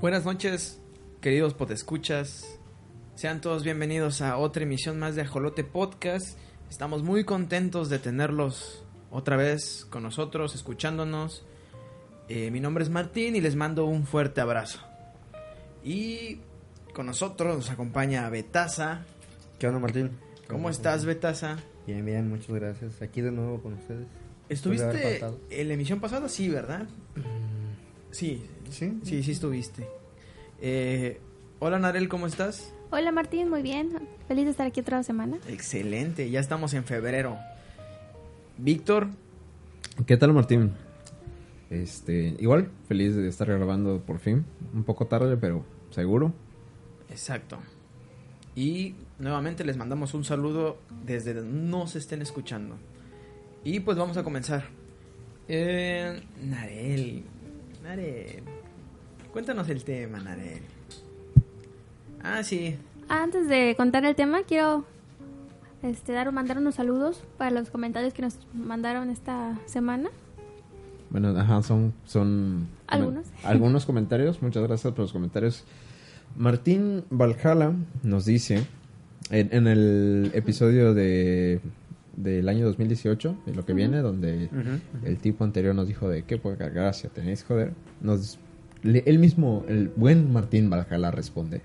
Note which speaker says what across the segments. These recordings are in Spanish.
Speaker 1: Buenas noches, queridos podescuchas. Sean todos bienvenidos a otra emisión más de Ajolote Podcast. Estamos muy contentos de tenerlos otra vez con nosotros, escuchándonos. Eh, mi nombre es Martín y les mando un fuerte abrazo. Y con nosotros nos acompaña Betasa.
Speaker 2: ¿Qué onda, Martín?
Speaker 1: ¿Cómo estás, Betasa?
Speaker 2: Bien, bien, muchas gracias. Aquí de nuevo con ustedes. Después de haber
Speaker 1: ¿Estuviste
Speaker 2: faltado. Mm.
Speaker 1: en la emisión pasada? Sí, ¿verdad? Sí,
Speaker 2: Sí,
Speaker 1: sí, sí estuviste. Eh, hola, Narel, ¿cómo estás?
Speaker 3: Hola Martín, muy bien. Feliz de estar aquí otra semana.
Speaker 1: Excelente, ya estamos en febrero. Víctor,
Speaker 4: ¿Qué tal, Martín? Este, igual, feliz de estar grabando por fin. Un poco tarde, pero seguro.
Speaker 1: exacto. Y nuevamente les mandamos un saludo desde donde nos estén escuchando. Y pues vamos a comenzar. Eh, Narel, Narel, cuéntanos el tema, Narel. Ah, sí,
Speaker 3: Antes de contar el tema, quiero este, dar, mandar unos saludos para los comentarios que nos mandaron esta semana.
Speaker 4: Bueno, ajá, son... son
Speaker 3: Algunos.
Speaker 4: Algunos comentarios. Muchas gracias por los comentarios. Martín Valhalla nos dice, en, en el episodio de del año 2018, de lo que viene, donde el tipo anterior nos dijo de qué poca gracia tenéis, joder. Nos, le- él mismo, el buen Martín Valhalla responde.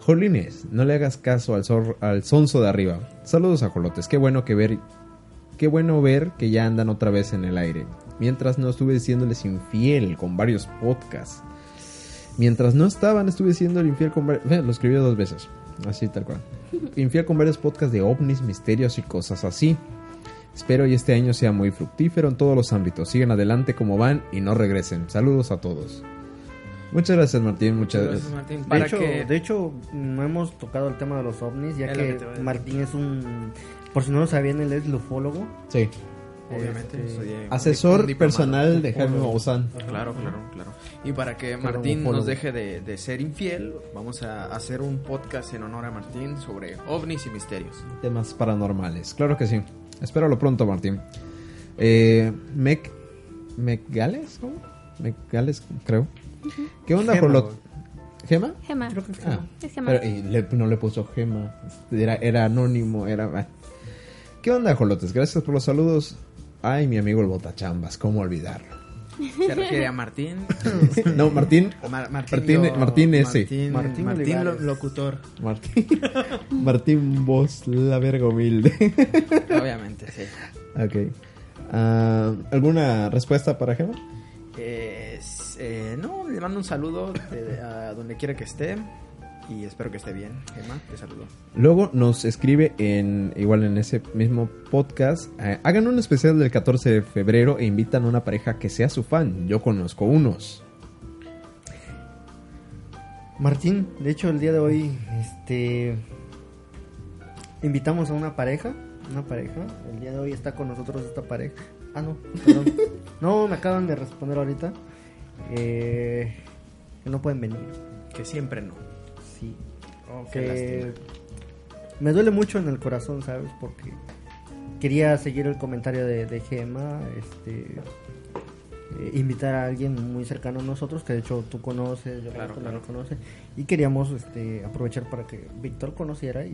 Speaker 4: Jolines, no le hagas caso al, zor- al sonso de arriba. Saludos a Jolotes, qué bueno que ver Qué bueno ver que ya andan otra vez en el aire. Mientras no estuve diciéndoles infiel con varios podcasts. Mientras no estaban, estuve siendo el infiel con varios... Lo escribió dos veces. Así tal cual. Infiel con varios podcasts de ovnis, misterios y cosas así. Espero y este año sea muy fructífero en todos los ámbitos. Sigan adelante como van y no regresen. Saludos a todos. Muchas gracias Martín, muchas
Speaker 1: gracias,
Speaker 4: gracias.
Speaker 1: Martín.
Speaker 2: De
Speaker 1: Para
Speaker 2: hecho,
Speaker 1: que...
Speaker 2: de hecho, no hemos tocado el tema de los ovnis, ya
Speaker 1: Es lo que
Speaker 2: que,
Speaker 1: te voy a decir.
Speaker 2: Martín es un... Por si no lo sabían, él es ufólogo.
Speaker 4: Sí.
Speaker 1: Obviamente,
Speaker 2: Este,
Speaker 1: soy, eh, un
Speaker 4: Asesor
Speaker 1: diplomado.
Speaker 4: personal de Jaime Maussan.
Speaker 1: Claro, claro, claro. Y para que Martín
Speaker 2: homofólogo.
Speaker 1: nos deje de, de ser infiel, vamos a hacer un podcast en honor a Martín sobre ovnis y misterios.
Speaker 4: temas paranormales. Claro que sí. Espéralo pronto, Martín. Eh, Mec. ¿Mecgales? ¿Cómo? Mecgales, creo. ¿Qué onda,
Speaker 2: Gema,
Speaker 4: Jolot?
Speaker 2: güey.
Speaker 4: ¿Gema?
Speaker 3: Gema.
Speaker 2: Creo que es
Speaker 4: Ah,
Speaker 2: Gema.
Speaker 3: Es Gema.
Speaker 4: pero, y le- no le puso Gema. Era, era anónimo, era. ah. ¿Qué onda, Jolotes? Gracias por los saludos. Ay, mi amigo el Botachambas, ¿cómo olvidarlo?
Speaker 1: Se refiere a Martín.
Speaker 4: no, Martín.
Speaker 1: Mar-
Speaker 4: Martín,
Speaker 1: lo-
Speaker 4: Martín ese.
Speaker 1: Martín,
Speaker 2: Martín
Speaker 1: Martín
Speaker 2: Olivares.
Speaker 1: lo- locutor.
Speaker 4: Martín. Martín, vos, la verga humilde.
Speaker 1: Obviamente, sí.
Speaker 4: ok. Ah, ¿Alguna respuesta para Gema?
Speaker 1: Es- eh, no, le mando un saludo de- a donde quiera que esté. Y espero que esté bien, Gemma. Te saludo.
Speaker 4: Luego nos escribe en igual en ese mismo podcast, eh, hagan un especial del 14 de febrero e invitan a una pareja que sea su fan. Yo conozco unos.
Speaker 2: Martín, de hecho, el día de hoy, este... Invitamos a una pareja, una pareja. El día de hoy está con nosotros esta pareja. Ah, no, perdón. no, me acaban de responder ahorita. eh, que no pueden venir.
Speaker 1: Que siempre no.
Speaker 2: Sí.
Speaker 1: Oh, qué
Speaker 2: que
Speaker 1: lástima.
Speaker 2: me duele mucho en el corazón, ¿sabes? Porque quería seguir el comentario de, de Gema, este, eh, invitar a alguien muy cercano a nosotros, que de hecho tú conoces, yo
Speaker 1: Claro,
Speaker 2: conozco,
Speaker 1: claro.
Speaker 2: Lalo conoce, y queríamos este, aprovechar para que Víctor conociera y,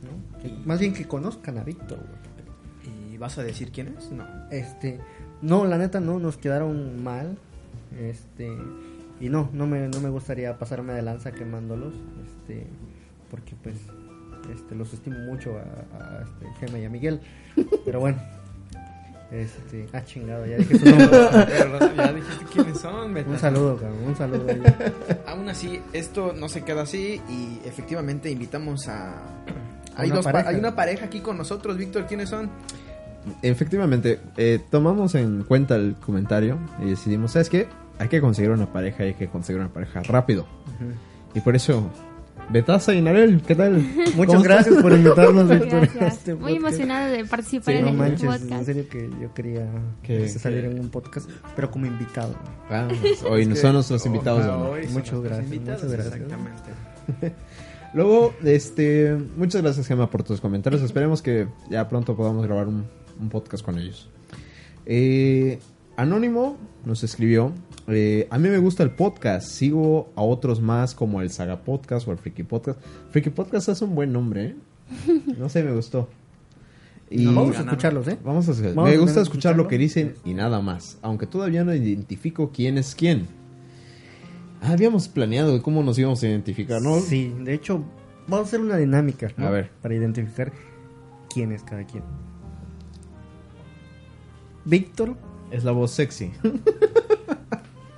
Speaker 2: ¿no? Que-
Speaker 1: Y-
Speaker 2: más bien que conozcan a Víctor. güey, porque,
Speaker 1: ¿Y vas a decir quién es? No.
Speaker 2: Este, no, la neta no, nos quedaron mal, este, y no, no me, no me gustaría pasarme de lanza quemándolos, este, porque pues este, los estimo mucho a, a, este, Gema y a Miguel. Pero bueno, este, ah, chingado, ya dije su nombre.
Speaker 1: Pero ya dijiste quiénes son, Beta.
Speaker 2: Un saludo, cabrón, un saludo. ahí.
Speaker 1: Aún así, esto no se queda así y efectivamente invitamos a...
Speaker 2: A
Speaker 1: Hay,
Speaker 2: una
Speaker 1: dos pa-
Speaker 2: pareja.
Speaker 1: hay una pareja aquí con nosotros, Víctor, ¿quiénes son?
Speaker 4: Efectivamente, eh, tomamos en cuenta el comentario y decidimos, ¿sabes qué? Hay que conseguir una pareja, hay que conseguir una pareja rápido. Y por eso, Betasa y Narel, ¿qué tal?
Speaker 2: Muchas gracias por invitarnos, Víctor. a
Speaker 3: Gracias.
Speaker 2: este
Speaker 3: muy
Speaker 2: podcast.
Speaker 3: emocionada de participar
Speaker 4: Sí,
Speaker 3: en
Speaker 2: No
Speaker 3: el
Speaker 2: manches, en
Speaker 3: podcast.
Speaker 2: serio que yo quería
Speaker 4: Que-
Speaker 2: que se saliera en un podcast, pero como invitado.
Speaker 4: Vamos, hoy
Speaker 1: Es que-
Speaker 4: son nuestros invitados.
Speaker 1: Ojalá
Speaker 4: de honor.
Speaker 1: hoy son
Speaker 2: Muchas
Speaker 1: nuestros
Speaker 2: gracias, muchas gracias.
Speaker 1: Exactamente.
Speaker 4: Luego, este, muchas gracias Gemma por tus comentarios. Esperemos que ya pronto podamos grabar un, un podcast con ellos. Eh, Anónimo nos escribió, eh, a mí me gusta el podcast, sigo a otros más como el Saga Podcast o el Friki Podcast. Friki Podcast es un buen nombre, ¿eh? No sé, me gustó. Y
Speaker 1: No,
Speaker 2: Vamos a
Speaker 1: Ganaron.
Speaker 2: escucharlos, ¿eh?
Speaker 4: vamos a hacer-
Speaker 2: Vamos
Speaker 4: me
Speaker 2: a
Speaker 4: gusta
Speaker 2: tener que
Speaker 4: escuchar lo
Speaker 2: escucharlo.
Speaker 4: que dicen y nada más, aunque todavía no identifico quién es quién. Habíamos planeado cómo nos íbamos a identificar, ¿no?
Speaker 2: Sí, de hecho, vamos a hacer una dinámica. ¿no?
Speaker 4: A ver.
Speaker 2: Para identificar quién es cada quien. Víctor
Speaker 4: Es la voz sexy.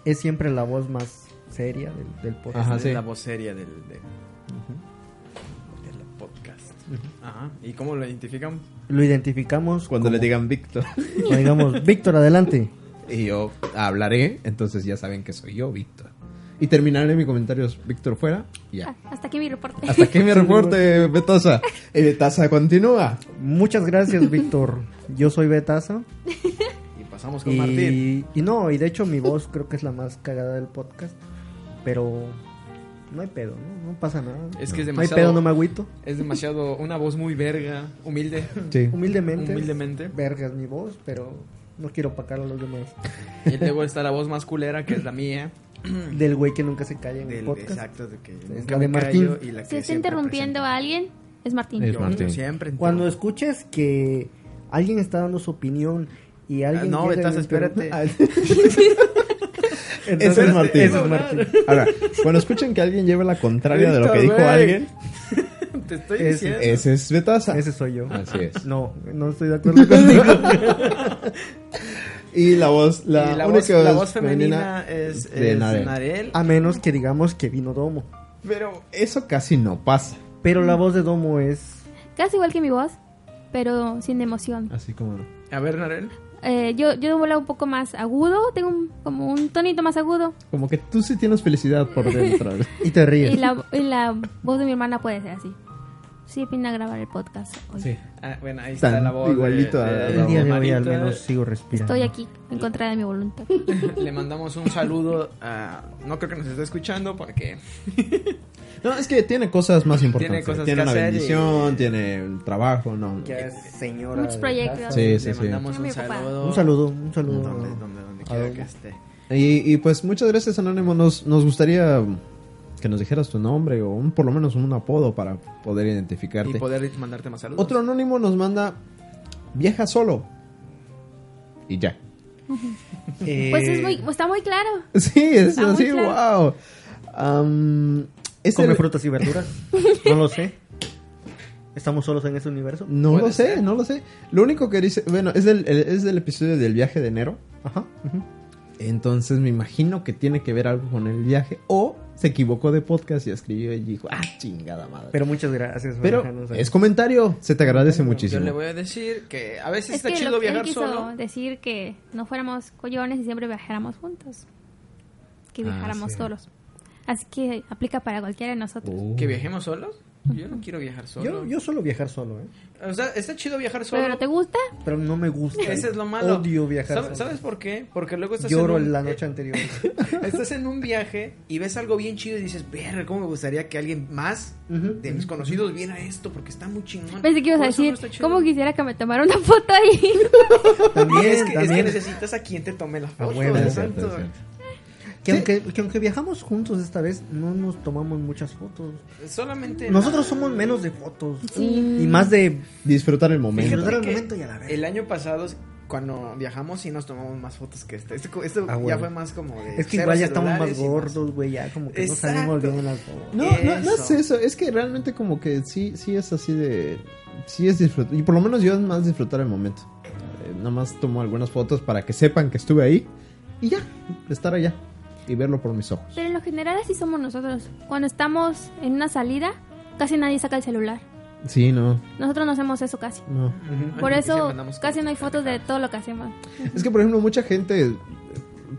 Speaker 2: es siempre la voz más seria del, del podcast.
Speaker 4: Ajá,
Speaker 1: es
Speaker 4: sí.
Speaker 1: la voz seria del, de- del podcast. Ajá. ¿Y cómo lo identifican?
Speaker 2: Lo identificamos
Speaker 4: Cuando
Speaker 2: como-
Speaker 4: le digan Víctor.
Speaker 2: cuando digamos, Víctor, adelante.
Speaker 4: Y yo hablaré, entonces ya saben que soy yo, Víctor. Y terminaré mi comentario, Víctor fuera, y ya.
Speaker 3: Ah, hasta aquí mi reporte.
Speaker 4: Hasta aquí mi reporte, Betaza. Eh, Betaza continúa.
Speaker 2: Muchas gracias, Víctor. Yo soy Betasa.
Speaker 1: Y pasamos con Martín.
Speaker 2: Y, y no, y de hecho mi voz creo que es la más cagada del podcast. Pero no hay pedo, no, No pasa nada.
Speaker 1: Es que es
Speaker 2: no hay
Speaker 1: demasiado.
Speaker 2: pedo, no me agüito.
Speaker 1: Es demasiado. Una voz muy verga, humilde.
Speaker 4: Sí.
Speaker 2: Humildemente.
Speaker 1: Humildemente.
Speaker 2: Verga es mi voz, pero no quiero opacar a los demás.
Speaker 1: Y luego está la voz más culera, que es la mía.
Speaker 2: Del güey que nunca se calla en el
Speaker 1: Hmm. Del,
Speaker 2: podcast.
Speaker 1: exacto, de que nunca
Speaker 2: la de
Speaker 1: me callo
Speaker 2: Martín.
Speaker 1: y la que
Speaker 3: Si está
Speaker 1: siempre
Speaker 3: interrumpiendo
Speaker 1: presento.
Speaker 3: a alguien, es Martín.
Speaker 4: Es
Speaker 1: Yo
Speaker 4: Martín.
Speaker 1: Siempre.
Speaker 2: Cuando
Speaker 1: interrumpo.
Speaker 2: escuches que alguien está dando su opinión y alguien.
Speaker 1: Ah, no,
Speaker 2: llega y
Speaker 1: Betas,
Speaker 2: le interrumpe-
Speaker 1: espérate.
Speaker 2: Ah,
Speaker 4: Ese es Martín.
Speaker 2: Ese es Martín.
Speaker 4: Ahora, cuando escuchen que alguien lleve la contraria de lo que
Speaker 1: Listo,
Speaker 4: dijo
Speaker 1: güey.
Speaker 4: alguien,
Speaker 1: Te estoy
Speaker 2: Es-
Speaker 1: diciendo.
Speaker 4: ese es Betaza.
Speaker 2: Ese soy yo.
Speaker 4: Así es.
Speaker 2: No, no estoy de acuerdo contigo.
Speaker 4: Y la voz, la,
Speaker 1: Y la, voz,
Speaker 4: única
Speaker 1: la voz femenina es,
Speaker 4: de
Speaker 1: es
Speaker 4: Narel. Ah.
Speaker 1: Narel.
Speaker 2: A menos que digamos que vino Domo.
Speaker 4: Pero eso casi no pasa.
Speaker 2: Pero
Speaker 1: Mm.
Speaker 2: la voz de Domo es.
Speaker 3: Casi igual que mi voz, pero sin emoción.
Speaker 4: Así como.
Speaker 1: A ver, Narel.
Speaker 3: Eh, yo, yo vuelo un poco más agudo, tengo un- como un tonito más agudo.
Speaker 4: Como que tú sí tienes felicidad por dentro.
Speaker 2: Y te ríes.
Speaker 3: Y la, y la voz de mi hermana puede ser así. Sí, vine a grabar el podcast hoy.
Speaker 4: sí.
Speaker 1: Ah, bueno, ahí está
Speaker 4: Tan
Speaker 1: la voz.
Speaker 4: igualito a-
Speaker 2: El día de hoy
Speaker 1: Marita.
Speaker 2: al menos sigo respirando.
Speaker 3: Estoy aquí, en contra de mi voluntad.
Speaker 1: Le mandamos un saludo a. No creo que nos esté escuchando porque.
Speaker 4: No, es que tiene cosas más
Speaker 1: Tiene
Speaker 4: importantes.
Speaker 1: cosas que
Speaker 4: Tiene una
Speaker 1: hacer y-
Speaker 4: bendición, tiene un trabajo, no.
Speaker 2: Ya es señora.
Speaker 3: Muchos
Speaker 2: de
Speaker 3: proyectos.
Speaker 2: casa.
Speaker 4: Sí, sí,
Speaker 1: le
Speaker 4: sí.
Speaker 1: mandamos
Speaker 3: Estoy
Speaker 1: un
Speaker 3: muy ocupada.
Speaker 1: saludo.
Speaker 2: Un saludo, un saludo.
Speaker 1: Donde, donde, donde
Speaker 2: a
Speaker 1: quiera
Speaker 2: Domo.
Speaker 1: que esté.
Speaker 4: Y, y, pues muchas gracias, Anónimo. Nos, nos gustaría que nos dijeras tu nombre o un- por lo menos un apodo para poder identificarte.
Speaker 1: Y poder mandarte más saludos.
Speaker 4: Otro anónimo nos manda viaja solo. Y ya.
Speaker 2: Eh,
Speaker 3: Pues es muy, está muy claro.
Speaker 4: Sí, es
Speaker 3: Está Ah, muy
Speaker 4: así,
Speaker 3: claro.
Speaker 4: wow. Am, es
Speaker 2: ¿Come
Speaker 4: el-
Speaker 2: frutas y verduras? No lo sé. ¿Estamos solos en ese universo?
Speaker 4: No
Speaker 1: Puede
Speaker 4: lo sé,
Speaker 1: ser.
Speaker 4: no lo sé. Lo único que dice, bueno, es del, el- es del episodio del viaje de enero.
Speaker 2: Ajá. ujú.
Speaker 4: Entonces me imagino que tiene que ver algo con el viaje. O se equivocó de podcast y escribió y dijo, ah, chingada madre.
Speaker 2: Pero muchas gracias. por
Speaker 4: Pero
Speaker 2: dejarnos
Speaker 4: es
Speaker 2: aquí.
Speaker 4: comentario, se te agradece
Speaker 1: Yo
Speaker 4: muchísimo.
Speaker 1: le voy a decir que a veces
Speaker 3: Es
Speaker 1: está
Speaker 3: que
Speaker 1: chido
Speaker 3: lo que él
Speaker 1: viajar
Speaker 3: quiso
Speaker 1: solo.
Speaker 3: decir que no fuéramos collones y siempre viajáramos juntos. Que
Speaker 4: Ah,
Speaker 3: viajáramos
Speaker 4: sí.
Speaker 3: solos. Así que aplica para cualquiera de nosotros.
Speaker 4: Oh.
Speaker 1: ¿Que viajemos solos? Yo no quiero viajar solo.
Speaker 2: Yo, yo suelo viajar solo, ¿eh?
Speaker 1: O sea, está chido viajar solo.
Speaker 3: ¿Pero te gusta?
Speaker 2: Pero no me gusta.
Speaker 1: Ese es lo malo.
Speaker 2: Odio viajar
Speaker 1: ¿Sabe-
Speaker 2: solo.
Speaker 1: ¿Sabes, por qué? Porque luego estás
Speaker 2: Lloro
Speaker 1: en un- eh,
Speaker 2: la noche anterior.
Speaker 1: Estás en un viaje y ves algo bien chido y dices, ver, ¿cómo me gustaría que alguien más
Speaker 2: Ujú.
Speaker 1: de mis conocidos viera esto? Porque está muy chingón.
Speaker 3: Pensé que ibas a
Speaker 1: Por eso no
Speaker 3: decir,
Speaker 1: está chido.
Speaker 3: ¿cómo quisiera que me tomara una foto ahí?
Speaker 2: También,
Speaker 1: es, que, es que
Speaker 2: también. Ah,
Speaker 1: necesitas a quien te tome la foto.
Speaker 2: huevo.
Speaker 4: Es
Speaker 1: exacto.
Speaker 4: cierto, es cierto.
Speaker 2: Que aunque, que aunque viajamos juntos esta vez, no nos tomamos muchas fotos.
Speaker 1: Solamente
Speaker 2: Nosotros somos menos de fotos.
Speaker 3: Sí.
Speaker 2: Y más de
Speaker 4: Disfrutar el momento.
Speaker 2: disfrutar el
Speaker 1: que
Speaker 2: momento y a la vez.
Speaker 1: el año pasado cuando viajamos sí nos tomamos más fotos que este. esta. Esto, esto ya
Speaker 2: Ah, bueno.
Speaker 1: fue más como de
Speaker 2: Es que
Speaker 1: cero
Speaker 2: igual ya estamos
Speaker 1: celulares
Speaker 2: más
Speaker 1: y
Speaker 2: gordos, güey. Ya como que
Speaker 1: Exacto.
Speaker 2: no salimos bien en las fotos.
Speaker 4: No, no, no es
Speaker 1: Eso.
Speaker 4: eso, es que realmente como que sí, sí es así de... Sí es disfrutar, y por lo menos yo es más disfrutar el momento. Eh, nada más tomo algunas fotos para que sepan que estuve ahí y ya, estar allá y verlo por mis ojos.
Speaker 3: Pero en lo general así somos nosotros. Cuando estamos en una salida, casi nadie saca el celular.
Speaker 4: Sí, no,
Speaker 3: Nosotros no hacemos eso casi.
Speaker 4: no.
Speaker 1: Ujú.
Speaker 3: Por
Speaker 1: Y
Speaker 3: eso
Speaker 1: siempre andamos
Speaker 3: casi
Speaker 1: con-
Speaker 3: no hay fotos de todo lo que hacemos.
Speaker 4: Es que por ejemplo mucha gente, eh,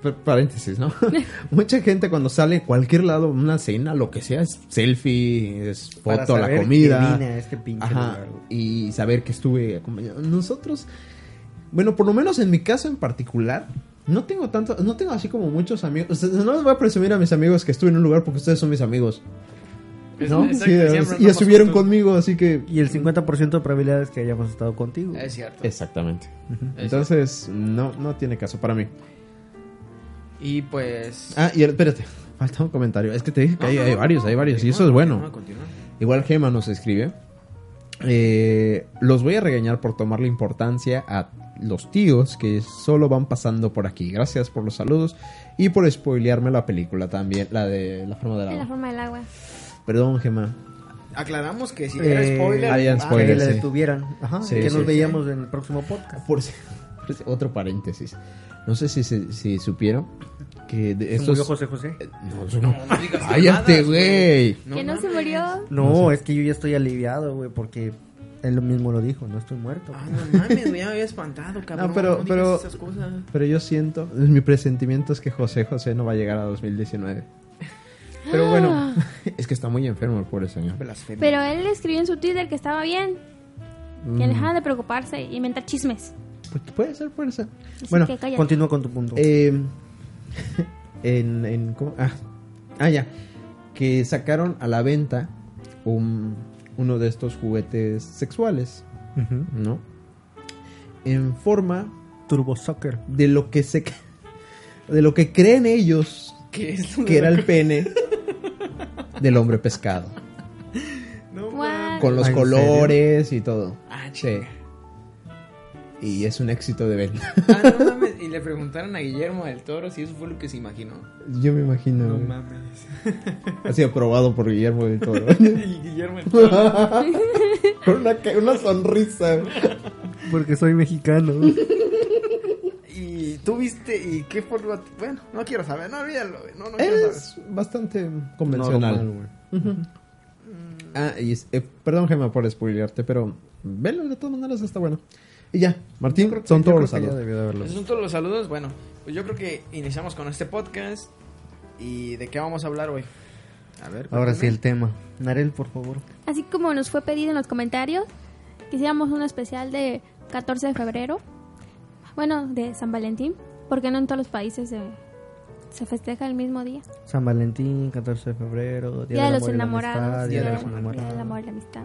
Speaker 4: p- paréntesis, ¿no? mucha gente cuando sale a cualquier lado, una cena, lo que sea, es selfie, es
Speaker 2: Para
Speaker 4: foto, a la
Speaker 2: saber que
Speaker 4: comida.
Speaker 2: vine a este pinche
Speaker 4: Ajá,
Speaker 2: lugar, güey.
Speaker 4: y saber que estuve acompañado. Nosotros, bueno, por lo menos en mi caso en particular, no tengo tanto, no tengo así como muchos amigos. O sea, no les voy a presumir a mis amigos que estuve en un lugar porque ustedes son mis amigos.
Speaker 1: Es-
Speaker 4: ¿no?
Speaker 1: exacto,
Speaker 4: Sí,
Speaker 1: siempre
Speaker 4: y
Speaker 1: andamos
Speaker 4: estuvieron
Speaker 1: juntos.
Speaker 4: conmigo, así que...
Speaker 2: Y el 50% de probabilidades
Speaker 1: Eh,
Speaker 2: que hayamos estado contigo.
Speaker 1: Es cierto.
Speaker 4: Exactamente. Entonces, no, no tiene caso para mí.
Speaker 1: Y pues...
Speaker 4: Ah, y el- espérate, falta un comentario. Es que te dije que hay,
Speaker 1: No, no,
Speaker 4: hay
Speaker 1: no,
Speaker 4: varios,
Speaker 1: no,
Speaker 4: hay varios, y
Speaker 1: continúa,
Speaker 4: eso es bueno.
Speaker 1: continúa, continúa.
Speaker 4: Igual Gema nos escribe. eh, los voy a regañar por tomarle importancia a los tíos que solo van pasando por aquí. Gracias por los saludos y por spoilearme la película también, la de La forma del
Speaker 3: En la
Speaker 4: agua.
Speaker 3: forma del agua.
Speaker 4: Perdón, Gema.
Speaker 1: Aclaramos que si era
Speaker 2: Eh,
Speaker 1: spoiler...
Speaker 4: habían
Speaker 1: ah,
Speaker 4: spoiler,
Speaker 2: que la
Speaker 4: sí.
Speaker 2: detuvieran. Ajá,
Speaker 4: Sí,
Speaker 2: que
Speaker 4: sí,
Speaker 2: nos
Speaker 4: sí.
Speaker 2: veíamos en el próximo podcast.
Speaker 4: Por si- por si- otro paréntesis. No sé si, se- si supieron que de
Speaker 2: Se
Speaker 4: estos...
Speaker 2: murió José José.
Speaker 4: No, eso no.
Speaker 1: No digas
Speaker 4: Cállate,
Speaker 1: mamadas,
Speaker 4: güey.
Speaker 3: que no se
Speaker 1: mames.
Speaker 3: murió.
Speaker 2: No, es que yo ya estoy aliviado, güey, porque él lo mismo lo dijo, no estoy muerto.
Speaker 1: Ah,
Speaker 2: güey.
Speaker 1: no mames, güey, ya me había espantado, cabrón.
Speaker 4: pero-
Speaker 1: digas
Speaker 4: pero-
Speaker 1: esas cosas.
Speaker 4: Pero yo siento, mi presentimiento es que José José no va a llegar a 2019. Pero bueno, es que está muy enfermo el pobre señor.
Speaker 1: Blasfemia.
Speaker 3: Pero él escribió en su Twitter que estaba bien. Que
Speaker 2: Mm.
Speaker 3: dejaba de preocuparse y inventar chismes.
Speaker 4: Pu- Puede ser, puede ser.
Speaker 3: Así
Speaker 4: Bueno,
Speaker 3: que cállate.
Speaker 2: Continúa con tu punto.
Speaker 4: eh, Em, en, en- ¿cómo? Ah, ah, ya. Que sacaron a la venta un- uno de estos juguetes sexuales,
Speaker 2: Ujú.
Speaker 4: ¿no? En forma
Speaker 2: Turbo Soccer.
Speaker 4: de lo que se... De lo que creen ellos
Speaker 1: ¿Qué es?
Speaker 4: que era el pene del hombre pescado.
Speaker 1: No,
Speaker 3: What?
Speaker 4: con los
Speaker 2: ¿Ah, en
Speaker 4: colores y todo.
Speaker 1: Ah,
Speaker 4: Sí. Y es un éxito de venta.
Speaker 1: Ah, no mames. Y le preguntaron a Guillermo del Toro si eso fue lo que se imaginó.
Speaker 4: Yo me imagino. güey.
Speaker 1: mames.
Speaker 4: ha sido aprobado por Guillermo del Toro.
Speaker 1: Y Guillermo del Toro.
Speaker 4: Con una, ca- una sonrisa.
Speaker 2: Porque soy mexicano.
Speaker 1: Y tú viste, y qué fue lo- Bueno, no quiero saber, no olvídalo, güey. No, no quiero saber.
Speaker 4: Es bastante convencional. ah, y es- eh, perdón, Gemma, por spoilearte, pero velo, de todas maneras está bueno. Y ya, Martín, son todos los saludos.
Speaker 1: Esos son todos los saludos. Bueno, pues yo creo que iniciamos con este podcast. ¿Y de qué vamos a hablar hoy? A ver.
Speaker 2: Ahora sí
Speaker 1: cuéntame.
Speaker 2: el tema. Narel, por favor.
Speaker 3: Así como nos fue pedido en los comentarios, quisiéramos un especial de 14 de febrero. Bueno, de San Valentín. Porque no en todos los países se, se festeja el mismo día.
Speaker 2: San Valentín, 14 de febrero, Día,
Speaker 3: Día de
Speaker 2: del
Speaker 3: los
Speaker 2: Amor y la Amistad,
Speaker 3: enamorados.
Speaker 2: Día de los
Speaker 3: Día del amor y
Speaker 2: enamorados.
Speaker 3: la amistad.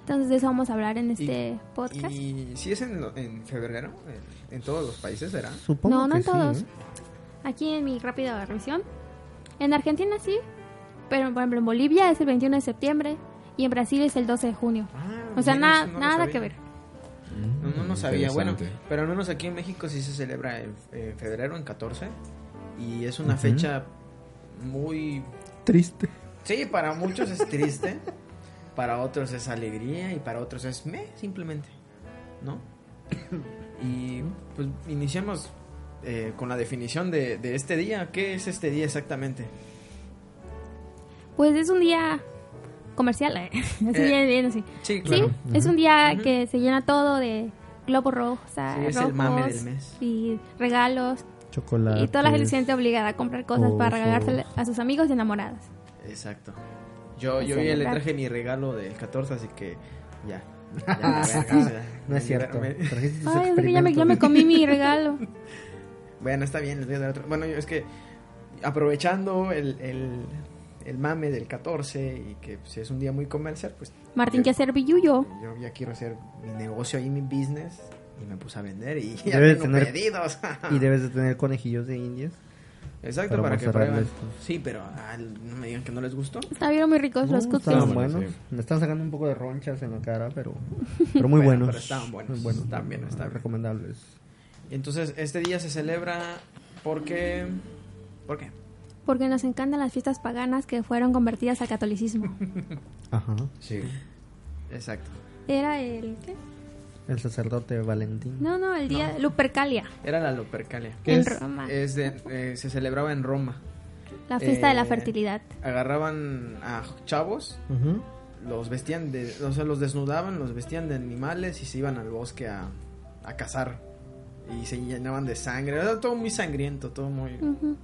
Speaker 3: Entonces de eso vamos a hablar en este podcast.
Speaker 1: Y si es en, lo- en febrero, en, en todos los países será.
Speaker 2: Supongo
Speaker 3: No, no
Speaker 2: que
Speaker 3: en
Speaker 2: sí,
Speaker 3: todos.
Speaker 2: ¿eh?
Speaker 3: Aquí en mi rápida revisión. En Argentina sí, pero por ejemplo en Bolivia es el 21 de septiembre y en Brasil es el 12 de junio.
Speaker 1: Ah,
Speaker 3: O sea,
Speaker 1: mira,
Speaker 3: na-
Speaker 1: eso no lo
Speaker 3: nada
Speaker 1: sabía.
Speaker 3: que ver.
Speaker 1: No, no, no sabía. Bueno,
Speaker 4: Mm, Interesante.
Speaker 1: pero al menos aquí en México sí se celebra en, en febrero, en 14. Y es una fecha muy.
Speaker 2: Triste.
Speaker 1: Sí, para muchos es triste. para otros es alegría. Y para otros es meh, simplemente. ¿No? Y pues iniciamos eh, con la definición de, de este día. ¿Qué es este día exactamente?
Speaker 3: Pues es un día comercial, eh, así
Speaker 1: Eh,
Speaker 3: bien, bien así.
Speaker 1: Sí,
Speaker 3: Sí,
Speaker 1: claro.
Speaker 3: es un día
Speaker 1: Ujú.
Speaker 3: que se llena todo de globos rojos,
Speaker 1: Sí, es el mame del mes.
Speaker 3: y regalos
Speaker 2: Chocolate.
Speaker 3: y toda la gente se siente obligada a comprar cosas para
Speaker 2: Ojos.
Speaker 3: regalárselo a sus amigos y enamoradas.
Speaker 1: Exacto. Yo,
Speaker 3: Es
Speaker 1: yo ya le
Speaker 3: celebrar.
Speaker 1: traje mi regalo del 14, así que ya. Ya,
Speaker 2: No es cierto.
Speaker 1: Me-
Speaker 2: Trajiste tus
Speaker 3: Ay, es que ya me, ya me comí mi regalo.
Speaker 1: Bueno, está bien, les voy a dar otro. Bueno, yo- es que aprovechando el, el, el mame del 14 y que pues, es un día muy comercial, pues
Speaker 3: Martín que hacer billuyo.
Speaker 1: yo ya quiero hacer mi negocio ahí, mi business, y me puse a vender y ya
Speaker 2: Debes
Speaker 1: tengo
Speaker 2: tener-
Speaker 1: pedidos.
Speaker 2: Y debes de tener conejillos de indias.
Speaker 1: Exacto,
Speaker 2: para
Speaker 1: para, que
Speaker 2: mostrar
Speaker 1: prueben.
Speaker 2: esto.
Speaker 1: Sí, pero ah, no me digan que no les gustó.
Speaker 3: Estaban muy ricos los
Speaker 2: No,
Speaker 3: cookies.
Speaker 2: Oh, estaban
Speaker 4: Sí.
Speaker 2: buenos.
Speaker 4: Sí.
Speaker 2: Me están sacando un poco de ronchas en la cara, pero, pero muy
Speaker 1: Bueno,
Speaker 2: buenos.
Speaker 1: pero estaban buenos.
Speaker 2: Muy
Speaker 1: Están bien, están bien.
Speaker 2: recomendables.
Speaker 1: Entonces, este día se celebra porque... ¿Por qué?
Speaker 3: Porque nos encantan las fiestas paganas que fueron convertidas al catolicismo.
Speaker 2: Ajá.
Speaker 4: Sí.
Speaker 1: Exacto.
Speaker 3: Era el... ¿qué?
Speaker 2: El sacerdote Valentín.
Speaker 3: No, no, el día Lupercalia.
Speaker 1: Era la Lupercalia.
Speaker 3: En Roma.
Speaker 1: Es de- eh, se celebraba en Roma.
Speaker 3: La fiesta de la
Speaker 1: Eh,
Speaker 3: fertilidad.
Speaker 1: Agarraban a chavos los vestían de, o sea, los desnudaban, los vestían de animales y se iban al bosque a, a cazar y se llenaban de sangre, era todo muy sangriento, todo muy
Speaker 3: Ujú.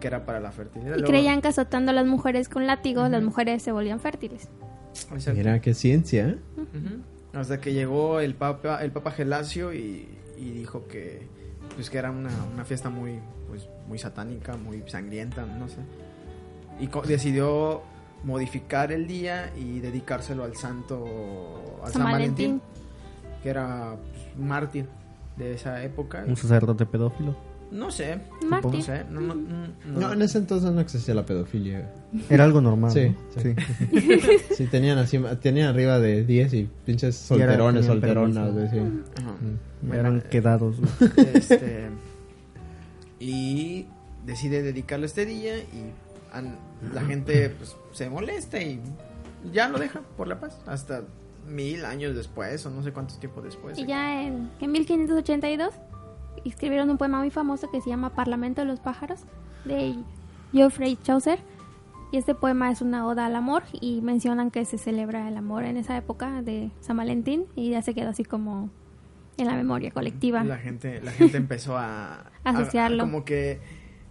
Speaker 1: que era para la fertilidad.
Speaker 3: Mm. Y
Speaker 1: Luego-
Speaker 3: creían que azotando a las mujeres con látigos, las mujeres se volvían fértiles.
Speaker 1: Exacto.
Speaker 4: Mira qué ciencia, ¿eh?
Speaker 1: Ujú. Hasta que llegó el papa, el papa Gelasio y, y dijo que pues que era una, una fiesta muy pues muy satánica, muy sangrienta, no sé. Y co- decidió modificar el día y dedicárselo al santo al San, Valentín. que era pues, un mártir de esa época.
Speaker 2: Un sacerdote pedófilo.
Speaker 1: No sé. No
Speaker 3: Mártir.
Speaker 1: sé. No, no, no, no.
Speaker 4: No, en ese entonces no existía la pedofilia.
Speaker 2: Era algo normal.
Speaker 4: Sí,
Speaker 2: ¿no?
Speaker 4: sí. Sí, tenían así, tenían arriba de 10 y pinches
Speaker 2: Y ahora
Speaker 4: solterones,
Speaker 2: tenían
Speaker 4: solteronas, güey,
Speaker 2: permiso.
Speaker 4: sí.
Speaker 1: Ajá.
Speaker 2: Mm. Eran quedados. güey.
Speaker 1: Este, y decide dedicarle este día y an- la gente pues, se molesta y ya lo deja por la paz. Hasta mil años después o no sé cuántos tiempo después.
Speaker 3: Y ya en, en 1582 escribieron un poema muy famoso que se llama Parlamento de los pájaros de Geoffrey Chaucer. Y este poema es una oda al amor y mencionan que se celebra el amor en esa época de San Valentín y ya se quedó así como en la memoria colectiva.
Speaker 1: La gente, la gente empezó a a-
Speaker 3: Asociarlo.
Speaker 1: como que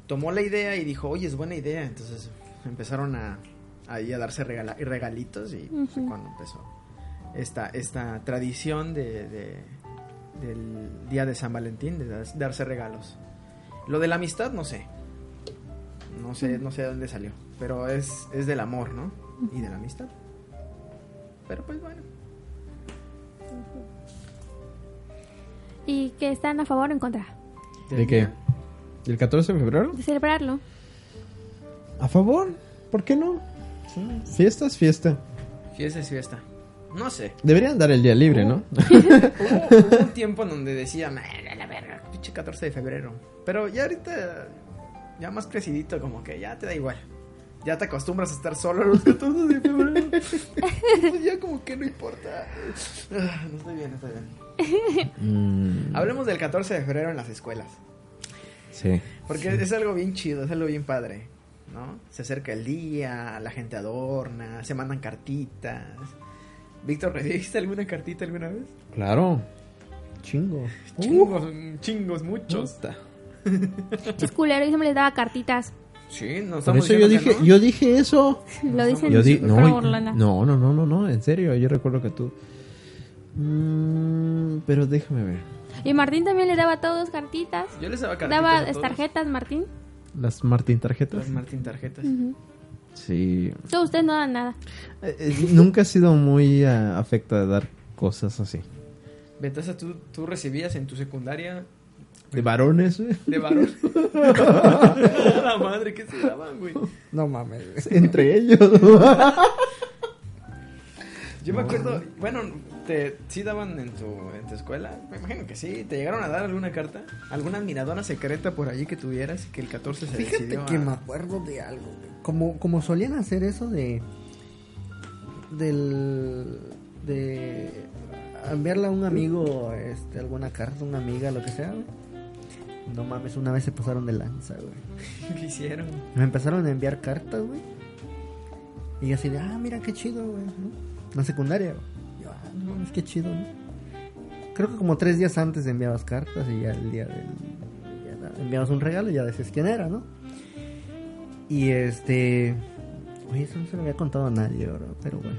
Speaker 1: tomó la idea y dijo, oye, es buena idea. Entonces empezaron a, ahí a darse regala- regalitos y pues, fue
Speaker 3: Ujú.
Speaker 1: cuando empezó esta, esta tradición de, de- del día de San Valentín, de dar- darse regalos. Lo de la amistad, no sé. No
Speaker 3: Mm.
Speaker 1: sé, no sé de dónde salió. Pero es, es del amor, ¿no? Y de la amistad. Pero pues bueno.
Speaker 3: Y que están a favor o en contra
Speaker 4: ¿De qué? ¿El 14 de febrero?
Speaker 3: de celebrarlo.
Speaker 4: ¿A favor? ¿Por qué no? Fiesta es fiesta.
Speaker 1: Fiesta es fiesta. No sé.
Speaker 4: Deberían dar el día libre, ¿no?
Speaker 1: Hubo, hubo un tiempo en donde decía, "Me, la la verga, pinche 14 de febrero. Pero ya ahorita, ya más crecidito, como que ya te da igual. Ya te acostumbras a estar solo a los 14 de febrero. Entonces ya como que no importa. Ah, No estoy bien, no estoy bien.
Speaker 4: Mm,
Speaker 1: Hablemos del 14 de febrero en las escuelas.
Speaker 4: sí.
Speaker 1: Porque es algo bien chido, es algo bien padre. ¿No? Se acerca el día, la gente adorna, se mandan cartitas. Víctor, ¿recibiste alguna cartita alguna vez?
Speaker 4: Claro.
Speaker 2: Chingo.
Speaker 1: Chingos, chingos, muchos.
Speaker 3: Es culero y siempre les daba cartitas.
Speaker 1: Sí, no
Speaker 4: Por
Speaker 1: Pues estamos
Speaker 4: eso yo
Speaker 1: diciendo que
Speaker 4: dije,
Speaker 1: no.
Speaker 4: yo dije eso.
Speaker 3: Lo dicen
Speaker 4: Yo di,
Speaker 3: en
Speaker 4: no,
Speaker 3: forma
Speaker 4: y-
Speaker 3: burlona.
Speaker 4: no, no, no, no, no, en serio, yo recuerdo que tú... Mm, pero déjame ver.
Speaker 3: Y Martín también le daba a todos cartitas.
Speaker 1: Yo les daba cartitas
Speaker 3: Daba
Speaker 1: a todos.
Speaker 3: tarjetas, Martín.
Speaker 4: ¿Las Martín tarjetas?
Speaker 1: Las Martín tarjetas.
Speaker 3: Ujú.
Speaker 4: Sí.
Speaker 3: Todos ustedes no dan nada.
Speaker 4: Eh, eh, nunca he sido muy eh, afecta de dar cosas así.
Speaker 1: Ventaza, ¿tú, tú recibías en tu secundaria
Speaker 4: ¿De varones? eh, güey?
Speaker 1: de varón. A la madre, ¿qué se daban, güey?
Speaker 2: No mames.
Speaker 4: Entre ellos.
Speaker 1: Yo me acuerdo, bueno, te sí daban en tu, en tu escuela, me imagino que sí, te llegaron a dar alguna carta, alguna admiradora secreta por allí que tuvieras y que el 14 se
Speaker 2: Fíjate
Speaker 1: decidió
Speaker 2: que
Speaker 1: a-
Speaker 2: me acuerdo de algo. güey. Como, como solían hacer eso de. Del. De. Enviarle a un amigo este, alguna carta, una amiga, lo que sea, güey. No mames, una vez se pasaron de lanza, güey.
Speaker 1: ¿Qué hicieron?
Speaker 2: Me empezaron a enviar cartas, güey. Y yo así de, ah, mira qué chido, güey. ¿no? La secundaria, güey. Yo, ah, no, es que chido, ¿no? Creo que como tres días antes enviabas cartas y ya el día del. ya da- enviabas un regalo y ya decías quién era, ¿no? Y este. Oye, eso no se lo había contado a nadie, bro, pero bueno.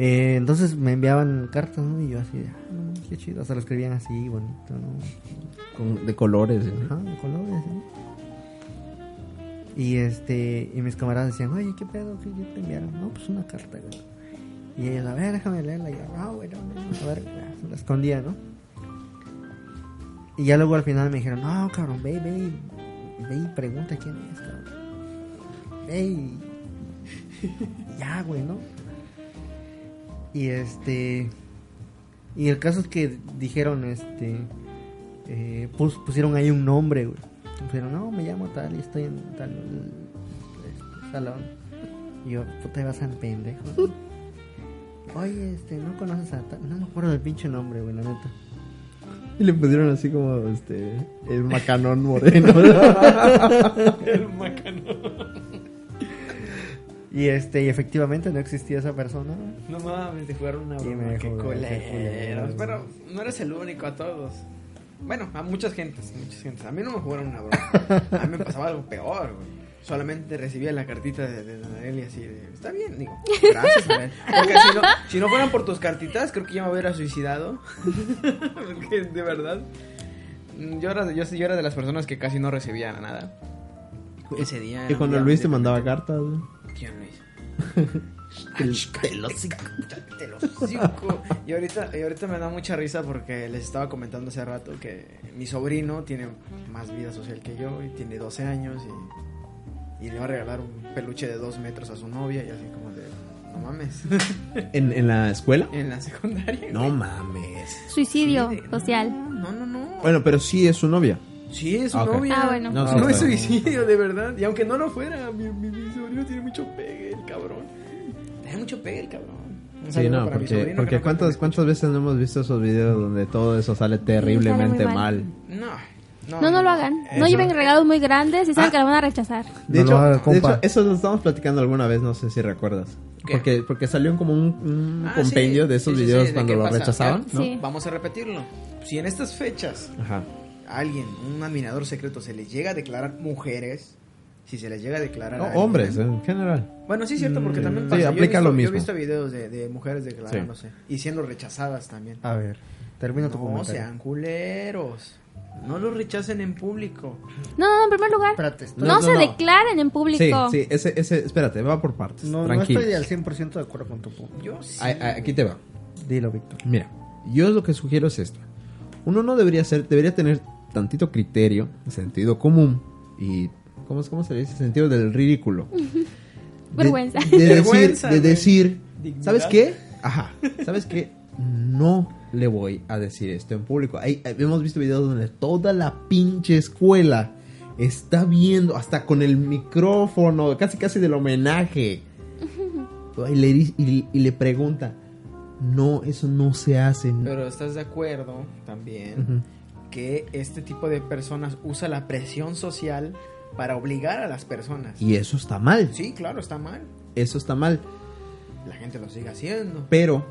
Speaker 2: Eh, entonces me enviaban cartas, ¿no? Y yo así, de, ah, no, qué chido. Hasta lo escribían así, bonito, ¿no?
Speaker 4: Con- de colores. güey.
Speaker 2: Ajá, de colores, ¿sí? Y este, y mis camaradas decían, oye, ¿qué pedo? ¿Qué, qué te enviaron? No, pues una carta, güey. Y ellos, a ver, déjame leerla. Y yo, no, güey, no, no, no". a ver, la escondía, ¿no? Y ya luego al final me dijeron, no, cabrón, ve, ve, y- ve y pregunta quién es, cabrón. Ve y... Ya, güey, ¿no? Y este... Y el caso es que dijeron, este eh, pus- pusieron ahí un nombre, güey. Pusieron, no, me llamo tal y estoy en tal este, salón. Y yo, puta, vas a pendejo. ¿no? Oye, este, no conoces a tal. No me acuerdo del pinche nombre, güey, la neta.
Speaker 4: Y le pusieron así como este el macanón moreno.
Speaker 1: El macano.
Speaker 2: Y este, y efectivamente no existía esa persona. güey.
Speaker 1: No mames, te jugaron una
Speaker 2: Sí, me
Speaker 1: broma. Qué
Speaker 2: jugaron, qué
Speaker 1: culeros.
Speaker 2: culeros.
Speaker 1: Pero no eres el único, a todos. Bueno, a muchas gentes, muchas gentes. A mí no me jugaron una broma. A mí me pasaba algo peor, güey. Solamente recibía la cartita de, de Anabel y así de, está bien, digo, gracias, Anabel. Porque si no, si no fueran por tus cartitas, creo que ya me hubiera suicidado. Porque, de verdad, mm, yo era, de- yo, sí- yo era de las personas que casi no recibía nada. Ese día.
Speaker 4: y cuando Luis te mandaba cartas. güey.
Speaker 1: ¿Quién Luis?
Speaker 2: El pelo sí.
Speaker 1: Te lo hocico. Y ahorita, y ahorita me da mucha risa porque les estaba comentando hace rato que mi sobrino tiene más vida social que yo y tiene 12 años y, y le va a regalar un peluche de 2 metros a su novia y así como de, no mames,
Speaker 4: ¿En, en la escuela?
Speaker 1: en la secundaria.
Speaker 4: No
Speaker 1: güey.
Speaker 4: mames.
Speaker 3: Suicidio
Speaker 1: Sí, de-
Speaker 3: social.
Speaker 1: No, no, no.
Speaker 4: Bueno, pero sí es su novia.
Speaker 1: Sí, es su
Speaker 4: Ah, ok.
Speaker 1: novia.
Speaker 3: Ah, bueno.
Speaker 4: No,
Speaker 1: No,
Speaker 4: sí,
Speaker 1: es
Speaker 4: está bien.
Speaker 1: suicidio, de verdad. Y aunque no lo fuera, mi, mi- mi sobrino tiene mucho pegue, el cabrón. Tiene mucho pegue, el cabrón. Un
Speaker 4: Sí,
Speaker 1: saludo
Speaker 4: no,
Speaker 1: para mi sobrino
Speaker 4: porque,
Speaker 1: que
Speaker 4: porque
Speaker 1: no
Speaker 4: cuántas,
Speaker 1: creo que
Speaker 4: cuántas veces no hemos visto esos videos donde todo eso sale terriblemente
Speaker 3: muy mal.
Speaker 4: mal.
Speaker 1: me escuche. No, Eh,
Speaker 3: No, no lo hagan. No lleven regalos muy grandes y
Speaker 4: Ah.
Speaker 3: saben que lo van a rechazar.
Speaker 4: De,
Speaker 2: No
Speaker 4: hecho,
Speaker 2: lo haga,
Speaker 4: de
Speaker 2: compa.
Speaker 4: hecho, eso lo estábamos platicando alguna vez, no sé si recuerdas.
Speaker 1: ¿Qué?
Speaker 4: Porque, porque salió como un, un
Speaker 1: Ah,
Speaker 4: compendio
Speaker 1: sí,
Speaker 4: de esos
Speaker 1: sí, sí,
Speaker 4: videos
Speaker 1: sí, de
Speaker 4: cuando
Speaker 1: qué
Speaker 4: lo
Speaker 1: pasa.
Speaker 4: rechazaban,
Speaker 1: Ah,
Speaker 4: ¿no?
Speaker 3: Sí.
Speaker 1: Vamos a repetirlo. Si en estas fechas
Speaker 4: Ajá.
Speaker 1: a alguien, un admirador secreto, se les llega a declarar mujeres, si se les llega a declarar.
Speaker 4: No,
Speaker 1: a alguien-
Speaker 4: hombres, en general.
Speaker 1: Bueno, sí, es cierto, porque
Speaker 4: Mm,
Speaker 1: también
Speaker 4: sí,
Speaker 1: pasa. Yo he
Speaker 4: aplica lo
Speaker 1: visto- Yo
Speaker 4: mismo.
Speaker 1: he visto videos de, de mujeres declarándose y siendo rechazadas también.
Speaker 2: A ver, termina tu
Speaker 1: No
Speaker 2: comentario.
Speaker 1: sean culeros. No los rechacen en público.
Speaker 3: No, no, no, en primer lugar.
Speaker 2: Espérate,
Speaker 3: No,
Speaker 2: estoy-
Speaker 4: No, no,
Speaker 3: se
Speaker 4: no.
Speaker 3: declaren en
Speaker 4: Sí,
Speaker 3: público.
Speaker 4: sí, ese, ese, espérate, va por partes.
Speaker 2: no, no
Speaker 4: tranquilo.
Speaker 2: estoy al 100% de acuerdo con tu punto.
Speaker 1: Yo sí.
Speaker 4: Ay, ay, aquí te va.
Speaker 2: Dilo, Víctor.
Speaker 4: Mira, yo lo que sugiero es esto. Uno no debería ser, debería tener tantito criterio, sentido común y ¿cómo, cómo se le dice? Sentido del ridículo. De-
Speaker 3: Vergüenza.
Speaker 4: De, decir,
Speaker 1: Vergüenza,
Speaker 4: de
Speaker 1: güey.
Speaker 4: decir,
Speaker 1: Dignidad.
Speaker 4: ¿sabes qué? Ajá, ¿sabes qué? No le voy a decir esto en público. Ahí, ahí hemos visto videos donde toda la pinche escuela está viendo, hasta con el micrófono, casi casi del homenaje. Y le, di- y- y le pregunta, no, eso no se hace.
Speaker 1: Pero estás de acuerdo también
Speaker 4: Ujú.
Speaker 1: que este tipo de personas usa la presión social para obligar a las personas.
Speaker 4: Y eso está mal.
Speaker 1: Sí, claro, está mal.
Speaker 4: Eso está mal.
Speaker 1: La gente lo sigue haciendo.
Speaker 4: Pero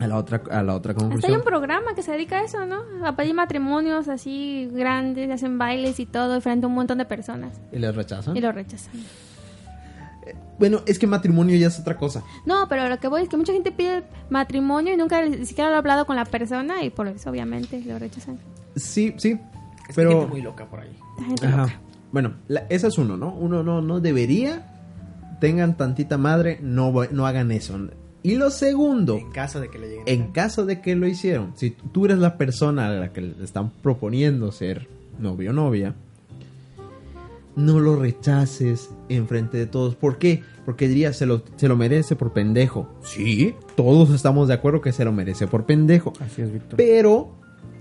Speaker 4: a la otra, a la otra
Speaker 3: Hasta hay
Speaker 4: conclusión.
Speaker 3: un programa que se dedica a eso, ¿no? A pedir matrimonios así grandes, hacen bailes y todo, frente a un montón de personas.
Speaker 4: ¿Y les rechazan?
Speaker 3: Y lo rechazan.
Speaker 4: Bueno, es que matrimonio ya es otra cosa.
Speaker 3: No, pero lo que voy es que mucha gente pide matrimonio y nunca ni siquiera lo ha hablado con la persona y por eso obviamente lo rechazan.
Speaker 4: Sí, sí.
Speaker 1: Es
Speaker 4: Pero.
Speaker 1: gente muy loca por ahí.
Speaker 3: La gente
Speaker 4: Ajá.
Speaker 3: loca.
Speaker 4: Bueno, la- esa es uno, ¿no? Uno no, no debería. Tengan tantita madre, no, voy- no hagan eso. Y lo segundo,
Speaker 1: En caso de que le lleguen.
Speaker 4: en caso de que lo hicieron, si tú eres la persona a la que le están proponiendo ser novio o novia, no lo rechaces enfrente de todos. ¿Por qué? Porque diría, se lo, se lo merece por pendejo. Sí, todos estamos de acuerdo que se lo merece por pendejo.
Speaker 2: Así es, Víctor.
Speaker 4: Pero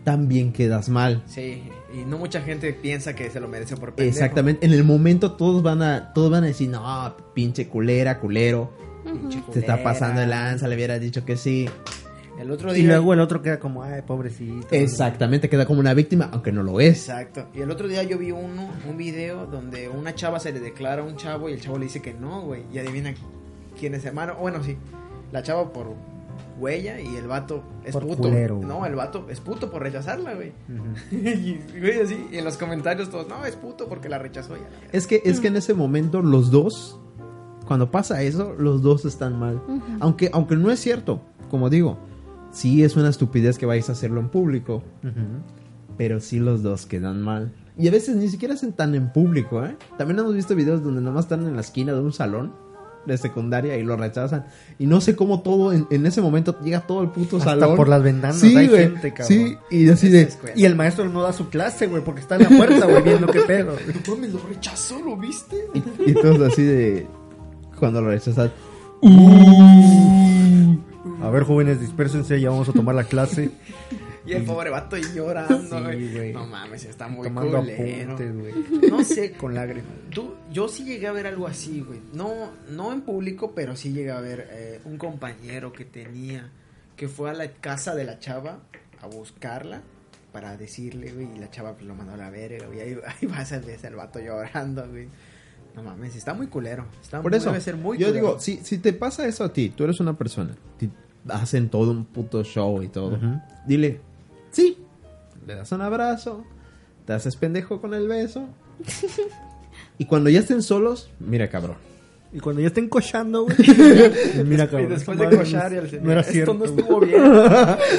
Speaker 4: también quedas mal.
Speaker 1: Sí, y no mucha gente piensa que se lo merece por pendejo.
Speaker 4: Exactamente, en el momento todos van a todos van a decir, "No, pinche culera, culero,
Speaker 1: Pinche
Speaker 4: te está
Speaker 1: culera.
Speaker 4: pasando el lanza, le hubieras dicho que sí."
Speaker 1: El otro día.
Speaker 2: Y luego el otro queda como, ay, pobrecito.
Speaker 4: Exactamente, queda como una víctima, aunque no lo es.
Speaker 1: Exacto. Y el otro día yo vi uno, un video donde una chava se le declara a un chavo y el chavo le dice que no, güey. Y adivina quién es hermano. Bueno, sí. La chava por huella y el vato es
Speaker 2: Por
Speaker 1: puto.
Speaker 2: culero. Mm.
Speaker 1: No, el vato es puto por rechazarla, güey.
Speaker 2: Ujú.
Speaker 1: y, güey, así. Y en los comentarios todos, no, es puto porque la rechazó ya.
Speaker 4: Es que es que en ese momento los dos cuando pasa eso, los dos están mal.
Speaker 3: Ujú.
Speaker 4: Aunque aunque no es cierto, como digo, sí es una estupidez que vayas a hacerlo en público,
Speaker 2: Ujú.
Speaker 4: pero sí los dos quedan mal. Y a veces ni siquiera hacen tan en público, ¿eh? También hemos visto videos donde nomás están en la esquina de un salón de secundaria y lo rechazan. Y no sé cómo todo, en, en ese momento llega todo el puto
Speaker 2: Hasta
Speaker 4: salón.
Speaker 2: por las ventanas
Speaker 4: Sí,
Speaker 2: hay
Speaker 4: güey,
Speaker 2: gente, cabrón.
Speaker 4: Sí, y así
Speaker 1: Esa
Speaker 4: de...
Speaker 1: escuela.
Speaker 2: Y el maestro no da su clase, güey, porque está en la puerta, güey, viendo qué pedo.
Speaker 1: No mames, lo rechazó, ¿lo viste?
Speaker 4: Y, y todos así de... Cuando lo rechazan.
Speaker 2: A ver, jóvenes, dispersense, ya vamos a tomar la clase.
Speaker 1: Y el pobre vato ahí llorando,
Speaker 2: Sí,
Speaker 1: güey.
Speaker 2: güey.
Speaker 1: no mames, está muy
Speaker 2: tomando
Speaker 1: culero.
Speaker 2: apuntes, güey.
Speaker 1: No sé,
Speaker 2: Con lágrimas.
Speaker 1: Tú- yo sí llegué a ver algo así, güey. No, no en público, pero sí llegué a ver eh, un compañero que tenía, que fue a la casa de la chava a buscarla para decirle, güey, y la chava pues lo mandó a la verga, güey. Ahí, ahí vas a ver al vato llorando, güey. No mames, está muy culero. Está
Speaker 4: Por
Speaker 1: Ah, muy-
Speaker 4: eso,
Speaker 1: debe ser muy
Speaker 4: yo
Speaker 1: culero.
Speaker 4: digo, si, si te pasa eso a ti, tú eres una persona, te hacen todo un puto show y todo,
Speaker 2: Ujú.
Speaker 4: dile, sí, le das un abrazo, te haces pendejo con el beso, y cuando ya estén solos, mira cabrón,
Speaker 2: Y cuando ya estén cochando, güey. mira,
Speaker 1: Y
Speaker 2: cabrón.
Speaker 1: después
Speaker 2: esa
Speaker 1: de
Speaker 2: madre
Speaker 1: cochar y al
Speaker 2: No era
Speaker 1: esto
Speaker 2: cierto.
Speaker 1: no
Speaker 2: güey".
Speaker 1: estuvo bien.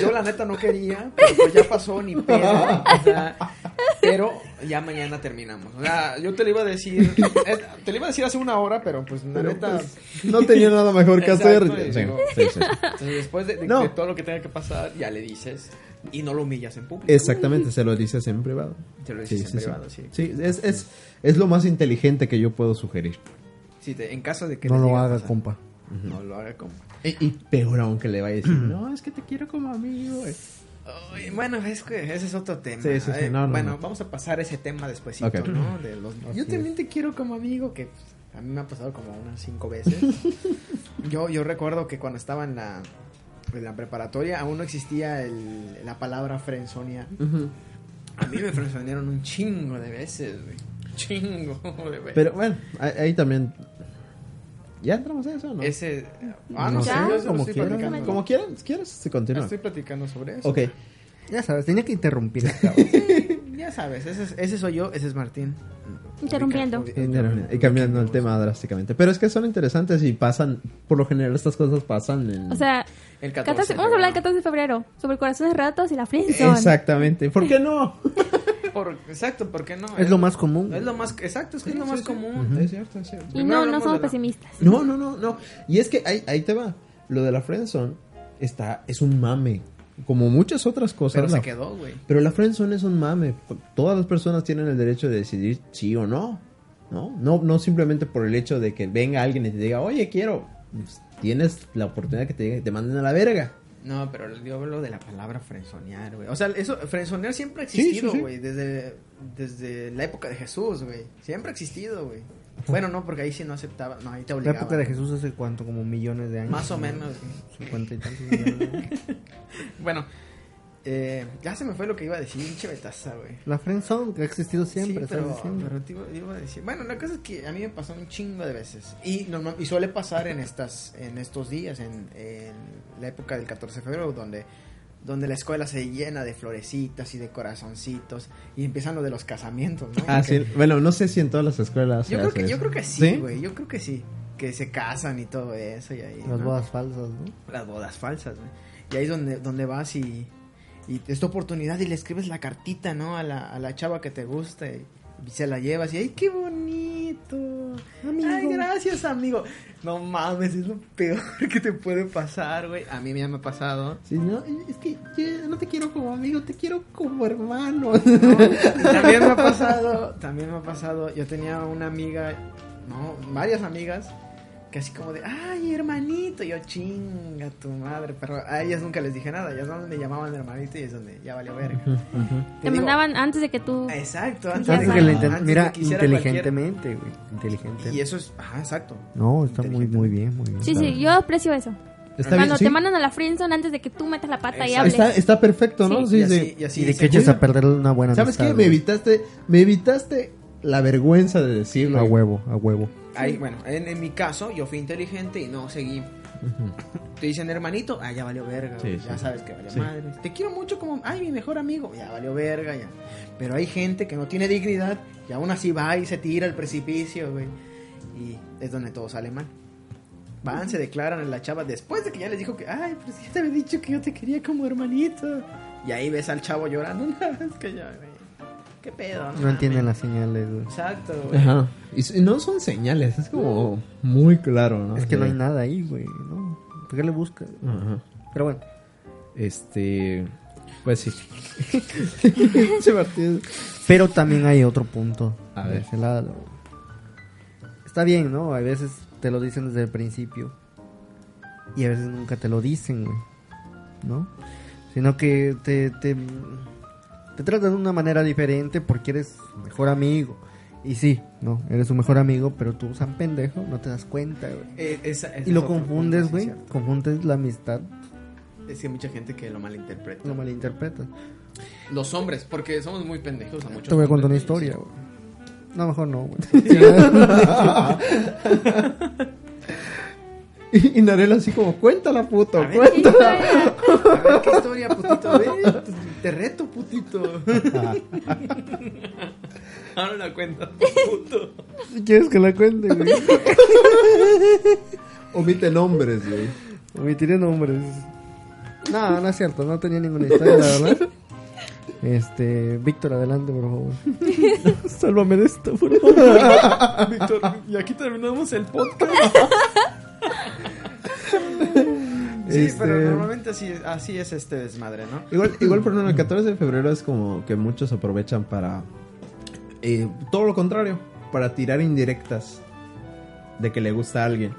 Speaker 1: Yo la neta no quería, pero pues ya pasó ni pedo. O sea, Pero ya mañana terminamos. O sea, yo te lo iba a decir. eh, Te lo iba a decir hace una hora, pero pues la neta.
Speaker 4: No tenía nada mejor que hacer.
Speaker 1: Exacto, y
Speaker 4: Sí,
Speaker 1: digo-
Speaker 4: sí, sí.
Speaker 1: entonces, después de, de-
Speaker 4: No.
Speaker 1: de todo lo que tenga que pasar, ya le dices. Y no lo humillas en público.
Speaker 4: Exactamente, se lo dices en privado.
Speaker 1: Te lo dices en privado, sí.
Speaker 4: Sí, es, es, es lo más inteligente que yo puedo sugerir.
Speaker 1: Si te- en caso de que
Speaker 2: No
Speaker 1: le
Speaker 2: lo
Speaker 1: llegue a
Speaker 2: haga,
Speaker 1: pasar.
Speaker 2: compa.
Speaker 1: No lo haga, compa.
Speaker 4: Y, y peor aún que le vaya a decir, no, es que te quiero como amigo. eh.
Speaker 1: Ay, bueno, es que ese es otro tema.
Speaker 4: Sí, sí, sí,
Speaker 1: Eh,
Speaker 4: no, no,
Speaker 1: bueno,
Speaker 4: no.
Speaker 1: vamos a pasar ese tema despuesito,
Speaker 4: Ok.
Speaker 1: ¿no? De los- yo
Speaker 2: es.
Speaker 1: también te quiero como amigo, que pues, a mí me ha pasado como unas cinco veces. yo, yo recuerdo que cuando estaba en la, en la preparatoria aún no existía el- la palabra frenzonia. A mí me frenzonearon un chingo de veces, güey. Chingo de veces.
Speaker 4: Pero bueno, ahí, ahí también. ¿Ya entramos a eso no?
Speaker 1: ese... Ah, no,
Speaker 4: No
Speaker 1: sé,
Speaker 3: sé,
Speaker 1: yo se lo
Speaker 2: como
Speaker 1: estoy
Speaker 2: quieras.
Speaker 1: platicando.
Speaker 4: Como quieran, si quieres, se continúa.
Speaker 1: Estoy platicando sobre eso.
Speaker 4: Ok,
Speaker 2: Ya sabes, tenía que interrumpir.
Speaker 1: Ya sabes, ese, es- ese soy yo, ese es Martín.
Speaker 3: Interrumpiendo.
Speaker 1: Ubica- ubica-
Speaker 4: y cambiando el tema drásticamente. Pero es que son interesantes y pasan, por lo general estas cosas pasan en...
Speaker 3: O sea,
Speaker 1: El
Speaker 3: 14,
Speaker 1: 14.
Speaker 3: vamos a hablar del
Speaker 1: ¿verdad?
Speaker 3: 14 de febrero. Sobre corazones ratos y la friendzone.
Speaker 4: Exactamente, ¿por qué no?
Speaker 1: Por- exacto, ¿por qué no?
Speaker 2: Es lo más común.
Speaker 1: Es lo más, exacto, es que es lo más común.
Speaker 4: Es cierto, es cierto.
Speaker 3: Y
Speaker 1: Primero
Speaker 3: no, no
Speaker 1: hablamos
Speaker 3: somos
Speaker 1: de la-
Speaker 3: pesimistas.
Speaker 4: No, no, no, no. Y es que ahí, ahí te va. Lo de la friendzone está, es un mame. Como muchas otras cosas.
Speaker 1: Pero se
Speaker 4: la-
Speaker 1: quedó, güey.
Speaker 4: pero la friendzone es un mame. Todas las personas tienen el derecho de decidir sí o no. No, no, no simplemente por el hecho de que venga alguien y te diga, oye, quiero. Pues, tienes la oportunidad que te, diga- te manden a la verga.
Speaker 1: No, pero yo hablo de la palabra frenzonear, güey. O sea, eso, frenzonear siempre ha
Speaker 4: Sí, sí,
Speaker 1: existido,
Speaker 4: sí.
Speaker 1: güey. Desde, desde la época de Jesús, güey. Siempre ha existido, güey. Bueno, no, porque ahí sí no aceptaba, no, ahí te
Speaker 2: La
Speaker 1: obligaban.
Speaker 2: época de Jesús hace cuánto, como millones de años.
Speaker 1: Más o
Speaker 2: ¿no?
Speaker 1: menos, güey.
Speaker 2: 50 y tantos millones de años.
Speaker 1: Bueno, eh, ya se me fue lo que iba a decir, pinche betaza, güey.
Speaker 2: La friendzone que ha existido siempre,
Speaker 1: sí, pero,
Speaker 2: ¿sabes? Siempre.
Speaker 1: pero te iba, iba a decir. Bueno, la cosa es que a mí me pasó un chingo de veces. Y, normal- y suele pasar en estas en estos días, en, en la época del 14 de febrero, donde, donde la escuela se llena de florecitas y de corazoncitos. Y empiezan lo de los casamientos, ¿no?
Speaker 4: Ah,
Speaker 1: Porque-
Speaker 4: sí. Bueno, no sé si en todas las escuelas. se
Speaker 1: Yo creo,
Speaker 4: hace
Speaker 1: que, yo
Speaker 4: eso.
Speaker 1: creo que sí, güey. Yo creo que sí. Que se casan y todo eso. Y ahí,
Speaker 2: Las
Speaker 1: ¿no?
Speaker 2: bodas falsas, ¿no?
Speaker 1: las bodas falsas, güey. Y ahí es donde, donde vas y, y esta oportunidad y le escribes la cartita, ¿no? A la, a la chava que te gusta y, y se la llevas y ¡ay, qué bonito! ¡Ay, gracias, amigo! No mames, es lo peor que te puede pasar, güey. A mí ya me ha pasado.
Speaker 4: Sí, no, es que yo no te quiero como amigo, te quiero como hermano.
Speaker 1: También me ha pasado, también me ha pasado. Yo tenía una amiga, no, varias amigas, que así como de, ay, hermanito, yo chinga tu madre. Pero a ellas nunca les dije nada, ellas donde me llamaban hermanito y es donde ya valió verga.
Speaker 3: Te
Speaker 1: digo,
Speaker 3: mandaban antes de que tú.
Speaker 1: Exacto, antes
Speaker 2: Antes
Speaker 1: de
Speaker 2: que
Speaker 1: que-
Speaker 2: la inten-
Speaker 1: antes de
Speaker 2: Mira,
Speaker 1: que hiciera
Speaker 2: inteligentemente, güey. Inteligente.
Speaker 1: cualquier- Y eso es, ajá, exacto.
Speaker 2: No, está muy,
Speaker 1: inteligente.
Speaker 2: muy bien, muy bien.
Speaker 3: Sí, sí, yo aprecio eso.
Speaker 4: Está
Speaker 3: Cuando
Speaker 4: bien,
Speaker 3: te
Speaker 4: sí.
Speaker 3: mandan a la friendzone antes de que tú metas la pata y
Speaker 1: Exacto.
Speaker 3: hables.
Speaker 4: Está, está perfecto, ¿no?
Speaker 1: y
Speaker 4: Sí, sí.
Speaker 1: así, y así
Speaker 2: y de
Speaker 1: se
Speaker 2: que echas
Speaker 1: cuida.
Speaker 2: a perder una buena
Speaker 4: ¿Sabes qué?
Speaker 2: amistad,
Speaker 4: Me
Speaker 2: güey.
Speaker 4: evitaste, me evitaste la vergüenza de decirlo.
Speaker 1: Ah,
Speaker 2: A huevo, a huevo.
Speaker 1: Ahí, bueno, en, en mi caso, yo fui inteligente y no seguí. Te dicen hermanito, ah, ya valió verga,
Speaker 4: Sí,
Speaker 1: güey,
Speaker 4: sí,
Speaker 1: ya
Speaker 4: sí.
Speaker 1: sabes que valió
Speaker 4: Sí.
Speaker 1: madre. Te quiero mucho como, ay, mi mejor amigo, ya valió verga, ya. Pero hay gente que no tiene dignidad y aún así va y se tira al precipicio, güey. Y es donde todo sale mal. Van, se declaran en la chava después de que ya les dijo que, ay, pero si ya te había dicho que yo te quería como hermanito. Y ahí ves al chavo llorando una vez que ya, güey. ¿Qué pedo?
Speaker 2: No
Speaker 1: mames?
Speaker 2: entienden las señales, güey.
Speaker 1: Exacto, güey.
Speaker 4: Ajá. Y s- no son señales, es como muy claro, ¿no?
Speaker 2: Es que no
Speaker 4: Sí.
Speaker 2: hay nada ahí, güey, ¿no? ¿Por qué le buscas?
Speaker 4: Ajá.
Speaker 2: Pero bueno,
Speaker 4: Este. Pues sí. Pinche Martín.
Speaker 2: pero también hay otro punto.
Speaker 4: A
Speaker 2: de
Speaker 4: ver.
Speaker 2: ese lado. Está bien, ¿no? A veces te lo dicen desde el principio. Y a veces nunca te lo dicen, güey. ¿No? Sino que te, te, te tratan de una manera diferente porque eres su mejor amigo. Y sí, ¿no? Eres su mejor amigo, pero tú, san pendejo, no te das cuenta, güey.
Speaker 1: Eh, esa- ese
Speaker 2: Y lo
Speaker 1: es otro
Speaker 2: confundes,
Speaker 1: punto, sí,
Speaker 2: güey.
Speaker 1: es cierto.
Speaker 2: Confundes la amistad,
Speaker 1: Es que hay mucha gente que lo malinterpreta.
Speaker 2: lo malinterpretas.
Speaker 1: Los hombres, porque somos muy pendejos a muchos.
Speaker 2: Te voy a contar una
Speaker 1: hombres.
Speaker 2: historia, güey. No, mejor no, güey.
Speaker 4: Y, y Narela así como, cuéntala, puto,
Speaker 1: A ver,
Speaker 4: cuéntala.
Speaker 1: A ver, ¿qué historia, putito? A ver, te reto, putito. Ahora la cuento, puto.
Speaker 2: Si quieres que la cuente, güey.
Speaker 4: Omite nombres, güey.
Speaker 2: Omitiré nombres. No, no es cierto, no tenía ninguna historia, la verdad. Este, Víctor, adelante, por favor. Sálvame de esto, por favor.
Speaker 1: Víctor, y aquí terminamos el podcast. Sí,
Speaker 2: Este-
Speaker 1: pero normalmente así, así es este desmadre, ¿no?
Speaker 4: Igual, igual por ejemplo, el 14 de febrero es como que muchos aprovechan para eh, todo lo contrario, para tirar indirectas de que le gusta a alguien.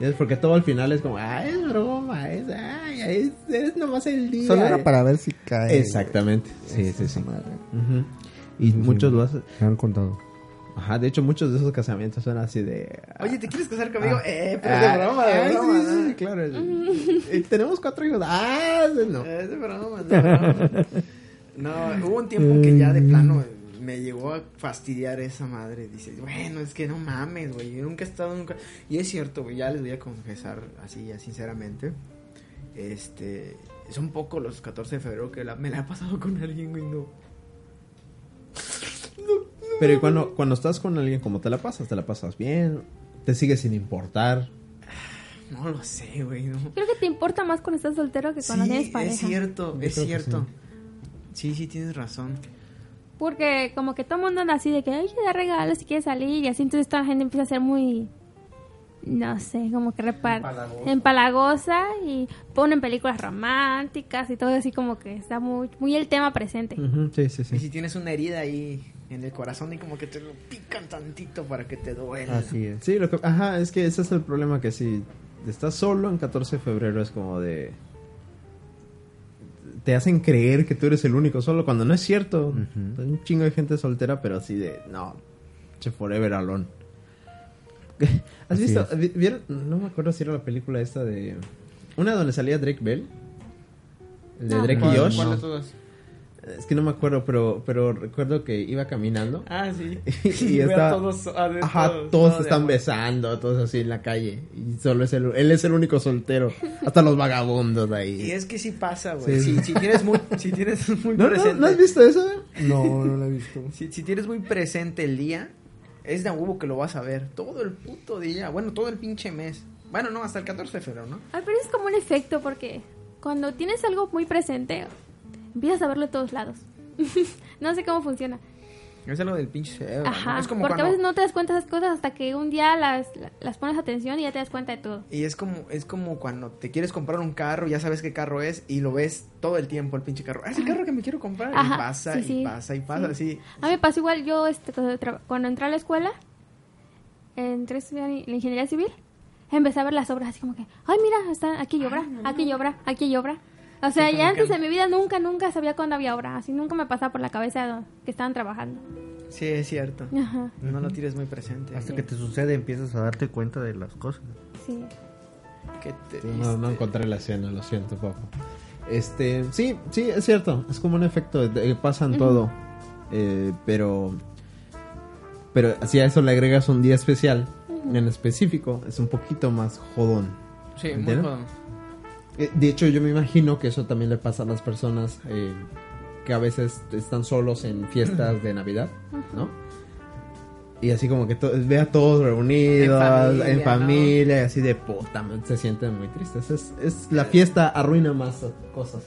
Speaker 4: Y Es porque todo al final es como, ah, es broma, es, ay, es, es nomás el día.
Speaker 2: Solo era para Este, ver si cae.
Speaker 4: Exactamente, sí, sí, sí.
Speaker 2: Madre.
Speaker 4: Ujú. Y muchos lo hacen.
Speaker 2: Me han contado.
Speaker 4: Ajá, de hecho, muchos de esos casamientos son así de.
Speaker 2: Ah.
Speaker 1: Oye, ¿te quieres casar conmigo? eh, pero
Speaker 4: ah,
Speaker 1: de broma, de
Speaker 4: ay, sí,
Speaker 1: broma.
Speaker 4: sí, sí, claro. es- eh, tenemos cuatro hijos. Ah, no.
Speaker 1: ¿no? Eh, de broma, no, no. No, hubo un tiempo que ya de plano me llegó a fastidiar esa madre. Dices, bueno, es que no mames, güey. Yo nunca he estado nunca. Y es cierto, güey, ya les voy a confesar así, ya sinceramente. Este. Es un poco los 14 de febrero que la- me la he pasado con alguien, güey, no.
Speaker 4: Pero y cuando, cuando estás con alguien, ¿cómo te la pasas? ¿Te la pasas bien? ¿Te sigue sin importar?
Speaker 1: No lo sé, güey, no.
Speaker 3: Creo que te importa más cuando estás soltero que Pues cuando tienes pareja.
Speaker 1: es cierto,
Speaker 4: Yo
Speaker 1: es
Speaker 4: creo que
Speaker 1: cierto. Sí, sí, tienes razón.
Speaker 3: Porque como que todo el mundo anda así de que hay que dar regalos si quieres salir y así entonces toda la gente empieza a ser muy no sé, como que repar
Speaker 1: Empalagosa.
Speaker 3: empalagosa y ponen películas románticas y todo así como que está muy muy el tema presente.
Speaker 4: sí, sí,
Speaker 1: Y si tienes una herida ahí en el corazón y como que te lo pican tantito para que te duela.
Speaker 2: Así es.
Speaker 4: Sí, lo que, ajá, es que ese es el problema que si estás solo en 14 de febrero es como de... Te hacen creer que tú eres el único solo cuando no es cierto. Hay un chingo de gente soltera, pero así de... No, che, forever alone. ¿Has
Speaker 2: Así
Speaker 4: visto?
Speaker 2: es.
Speaker 4: vi- ¿Vieron? No me acuerdo si era la película esta de... Una donde salía Drake Bell. El de
Speaker 3: No.
Speaker 4: Drake y
Speaker 1: ¿Cuál-
Speaker 4: Josh.
Speaker 1: cuál de todas?
Speaker 4: Es que no me acuerdo, pero, pero recuerdo que iba caminando.
Speaker 1: Ah, sí.
Speaker 4: Y
Speaker 1: Ve a
Speaker 4: está-
Speaker 1: todos, a ver,
Speaker 4: Ajá, todos,
Speaker 1: todo de
Speaker 4: están
Speaker 1: amor.
Speaker 4: besando, todos así en la calle. Y solo es el, él es el único soltero. Hasta los vagabundos de ahí.
Speaker 1: Y es que sí pasa, güey.
Speaker 4: Sí.
Speaker 1: Si, si tienes muy, si tienes muy
Speaker 4: ¿No, no,
Speaker 1: presente.
Speaker 4: ¿no has visto eso?
Speaker 2: No, no la he visto.
Speaker 1: si, si tienes muy presente el día, es de a huevo que lo vas a ver. Todo el puto día. Bueno, todo el pinche mes. Bueno, no, hasta el 14 de febrero, ¿no?
Speaker 3: Ay, pero es como un efecto porque cuando tienes algo muy presente empiezas a verlo de todos lados. no sé cómo funciona.
Speaker 1: Es algo del pinche cerebro. ¿no?
Speaker 3: Ajá,
Speaker 1: Es como
Speaker 3: porque
Speaker 1: cuando-
Speaker 3: a veces no te das cuenta de esas cosas hasta que un día las, las pones atención y ya te das cuenta de todo.
Speaker 1: Y es como, es como cuando te quieres comprar un carro, ya sabes qué carro es, y lo ves todo el tiempo el pinche carro. Ah, es el carro que me quiero comprar. y
Speaker 3: Ajá,
Speaker 1: pasa,
Speaker 3: sí,
Speaker 1: y
Speaker 3: sí.
Speaker 1: pasa, y pasa, sí.
Speaker 3: A mí me pasó igual, yo este, cuando, tra- cuando entré a la escuela, entré a estudiar en la ingeniería civil, empecé a ver las obras así como que, ay mira, está, aquí hay obra, aquí hay obra, aquí hay obra. O sea,
Speaker 1: Sí, como
Speaker 3: ya antes
Speaker 1: que-
Speaker 3: de mi vida nunca, nunca sabía cuándo había obra, así nunca me pasaba por la cabeza do- que estaban trabajando.
Speaker 1: Sí, es cierto.
Speaker 3: Ajá,
Speaker 1: No lo tienes muy presente.
Speaker 2: Hasta que te sucede empiezas a darte cuenta de las cosas.
Speaker 3: sí.
Speaker 1: Qué
Speaker 4: No, no
Speaker 1: triste.
Speaker 4: encontré la escena, lo siento, papá. Este, sí, sí, es cierto. Es como un efecto, de- de- pasan todo. Eh, pero. Pero si a eso le agregas un día especial, en específico, es un poquito más jodón.
Speaker 1: Sí, muy
Speaker 4: ¿Entiendes?
Speaker 1: jodón.
Speaker 4: Eh, De hecho, yo me imagino que eso también le pasa a las personas eh, que a veces están solos en fiestas de Navidad, ¿no? Y así como que to- ve a todos reunidos, en
Speaker 1: En
Speaker 4: familia,
Speaker 1: familia,
Speaker 4: y así de puta, man, se sienten muy tristes. Es, es- la fiesta arruina más cosas.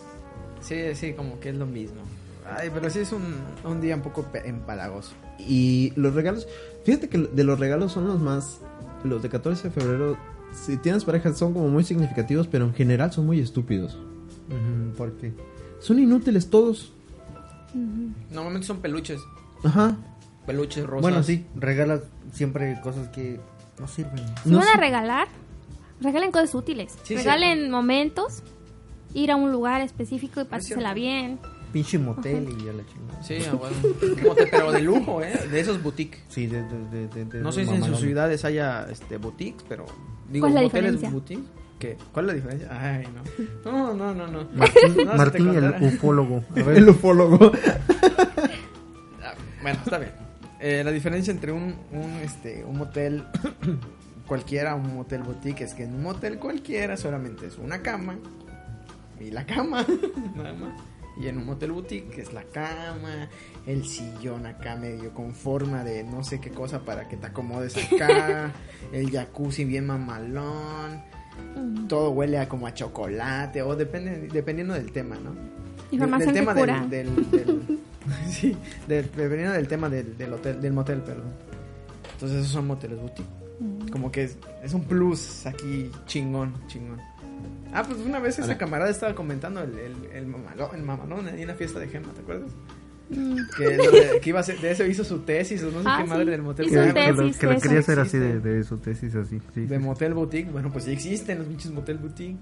Speaker 1: Sí, sí, como que es lo mismo. Ay, pero sí es un, un día un poco pe- empalagoso.
Speaker 4: Y los regalos, fíjate que de los regalos son los más, los de 14 de febrero, si tienes parejas son como muy significativos, pero en general son muy estúpidos.
Speaker 2: ¿Por qué?
Speaker 4: Son inútiles todos.
Speaker 1: Normalmente son peluches.
Speaker 4: Ajá.
Speaker 1: Peluches rosas.
Speaker 4: Bueno, sí,
Speaker 2: Regalas siempre cosas que no sirven.
Speaker 3: Si
Speaker 4: No
Speaker 3: van
Speaker 4: sé.
Speaker 3: a regalar, regalen cosas útiles,
Speaker 1: Sí,
Speaker 3: regalen momentos, ir a un lugar específico y pasársela
Speaker 1: cierto.
Speaker 3: bien.
Speaker 2: Pinche motel y ya la chingada.
Speaker 1: Sí, ah, bueno. Como te- pero de lujo, ¿eh? De esos boutiques.
Speaker 2: Sí, de, de, de, de- de-
Speaker 1: No sé si en
Speaker 2: mamalón.
Speaker 1: sus ciudades haya este boutiques, pero digo,
Speaker 3: ¿Cuál es la
Speaker 1: moteles
Speaker 3: diferencia?
Speaker 1: boutiques. ¿Qué? ¿Cuál es la diferencia? Ay, no. No, no, no, no.
Speaker 2: Martín,
Speaker 1: No, si te
Speaker 2: Martín,
Speaker 1: contara.
Speaker 2: el ufólogo. A ver,
Speaker 4: El ufólogo.
Speaker 1: Ah, Bueno, está bien. Eh, la diferencia entre un, un, este, un motel cualquiera, un motel boutique, es que en un motel cualquiera solamente es una cama y la cama, nada más. Y en un motel boutique es la cama, el sillón acá medio con forma de no sé qué cosa para que te acomodes acá, el jacuzzi bien mamalón, todo huele a como a chocolate o depende, dependiendo del tema, ¿no? Del-
Speaker 3: Información
Speaker 1: del
Speaker 3: que
Speaker 1: tema
Speaker 3: cura.
Speaker 1: del, del, del- sí, de, de- venía del tema del, del hotel, del motel, perdón. Entonces esos son moteles boutique.
Speaker 3: Mm.
Speaker 1: Como que es, es un plus aquí chingón, chingón. Ah, pues una vez esa
Speaker 4: Ahora-
Speaker 1: camarada estaba comentando el, el, el mamalón, el mamalón ahí en la fiesta de Gemma, ¿te acuerdas?
Speaker 3: Mm.
Speaker 1: Que, lo de, que iba a hacer- de eso hizo su tesis, o no sé
Speaker 3: Ah,
Speaker 1: qué
Speaker 3: sí.
Speaker 1: madre del motel.
Speaker 3: Hizo un
Speaker 1: boutique.
Speaker 2: que lo,
Speaker 3: tesis
Speaker 2: que lo
Speaker 3: de
Speaker 2: quería
Speaker 1: eso.
Speaker 2: hacer así de,
Speaker 1: Existe.
Speaker 2: de su tesis así. Sí,
Speaker 1: De
Speaker 2: sí.
Speaker 1: motel boutique, bueno, pues sí existen los pinches motel boutique.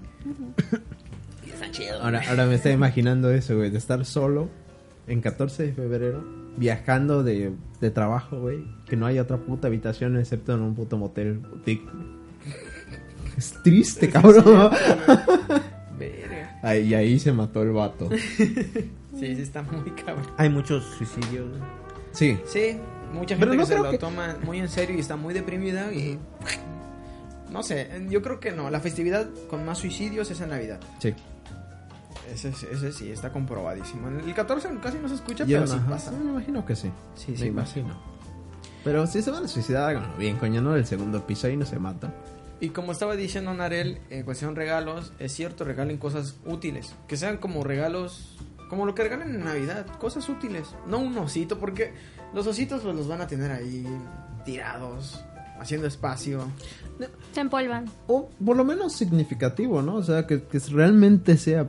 Speaker 4: Ahora, ahora me estoy imaginando eso, güey, de estar solo en 14 de febrero, viajando de, de trabajo, güey, que no hay otra puta habitación excepto en un puto motel boutique. Es triste, cabrón.
Speaker 1: Verga.
Speaker 4: Ahí- Y ahí se mató el vato.
Speaker 1: Sí, sí, está muy cabrón.
Speaker 2: Hay muchos suicidios. güey.
Speaker 4: Sí.
Speaker 1: Sí, mucha gente
Speaker 4: Pero no
Speaker 1: que se
Speaker 4: creo
Speaker 1: lo
Speaker 4: que-
Speaker 1: toma muy en serio y está muy deprimida y... No sé, yo creo que no. La festividad con más suicidios es en Navidad.
Speaker 4: Sí.
Speaker 1: Ese, ese sí, está comprobadísimo. El 14 casi no se escucha,
Speaker 4: Yo
Speaker 1: pero sí
Speaker 4: ajá,
Speaker 1: pasa.
Speaker 4: Me imagino que sí.
Speaker 1: Sí,
Speaker 4: Sí,
Speaker 1: sí
Speaker 4: sí. Me imagino. Pero si se van a suicidar, háganlo bien, coño, no del segundo piso, ahí no se mata.
Speaker 1: Y como estaba diciendo Narel, en cuestión regalos, es cierto, regalen cosas útiles. Que sean como regalos, como lo que regalen en Navidad, cosas útiles. No un osito, porque los ositos pues los van a tener ahí tirados, haciendo espacio.
Speaker 3: Se empolvan.
Speaker 4: O por lo menos significativo, ¿no? O sea, que, que realmente sea,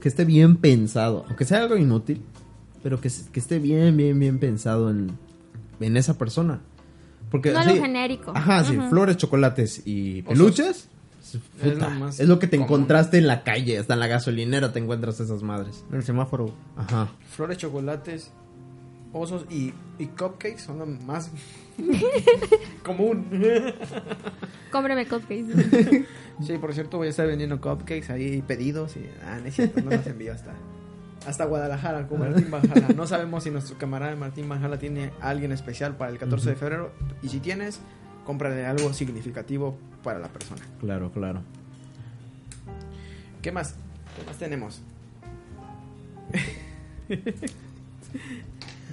Speaker 4: que esté bien pensado, aunque sea algo inútil, pero que, se- que esté bien, bien, bien pensado en, en esa persona. Porque,
Speaker 3: No
Speaker 4: así-
Speaker 3: lo genérico.
Speaker 4: Ajá, sí,
Speaker 3: Ujú.
Speaker 4: flores, chocolates y
Speaker 1: Osos.
Speaker 4: peluches.
Speaker 1: Es lo
Speaker 4: puta, es,
Speaker 1: más
Speaker 4: lo que te
Speaker 1: común.
Speaker 4: encontraste en la calle, hasta en la gasolinera te encuentras esas madres.
Speaker 2: En el semáforo.
Speaker 4: Ajá.
Speaker 1: Flores, chocolates, osos y, y cupcakes son lo más común.
Speaker 3: Cómprame cupcakes.
Speaker 1: Sí, por cierto, voy a estar vendiendo cupcakes ahí pedidos y ah, no es cierto, no los envío hasta hasta Guadalajara con Martín Bajala. No sabemos si nuestro camarada Martín Bajala tiene a alguien especial para el 14 de febrero y si tienes, cómprale algo significativo para la persona.
Speaker 4: Claro, claro.
Speaker 1: ¿Qué más? ¿Qué más tenemos?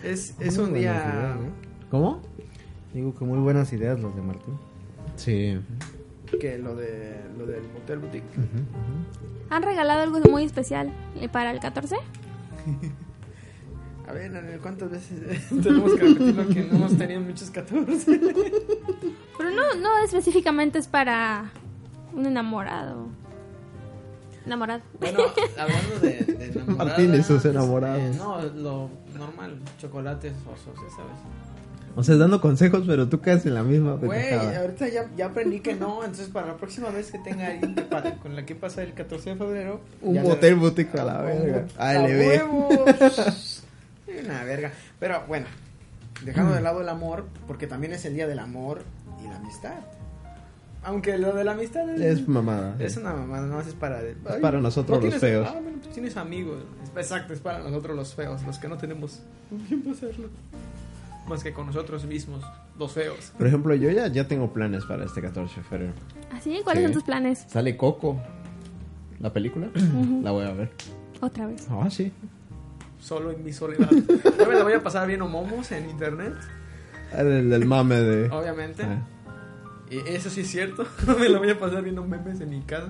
Speaker 1: es, es
Speaker 2: Muy
Speaker 1: un
Speaker 2: buenas
Speaker 1: día
Speaker 2: ideas,
Speaker 4: ¿Cómo?
Speaker 2: Digo que muy buenas ideas las de Martín.
Speaker 4: Sí.
Speaker 1: que lo de lo del motel boutique.
Speaker 3: ¿Han regalado algo muy especial eh, para el 14?
Speaker 1: A ver, Anel, ¿cuántas veces tenemos que repetirlo que no hemos tenido muchos 14?
Speaker 3: Pero no, no específicamente es para un enamorado. Enamorado.
Speaker 1: Bueno, hablando de, de enamoradas,
Speaker 4: Martín y sus enamorados.
Speaker 1: eh, no, lo normal, chocolates, osos, ya sabes.
Speaker 4: O sea, dando consejos, pero tú caes en la misma
Speaker 1: Güey,
Speaker 4: pendejada.
Speaker 1: ahorita ya, ya aprendí que no, entonces para la próxima vez que tenga alguien que pa- con la que pasa el 14 de febrero...
Speaker 4: Un
Speaker 1: ya
Speaker 4: motel
Speaker 1: le-
Speaker 4: boutique a la
Speaker 1: un
Speaker 4: verga.
Speaker 1: bot-
Speaker 4: Ay,
Speaker 1: ¡A
Speaker 4: le ve.
Speaker 1: huevo! Una verga. Pero bueno, dejando de lado el amor, porque también es el día del amor y la amistad. Aunque lo de la amistad es...
Speaker 4: Es mamada.
Speaker 1: Es una mamada, no es para... Es
Speaker 4: para nosotros los feos.
Speaker 1: Ah, bueno, pues tienes amigos. Es- Exacto, es para nosotros los feos, los que no tenemos con quién pasarlo. Más que con nosotros mismos, los feos.
Speaker 4: Por ejemplo, yo ya, ya tengo planes para este 14 de febrero.
Speaker 3: ¿Así? ¿Cuáles
Speaker 4: Sí.
Speaker 3: son tus planes?
Speaker 4: Sale Coco. ¿La película? La voy a ver.
Speaker 3: Otra vez.
Speaker 4: Ah, sí.
Speaker 1: Solo en mi soledad. Yo me la voy a pasar viendo momos en internet,
Speaker 4: El, el Ah, mame de...
Speaker 1: obviamente.
Speaker 4: Ah.
Speaker 1: Y eso sí es cierto. me la voy a pasar viendo memes en mi casa.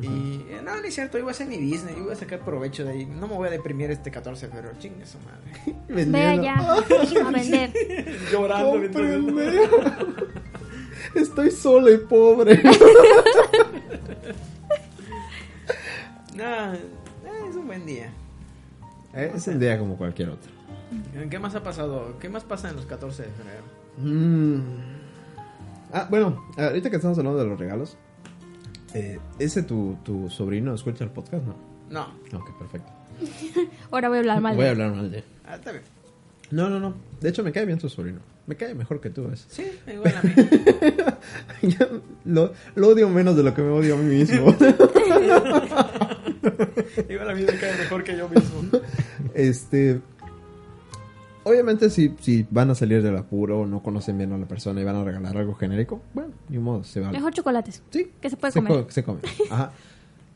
Speaker 1: Y eh, no, no es cierto, yo voy a hacer mi business, yo voy a sacar provecho de ahí. No me voy a deprimir este 14 de febrero, chingue su madre.
Speaker 3: Ve
Speaker 4: Vendiendo.
Speaker 3: allá a vender.
Speaker 1: Llorando mientras-
Speaker 4: Cómprenme. Estoy solo y pobre.
Speaker 1: No, eh, es un buen día.
Speaker 4: Es un día como cualquier otro.
Speaker 1: ¿En ¿Qué más ha pasado? ¿Qué más pasa en los 14 de febrero?
Speaker 4: Mm. Ah, bueno, ahorita que estamos hablando de los regalos. eh, ¿Ese tu, tu sobrino escucha el podcast? No.
Speaker 1: No.
Speaker 4: Ok, perfecto.
Speaker 3: Ahora voy a hablar mal.
Speaker 4: Voy a hablar mal de él.
Speaker 1: Ah, está bien.
Speaker 4: No, no, no. De hecho, me cae bien tu sobrino. Me cae mejor que tú. ¿ves?
Speaker 1: Sí, igual a mí.
Speaker 4: Ya lo, lo odio menos de lo que me odio a mí mismo.
Speaker 1: igual a mí me cae mejor que yo mismo.
Speaker 4: este. Obviamente, si, si van a salir del apuro, no conocen bien a la persona y van a regalar algo genérico, bueno, ni modo, se vale.
Speaker 3: Mejor chocolates.
Speaker 4: Sí.
Speaker 3: Que se puede
Speaker 4: se
Speaker 3: comer.
Speaker 4: co- se come. Ajá.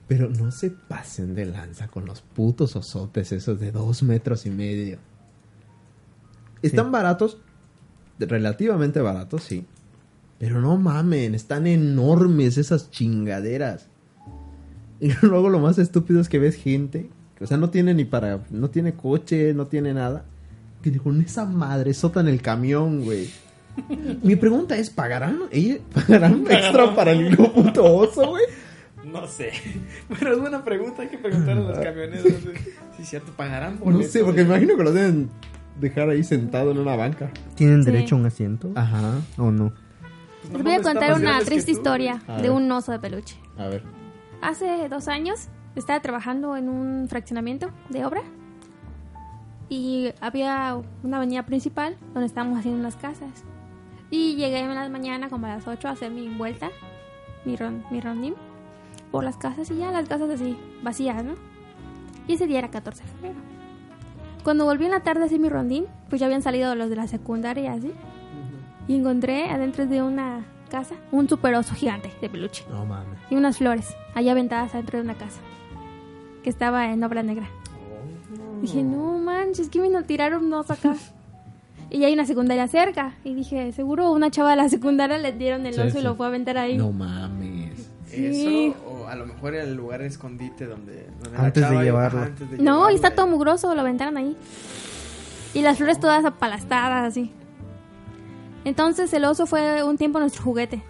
Speaker 4: Pero no se pasen de lanza con los putos osotes esos de dos metros y medio. Están baratos, relativamente baratos, sí. Pero no mamen, están enormes esas chingaderas. Y luego lo más estúpido es que ves gente, O sea, no tiene ni para. No tiene coche, no tiene nada. Que con esa madre sota en el camión, güey. Mi pregunta es: ¿pagarán, ella- ¿pagarán extra para el hijo puto oso, güey?
Speaker 1: No sé. Pero es buena pregunta, hay que preguntar a los camioneros. Si es cierto, pagarán ¿eh?
Speaker 4: No
Speaker 1: boletos?
Speaker 4: sé, porque me imagino que lo deben dejar ahí sentado en una banca.
Speaker 2: ¿Tienen
Speaker 3: Sí.
Speaker 2: derecho a un asiento?
Speaker 4: Ajá.
Speaker 2: Ah. ¿O no?
Speaker 1: Pues
Speaker 3: Les
Speaker 1: no
Speaker 3: voy a
Speaker 1: mames, está
Speaker 3: contar
Speaker 1: más
Speaker 3: una
Speaker 1: grande que
Speaker 3: triste
Speaker 1: tú.
Speaker 3: historia
Speaker 4: A
Speaker 3: de
Speaker 4: ver.
Speaker 3: un oso de peluche.
Speaker 4: A ver.
Speaker 3: Hace dos años estaba trabajando en un fraccionamiento de obra y había una avenida principal donde estábamos haciendo las casas. Y llegué en la mañana como a las 8 a hacer mi vuelta, mi, ron, mi rondín, por las casas y ya las casas así, vacías, ¿no? Y ese día era 14 de febrero. Cuando volví en la tarde a hacer mi rondín, pues ya habían salido los de la secundaria y así. Y encontré adentro de una casa un super oso gigante de peluche
Speaker 4: No mames.
Speaker 3: y unas flores, allá aventadas dentro de una casa, que estaba en obra negra.
Speaker 4: Oh,
Speaker 3: Dije, no manches, que vino a tirar un oso acá. y hay una secundaria cerca. Y dije, seguro una chava de la secundaria le dieron el
Speaker 4: Sí,
Speaker 3: oso y
Speaker 4: sí.
Speaker 3: lo fue a aventar ahí.
Speaker 4: No mames.
Speaker 3: Sí.
Speaker 1: Eso, o a lo mejor el lugar de escondite donde. donde
Speaker 2: Antes de
Speaker 1: chava iba-
Speaker 2: llevarlo.
Speaker 1: ajá, antes de
Speaker 3: No, y
Speaker 1: llevarlo,
Speaker 3: está
Speaker 1: eh.
Speaker 3: todo mugroso, lo aventaron ahí. Y las flores todas apalastadas, así. Entonces el oso fue un tiempo nuestro juguete.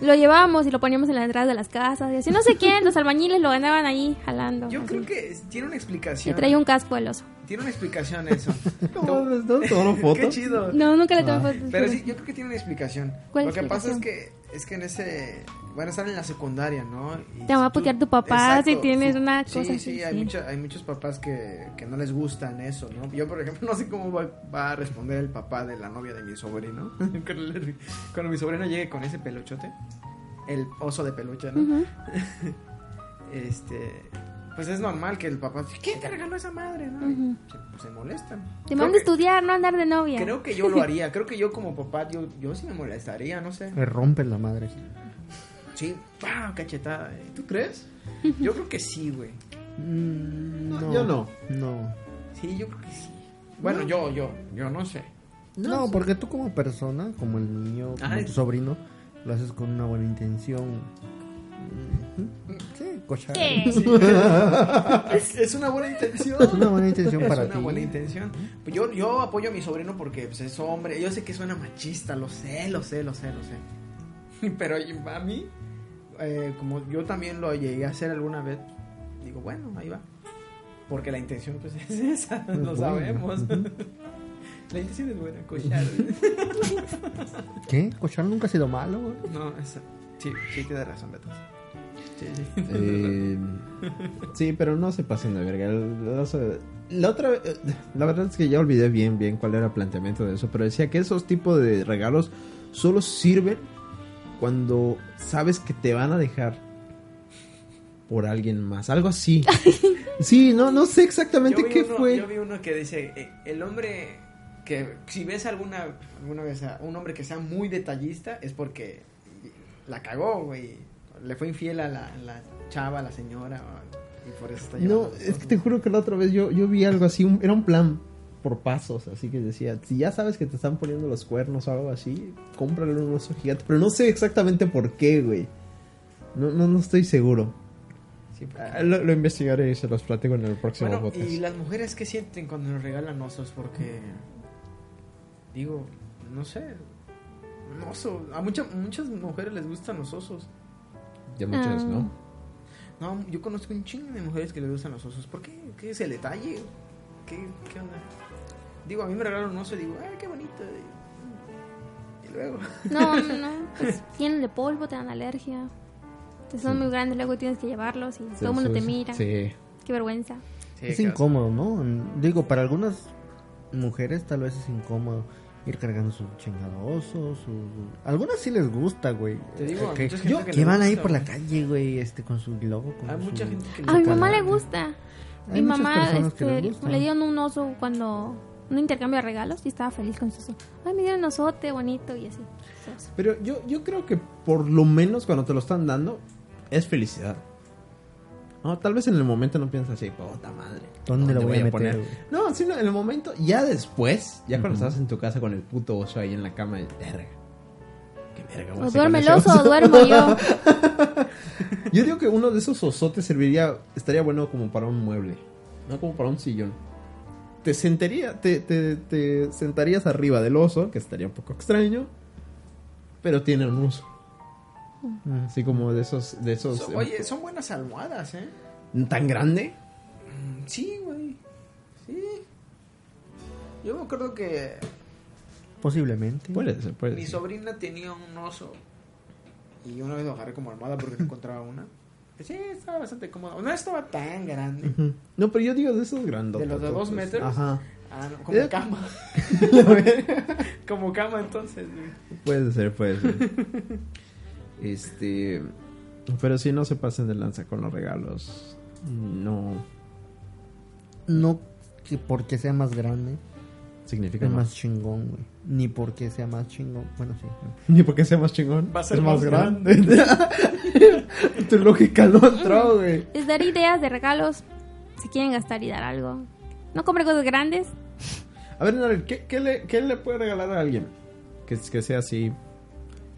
Speaker 3: Lo llevábamos y lo poníamos en la entrada de las casas. Y así, no sé quién, los albañiles lo andaban ahí jalando.
Speaker 1: Yo
Speaker 3: así.
Speaker 1: creo que es- tiene una
Speaker 3: Se
Speaker 1: explicación.
Speaker 3: traía un casco el oso.
Speaker 1: Tiene una explicación eso.
Speaker 4: ¿Cómo mames? ¿No? ¿Tomaron
Speaker 1: Qué
Speaker 4: fotos?
Speaker 1: chido.
Speaker 3: No, nunca le tomé
Speaker 4: Ah.
Speaker 3: fotos.
Speaker 1: Pero sí, yo creo que tiene una explicación.
Speaker 3: ¿Cuál
Speaker 1: Lo que pasa es
Speaker 3: explicación?
Speaker 1: que es que en ese bueno, están en la secundaria, ¿no? Y
Speaker 3: Te va a
Speaker 1: si tú-
Speaker 3: putear tu papá
Speaker 1: Exacto,
Speaker 3: si tienes una
Speaker 1: sí,
Speaker 3: cosa
Speaker 1: Sí,
Speaker 3: así,
Speaker 1: hay
Speaker 3: sí.
Speaker 1: mucha- hay muchos papás que, que no les gustan eso, ¿no? Yo, por ejemplo, no sé cómo va, va a responder el papá de la novia de mi sobrino. cuando, le- cuando mi sobrino llegue con ese peluchote, el oso de peluche, ¿no?
Speaker 3: Ujú.
Speaker 1: Este, pues es normal que el papá, ¿quién te regaló esa madre? no? Y
Speaker 3: Ujú.
Speaker 1: se, pues se molestan.
Speaker 3: Te
Speaker 1: Creo
Speaker 3: mando
Speaker 1: que-
Speaker 3: a estudiar, no a andar de novia.
Speaker 1: Creo que yo lo haría. Creo que yo como papá, yo, yo sí me molestaría, no sé.
Speaker 2: Me rompen la madre.
Speaker 1: Sí, ¡pam! cachetada. ¿eh? ¿Tú crees? Yo creo que sí, güey.
Speaker 2: Mm,
Speaker 4: No, yo no.
Speaker 2: No.
Speaker 1: Sí, yo creo que sí. Bueno, yo, yo, yo no sé.
Speaker 2: No, porque tú como persona, como el niño, como
Speaker 1: Ay.
Speaker 2: tu sobrino, lo haces con una buena intención. Ujú. Sí, cochar.
Speaker 3: ¿Qué?
Speaker 1: Es, es una buena intención.
Speaker 2: Es una buena intención
Speaker 1: Es
Speaker 2: para
Speaker 1: una
Speaker 2: ti.
Speaker 1: buena intención. Pues yo, yo apoyo a mi sobrino porque pues, es hombre. Yo sé que suena machista, lo sé, lo sé, lo sé, lo sé. Pero a mí, eh, como yo también lo llegué a hacer alguna vez, digo, bueno, ahí va. Porque la intención pues es esa,
Speaker 2: Es
Speaker 1: lo
Speaker 2: buena,
Speaker 1: sabemos.
Speaker 2: ujú.
Speaker 1: La intención es buena, cochar.
Speaker 2: ¿Qué? Cochar nunca ha sido malo, güey.
Speaker 1: No, esa- sí, sí tienes razón, Beto. Sí, sí.
Speaker 4: Eh, sí, pero no se pasen de verga. El- el oso- La otra, eh, la verdad es que ya olvidé bien, bien cuál era el planteamiento de eso, pero decía que esos tipos de regalos solo sirven cuando sabes que te van a dejar por alguien más, algo así. Sí, no, no sé exactamente
Speaker 1: Yo vi
Speaker 4: qué
Speaker 1: uno-
Speaker 4: fue.
Speaker 1: Yo vi uno que dice, eh, el hombre que si ves alguna, alguna vez a un hombre que sea muy detallista es porque la cagó, güey. Le fue infiel a la, la chava, a la señora, o- y por eso está
Speaker 4: No,
Speaker 1: llevando
Speaker 4: es que te juro que la otra vez yo, yo vi algo así, un- era un plan por pasos, así que decía, si ya sabes que te están poniendo los cuernos o algo así, cómprale un oso gigante, pero no sé exactamente por qué, güey. No, no, no estoy seguro.
Speaker 1: Sí, porque-
Speaker 4: Ah, Lo, lo investigaré y se los platico en el próximo
Speaker 1: Bueno,
Speaker 4: podcast.
Speaker 1: y las mujeres que sienten cuando nos regalan osos, porque digo, no sé, un oso, a muchas muchas mujeres les gustan los osos.
Speaker 4: Ya muchas,
Speaker 3: Ah.
Speaker 4: ¿no?
Speaker 1: No, yo conozco un chingo de mujeres que les gustan los osos. ¿Por qué? ¿Qué es el detalle? ¿Qué, qué onda? Digo, a mí me regalaron un oso y digo, ¡ay, qué bonito! Y luego,
Speaker 3: No, no, no. Pues tienen de polvo, te dan alergia. Te son muy grandes, luego tienes que llevarlos y todo el mundo te
Speaker 4: Sí,
Speaker 3: mira.
Speaker 4: Sí.
Speaker 3: Qué vergüenza.
Speaker 2: es incómodo, ¿no? Digo, para algunas mujeres tal vez es incómodo ir cargando su chingado oso, su... Algunas sí les gusta, güey. Eh,
Speaker 1: Te digo, a
Speaker 2: que,
Speaker 1: mucha gente
Speaker 2: que,
Speaker 1: que le
Speaker 2: van ahí
Speaker 1: gusta,
Speaker 2: por la
Speaker 1: güey.
Speaker 2: calle, güey, este, con su logo, con
Speaker 1: Hay
Speaker 2: su-
Speaker 1: mucha gente que
Speaker 2: su
Speaker 3: A mi mamá
Speaker 2: calavera.
Speaker 3: le gusta. Mi
Speaker 2: Hay muchas
Speaker 3: mamá
Speaker 2: personas que
Speaker 3: este,
Speaker 2: les gusta.
Speaker 3: le dieron un oso cuando un intercambio de regalos y estaba feliz con su oso. Ay, me dieron un osote bonito y así. Su oso.
Speaker 4: Pero yo, yo creo que por lo menos cuando te lo están dando, es felicidad. No, tal vez en el momento no piensas así, puta madre.
Speaker 2: ¿Dónde lo voy a meter, güey?
Speaker 4: No, sino en el momento, ya después, ya cuando
Speaker 2: Ujú.
Speaker 4: estás en tu casa con el puto oso ahí en la cama, de verga.
Speaker 1: Qué verga, voy a
Speaker 3: O
Speaker 1: hacer
Speaker 3: duerme el
Speaker 4: con ese
Speaker 3: oso o duermo yo.
Speaker 4: Yo digo que uno de esos osotes serviría, estaría bueno como para un mueble, no como para un sillón. Te sentaría, te, te- te sentarías arriba del oso, que estaría un poco extraño, pero tiene un uso. Así como de esos, de esos.
Speaker 2: ¿eh?
Speaker 1: So- oye, son buenas almohadas, ¿eh?
Speaker 4: tan grande.
Speaker 1: Sí, güey. Sí. Yo me acuerdo que
Speaker 2: Posiblemente.
Speaker 4: Puede ser,
Speaker 2: Pues
Speaker 4: puede
Speaker 1: mi
Speaker 4: ser.
Speaker 1: sobrina tenía un oso. Y una vez lo agarré como almohada porque no encontraba una. Sí, estaba bastante cómodo. No estaba tan grande.
Speaker 4: Ujú. Mm. No, pero yo digo de esos grandes.
Speaker 1: ¿De los de dos metros?
Speaker 4: Ajá.
Speaker 1: Ah, no, como
Speaker 4: Eh.
Speaker 1: cama. como cama entonces, güey.
Speaker 4: Puede ser, puede ser. este. Pero si no se pasen de lanza con los regalos. No
Speaker 2: No que porque sea más grande,
Speaker 4: significa
Speaker 2: es
Speaker 4: más.
Speaker 2: más chingón, güey. Ni porque sea más chingón. Bueno, sí.
Speaker 4: Ni porque sea más chingón.
Speaker 1: Va a ser
Speaker 4: es
Speaker 1: más
Speaker 4: tu lógica no entró, güey.
Speaker 3: Les daré ideas de regalos si quieren gastar y dar algo. No compren cosas grandes.
Speaker 4: A ver, Narel, ¿qué, qué le, ¿qué le puede regalar a alguien? Que, que sea así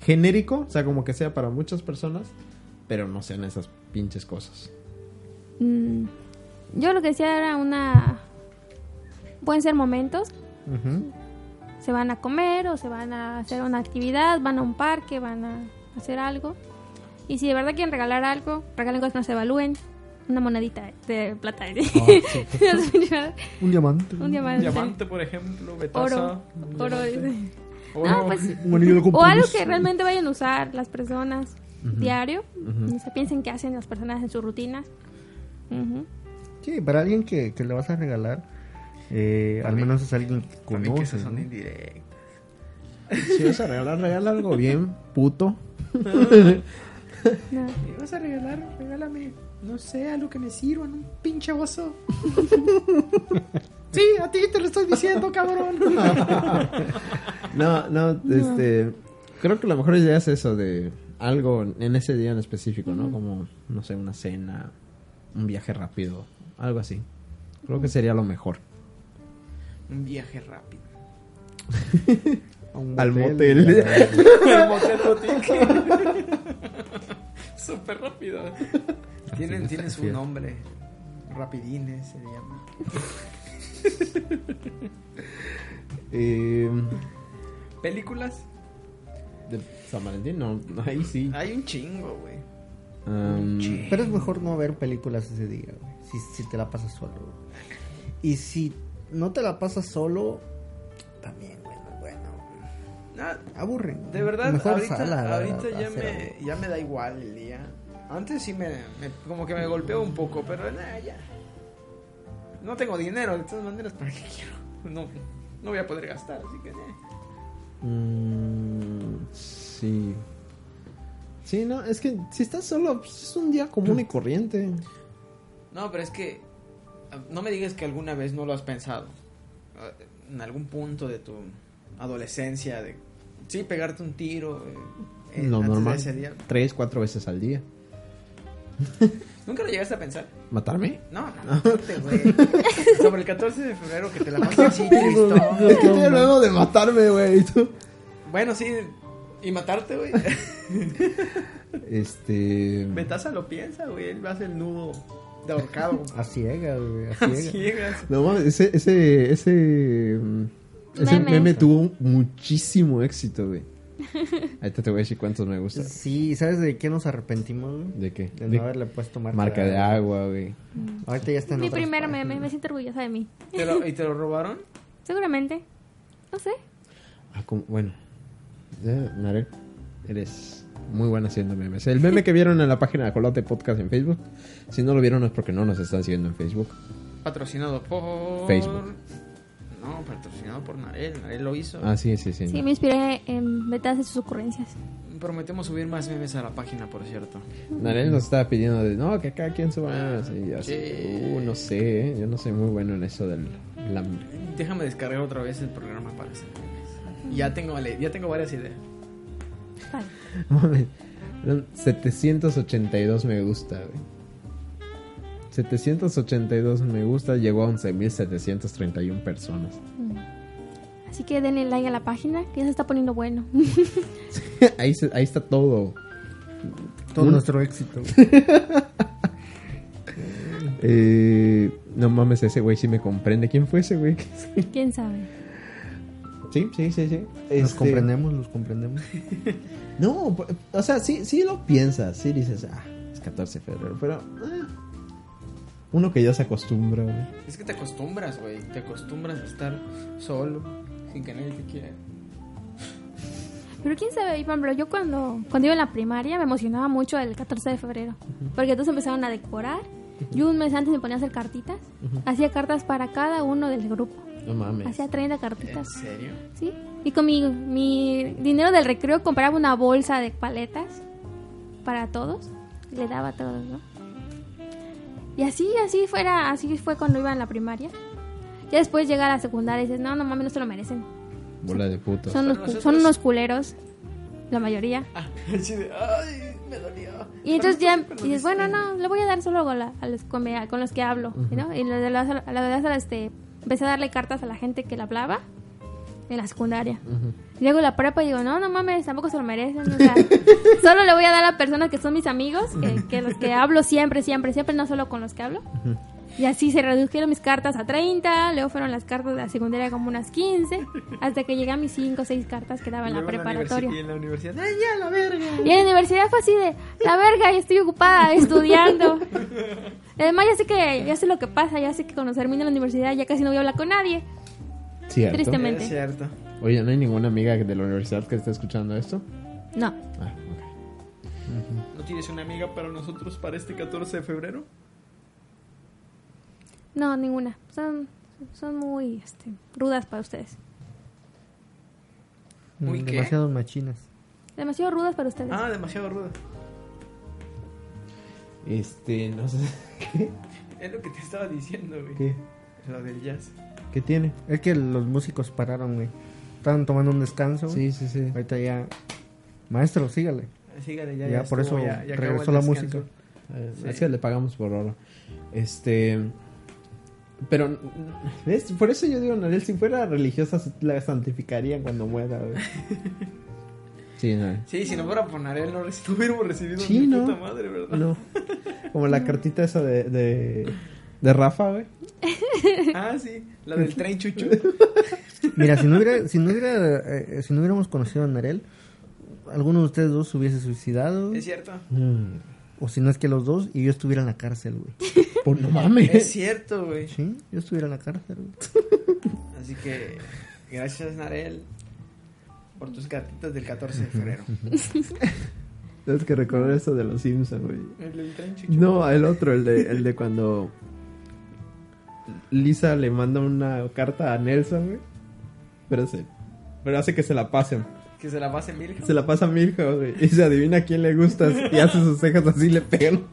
Speaker 4: genérico, o sea, como que sea para muchas personas, pero no sean esas pinches cosas.
Speaker 3: Mm, Yo lo que decía era una... Pueden ser momentos.
Speaker 2: Ujú.
Speaker 3: Se van a comer o se van a hacer una actividad, van a un parque, van a hacer algo. Y si de verdad quieren regalar algo, regalen cosas, no se evalúen. Una monedita de plata.
Speaker 2: Ah, Un diamante.
Speaker 3: un diamante.
Speaker 1: Diamante, por ejemplo, betaza.
Speaker 3: Oro. Oro.
Speaker 1: diamante.
Speaker 3: dice.
Speaker 1: Oro.
Speaker 3: No, pues,
Speaker 2: Un anillo de
Speaker 3: o algo
Speaker 2: compromiso.
Speaker 3: que realmente vayan a usar las personas diario. O sea, piensen qué hacen las personas en sus rutinas. Ujú.
Speaker 2: Sí, para alguien que, que le vas a regalar, eh, al menos es alguien que
Speaker 1: A mí que
Speaker 2: conoce.
Speaker 1: esas son
Speaker 2: Pues ¿no?
Speaker 1: indirectas.
Speaker 4: Si vas a regalar, regala algo bien, puto.
Speaker 3: No.
Speaker 1: ¿Me vas a regalar? Regálame, no sé, algo que me sirva, un pinche oso. sí, a ti te lo estoy diciendo, cabrón.
Speaker 4: No, no, este. Creo que la mejor idea es eso de algo en ese día en específico, ¿no? Como, no sé, una cena, un viaje rápido, algo así. Creo que sería lo mejor.
Speaker 1: un viaje rápido.
Speaker 2: A un
Speaker 4: Al
Speaker 2: motel.
Speaker 4: motel.
Speaker 1: El motel boutique. Súper rápido. Tienen, tienen su nombre. Rapidines se llama.
Speaker 4: Eh,
Speaker 1: ¿Películas?
Speaker 4: de San Valentín, no, ahí sí.
Speaker 1: Hay un chingo, güey.
Speaker 4: Um,
Speaker 2: Pero es mejor no ver películas ese día, güey, si, si te la pasas solo. güey. Y si no te la pasas solo, también, bueno, bueno,
Speaker 1: No,
Speaker 2: aburre. ¿no?
Speaker 1: Ah, de verdad,
Speaker 2: Mejor
Speaker 1: ahorita,
Speaker 2: sal a- a-
Speaker 1: ahorita
Speaker 2: a
Speaker 1: ya,
Speaker 2: hacer
Speaker 1: me,
Speaker 2: algo.
Speaker 1: ya me da igual el día. Antes sí me, me- como que me golpeó un poco, pero nada, ya. No tengo dinero, de todas maneras, ¿para qué quiero? No, no voy a poder gastar, así que... eh.
Speaker 4: mm, sí. Sí, no, es que si estás solo, pues, es un día común y corriente.
Speaker 1: No, pero es que ah, no me digas que alguna vez no lo has pensado. Ah, En algún punto de tu adolescencia, de sí, pegarte un tiro. eh, eh,
Speaker 4: Lo
Speaker 1: antes de
Speaker 4: normal.
Speaker 1: ese día.
Speaker 4: Tres, cuatro veces al día.
Speaker 1: ¿Nunca lo llegaste a pensar?
Speaker 4: ¿Matarme?
Speaker 1: No, no, no te, güey. Sobre el 14 de febrero que te la pasas así, tristón.
Speaker 4: Es que estoy hablando de matarme, güey. y tú-
Speaker 1: Bueno, sí, y matarte, güey.
Speaker 4: Este.
Speaker 1: Betaza lo piensa, güey. Él hace el nudo de ahorcado.
Speaker 2: A ciegas, güey, a
Speaker 1: A
Speaker 2: ciegas.
Speaker 1: ciegas.
Speaker 4: No mames, ese, ese, ese, mm, ese
Speaker 3: Meme.
Speaker 4: meme tuvo muchísimo éxito, güey. Ahorita te voy a decir cuántos me gustan.
Speaker 2: Sí, ¿sabes de qué nos arrepentimos? güey?
Speaker 4: ¿De qué?
Speaker 2: De
Speaker 4: De-
Speaker 2: no haberle puesto marca,
Speaker 4: Marca de agua, güey.
Speaker 2: Ahorita ya está en
Speaker 3: Mi
Speaker 2: otras
Speaker 3: primer
Speaker 2: páginas.
Speaker 3: meme, me siento orgullosa de mí.
Speaker 1: ¿Te lo- ¿Y te lo robaron?
Speaker 3: Seguramente. No sé.
Speaker 4: Ah, como- bueno. Eh, Narel, eres muy buena haciendo memes. El meme que vieron en la página de Colote Podcast en Facebook. Si no lo vieron es porque no nos están siguiendo en Facebook.
Speaker 1: Patrocinado por...
Speaker 4: Facebook.
Speaker 1: No, patrocinado por Narel. Narel lo hizo.
Speaker 4: Ah, sí, sí, sí.
Speaker 3: Sí, me inspiré en metas de sus ocurrencias.
Speaker 1: Prometemos subir más memes a la página, por cierto.
Speaker 4: Narel nos estaba pidiendo de no, que cada quien suba memes. Y yo así,
Speaker 1: Sí.
Speaker 4: "Uh, no sé, eh, yo no soy muy bueno en eso del. la-
Speaker 1: Déjame descargar otra vez el programa para hacer memes. Ya tengo, vale, ya tengo varias ideas.
Speaker 3: Vale.
Speaker 4: Mames, eran 782 me gusta, güey. 782 me gusta llegó a 11.731 personas.
Speaker 3: Así que denle like a la página, que ya se está poniendo bueno.
Speaker 4: ahí, se- ahí está todo.
Speaker 2: Todo
Speaker 4: Un-
Speaker 2: nuestro éxito.
Speaker 4: Eh, no mames, ese güey sí me comprende. ¿Quién fue ese güey?
Speaker 3: ¿Quién sabe?
Speaker 4: Sí, sí, sí, sí.
Speaker 2: Los
Speaker 4: Este,
Speaker 2: comprendemos, los comprendemos.
Speaker 4: No, po- o sea, sí, sí lo piensas, sí dices, ah, es 14 de febrero, pero... ah, uno que ya se acostumbra, güey.
Speaker 1: Es que te acostumbras, güey. Te acostumbras a estar solo, sin que nadie te quiera.
Speaker 3: Pero quién sabe, por ejemplo, yo cuando, cuando iba en la primaria me emocionaba mucho el 14 de febrero, porque todos empezaron a decorar. Yo un mes antes me ponía a hacer cartitas, hacía cartas para cada uno del grupo,
Speaker 4: No mames.
Speaker 3: hacía 30
Speaker 1: ¿En
Speaker 3: cartitas,
Speaker 1: serio?
Speaker 3: ¿sí? Y con mi, mi dinero del recreo compraba una bolsa de paletas para todos, le daba a todos, ¿no? Y así, así fuera, así fue cuando iba en la primaria. Ya después llega a la secundaria y dices, no, no mames, no se lo merecen.
Speaker 4: Bola de putos.
Speaker 3: Son,
Speaker 1: Pero
Speaker 3: unos cu-
Speaker 1: nosotros-
Speaker 3: son unos culeros, la mayoría.
Speaker 1: Ah, así de, ay, me dolió.
Speaker 3: Y entonces ya
Speaker 1: Perdón,
Speaker 3: y dices,
Speaker 1: perdón,
Speaker 3: bueno, no, le voy a dar solo a, la- a los, con, me- con los que hablo, ¿no? Y lo de las- a la verdad, este, empecé a darle cartas a la gente que le hablaba en la secundaria. Y luego la prepa y digo, no, no mames, tampoco se lo merecen. O sea, solo le voy a dar a personas que son mis amigos, que, que los que hablo siempre, siempre, siempre, no solo con los que hablo. Y así se redujeron mis cartas a 30, luego fueron las cartas de la secundaria como unas 15, hasta que llegué a mis 5 o 6 cartas que daba en la
Speaker 1: Luego
Speaker 3: preparatoria.
Speaker 1: universi- y en la universidad, ¡ay, ya, la verga!
Speaker 3: Y en la universidad fue así de, la verga, ya estoy ocupada estudiando. Además ya sé que, ya sé lo que pasa, ya sé que cuando termine la universidad ya casi no voy a hablar con nadie.
Speaker 4: Cierto.
Speaker 3: Tristemente.
Speaker 1: Es cierto.
Speaker 4: Oye, ¿no hay ninguna amiga de la universidad que esté escuchando esto?
Speaker 3: No,
Speaker 4: Ah, ok.
Speaker 1: ¿No tienes una amiga para nosotros para este 14 de febrero?
Speaker 3: no, ninguna. Son, son muy este, rudas para ustedes.
Speaker 1: Uy,
Speaker 2: Mm,
Speaker 1: ¿qué?
Speaker 2: Demasiados machinas.
Speaker 3: Demasiado rudas para ustedes.
Speaker 1: Ah, demasiado ruda.
Speaker 4: Este, no sé.
Speaker 1: Es lo que te estaba diciendo, güey.
Speaker 4: ¿Qué?
Speaker 1: Lo del jazz.
Speaker 4: ¿Qué tiene?
Speaker 2: Es que los músicos pararon, güey. Estaban tomando un descanso. güey.
Speaker 4: sí, sí.
Speaker 2: Ahorita ya. Maestro, sígale.
Speaker 1: Sígale,
Speaker 2: Ya, por
Speaker 1: estuvo,
Speaker 2: eso
Speaker 1: ya- ya acabó
Speaker 2: regresó
Speaker 1: el
Speaker 2: la
Speaker 1: descanso.
Speaker 2: música.
Speaker 4: Eh,
Speaker 1: Sí.
Speaker 4: Es que le pagamos por oro. Este. Pero, n- ¿ves? Por eso yo digo, Narel, si fuera religiosa, se- la santificarían cuando muera, güey. Sí, no.
Speaker 1: Sí, si no fuera por Narel, no reci- hubiéramos recibido
Speaker 4: Sí,
Speaker 1: ni
Speaker 4: ¿no?
Speaker 1: puta madre, ¿verdad?
Speaker 4: No. Como la cartita esa de, de, de Rafa, güey.
Speaker 1: Ah, sí, la del tren chuchu.
Speaker 2: Mira, si no, hubiera, si, no hubiera, eh, eh, si no hubiéramos conocido a Narel, alguno de ustedes dos se hubiese suicidado.
Speaker 1: Es cierto.
Speaker 4: Mm.
Speaker 2: O si no es que los dos, y yo estuviera en la cárcel, güey.
Speaker 4: Pues no mames.
Speaker 1: Es cierto, güey.
Speaker 2: Sí, yo estuviera en la cárcel, güey.
Speaker 1: Así que gracias Narel por tus cartitas del 14 de febrero.
Speaker 4: Tienes que recordar eso de los Simpsons, güey.
Speaker 1: El del tren chuchu.
Speaker 4: No, el otro, el de, el de cuando Lisa le manda una carta a Nelson, güey. Pero, se, pero hace que se la pasen.
Speaker 1: Que se la pase mil.
Speaker 4: Se la pasa a Milja, güey. Y se adivina a quién le gusta y hace sus cejas así y le pegan.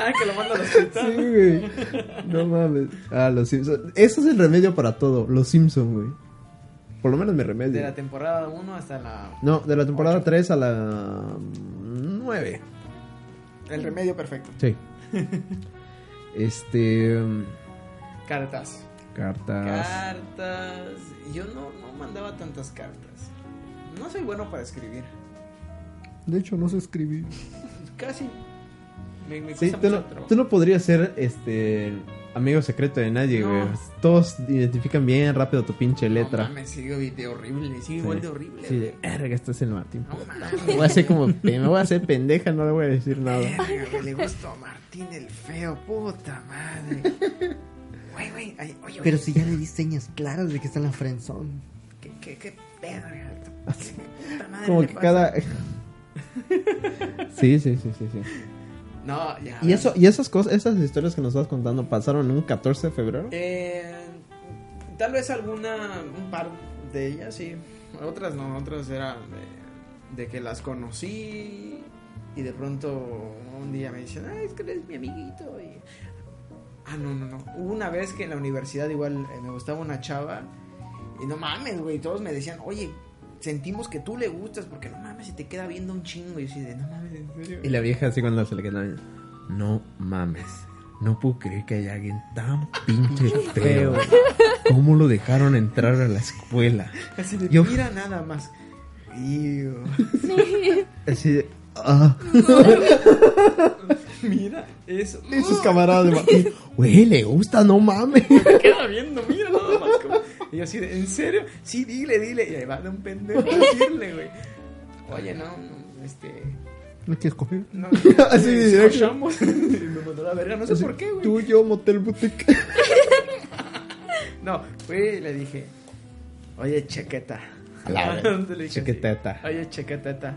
Speaker 1: Ah, que lo manda a los
Speaker 4: Sí, güey. No mames. Ah, los Simpsons. Eso es el remedio para todo. Los Simpsons, güey. Por lo menos
Speaker 1: De
Speaker 4: mi remedio.
Speaker 1: la temporada 1 hasta la.
Speaker 4: no, de la temporada 3 a la mm, 9.
Speaker 1: El remedio perfecto.
Speaker 4: Sí. este. um,
Speaker 1: Cartas.
Speaker 4: Cartas.
Speaker 1: Cartas. Yo no, no mandaba tantas cartas. No soy bueno para escribir.
Speaker 4: De hecho, no sé escribir.
Speaker 1: Casi. Me, me
Speaker 4: Sí,
Speaker 1: cuesta
Speaker 4: tú
Speaker 1: mucho
Speaker 4: no,
Speaker 1: trabajo.
Speaker 4: tú no podrías ser este. Amigo secreto de nadie,
Speaker 1: No.
Speaker 4: güey. Todos identifican bien rápido tu pinche letra.
Speaker 1: No mames, sigo vi- de horrible. Sigo igual de horrible.
Speaker 4: Sí,
Speaker 1: güey.
Speaker 4: de, "Erga, este es el Martín.
Speaker 1: No
Speaker 4: Me
Speaker 1: mames.
Speaker 4: voy a hacer como. pe- Me voy a hacer pendeja, no le voy a decir nada.
Speaker 1: Verga, güey, Le gustó a Martín el feo, puta madre. Güey, güey, ay, oye,
Speaker 2: Pero
Speaker 1: oye,
Speaker 2: si ya le di señas claras de que está en la frenzón.
Speaker 1: qué, qué, qué verga. qué puta madre
Speaker 4: Como
Speaker 1: le
Speaker 4: que
Speaker 1: pasa.
Speaker 4: cada. Sí, sí, sí, sí, sí.
Speaker 1: No, ya.
Speaker 4: Y eso, y esas cosas, esas historias que nos vas contando pasaron un 14 de febrero.
Speaker 1: Eh, tal vez alguna, un par de ellas, sí. Otras no, otras eran de, de que las conocí y de pronto un día me dicen, ah, es que eres mi amiguito. y- Ah, no, no, no. Hubo una vez que en la universidad igual eh, me gustaba una chava y no mames, güey, todos me decían, oye. Sentimos que tú le gustas porque no mames, se te queda viendo un chingo. Y yo así de no mames, en serio.
Speaker 4: Y la vieja así cuando se le queda. No mames. No puedo creer que haya alguien tan pinche feo. ¿Cómo lo dejaron entrar a la escuela?
Speaker 1: Así de,
Speaker 4: Yo-
Speaker 1: mira nada más. Iu,
Speaker 4: Así de, ah.
Speaker 1: mira eso.
Speaker 4: Y sus camaradas de Martín, güey, le gusta, no mames.
Speaker 1: Me queda viendo, mira nada más. como- Y yo así de, ¿en serio? Sí, dile, dile. Y ahí va de un pendejo a decirle, güey. Oye, no, no, este.
Speaker 4: ¿No quieres coger?
Speaker 1: No,
Speaker 4: Así de
Speaker 1: nos
Speaker 4: directo.
Speaker 1: cochamos. Y me mandó a la verga, no sé por qué, güey.
Speaker 4: Tú, yo, Motel Boutique.
Speaker 1: No, fui y le dije, oye, chaqueta.
Speaker 4: La verdad,
Speaker 1: Le dije así,
Speaker 4: chaqueteta.
Speaker 1: Oye, chaqueteta.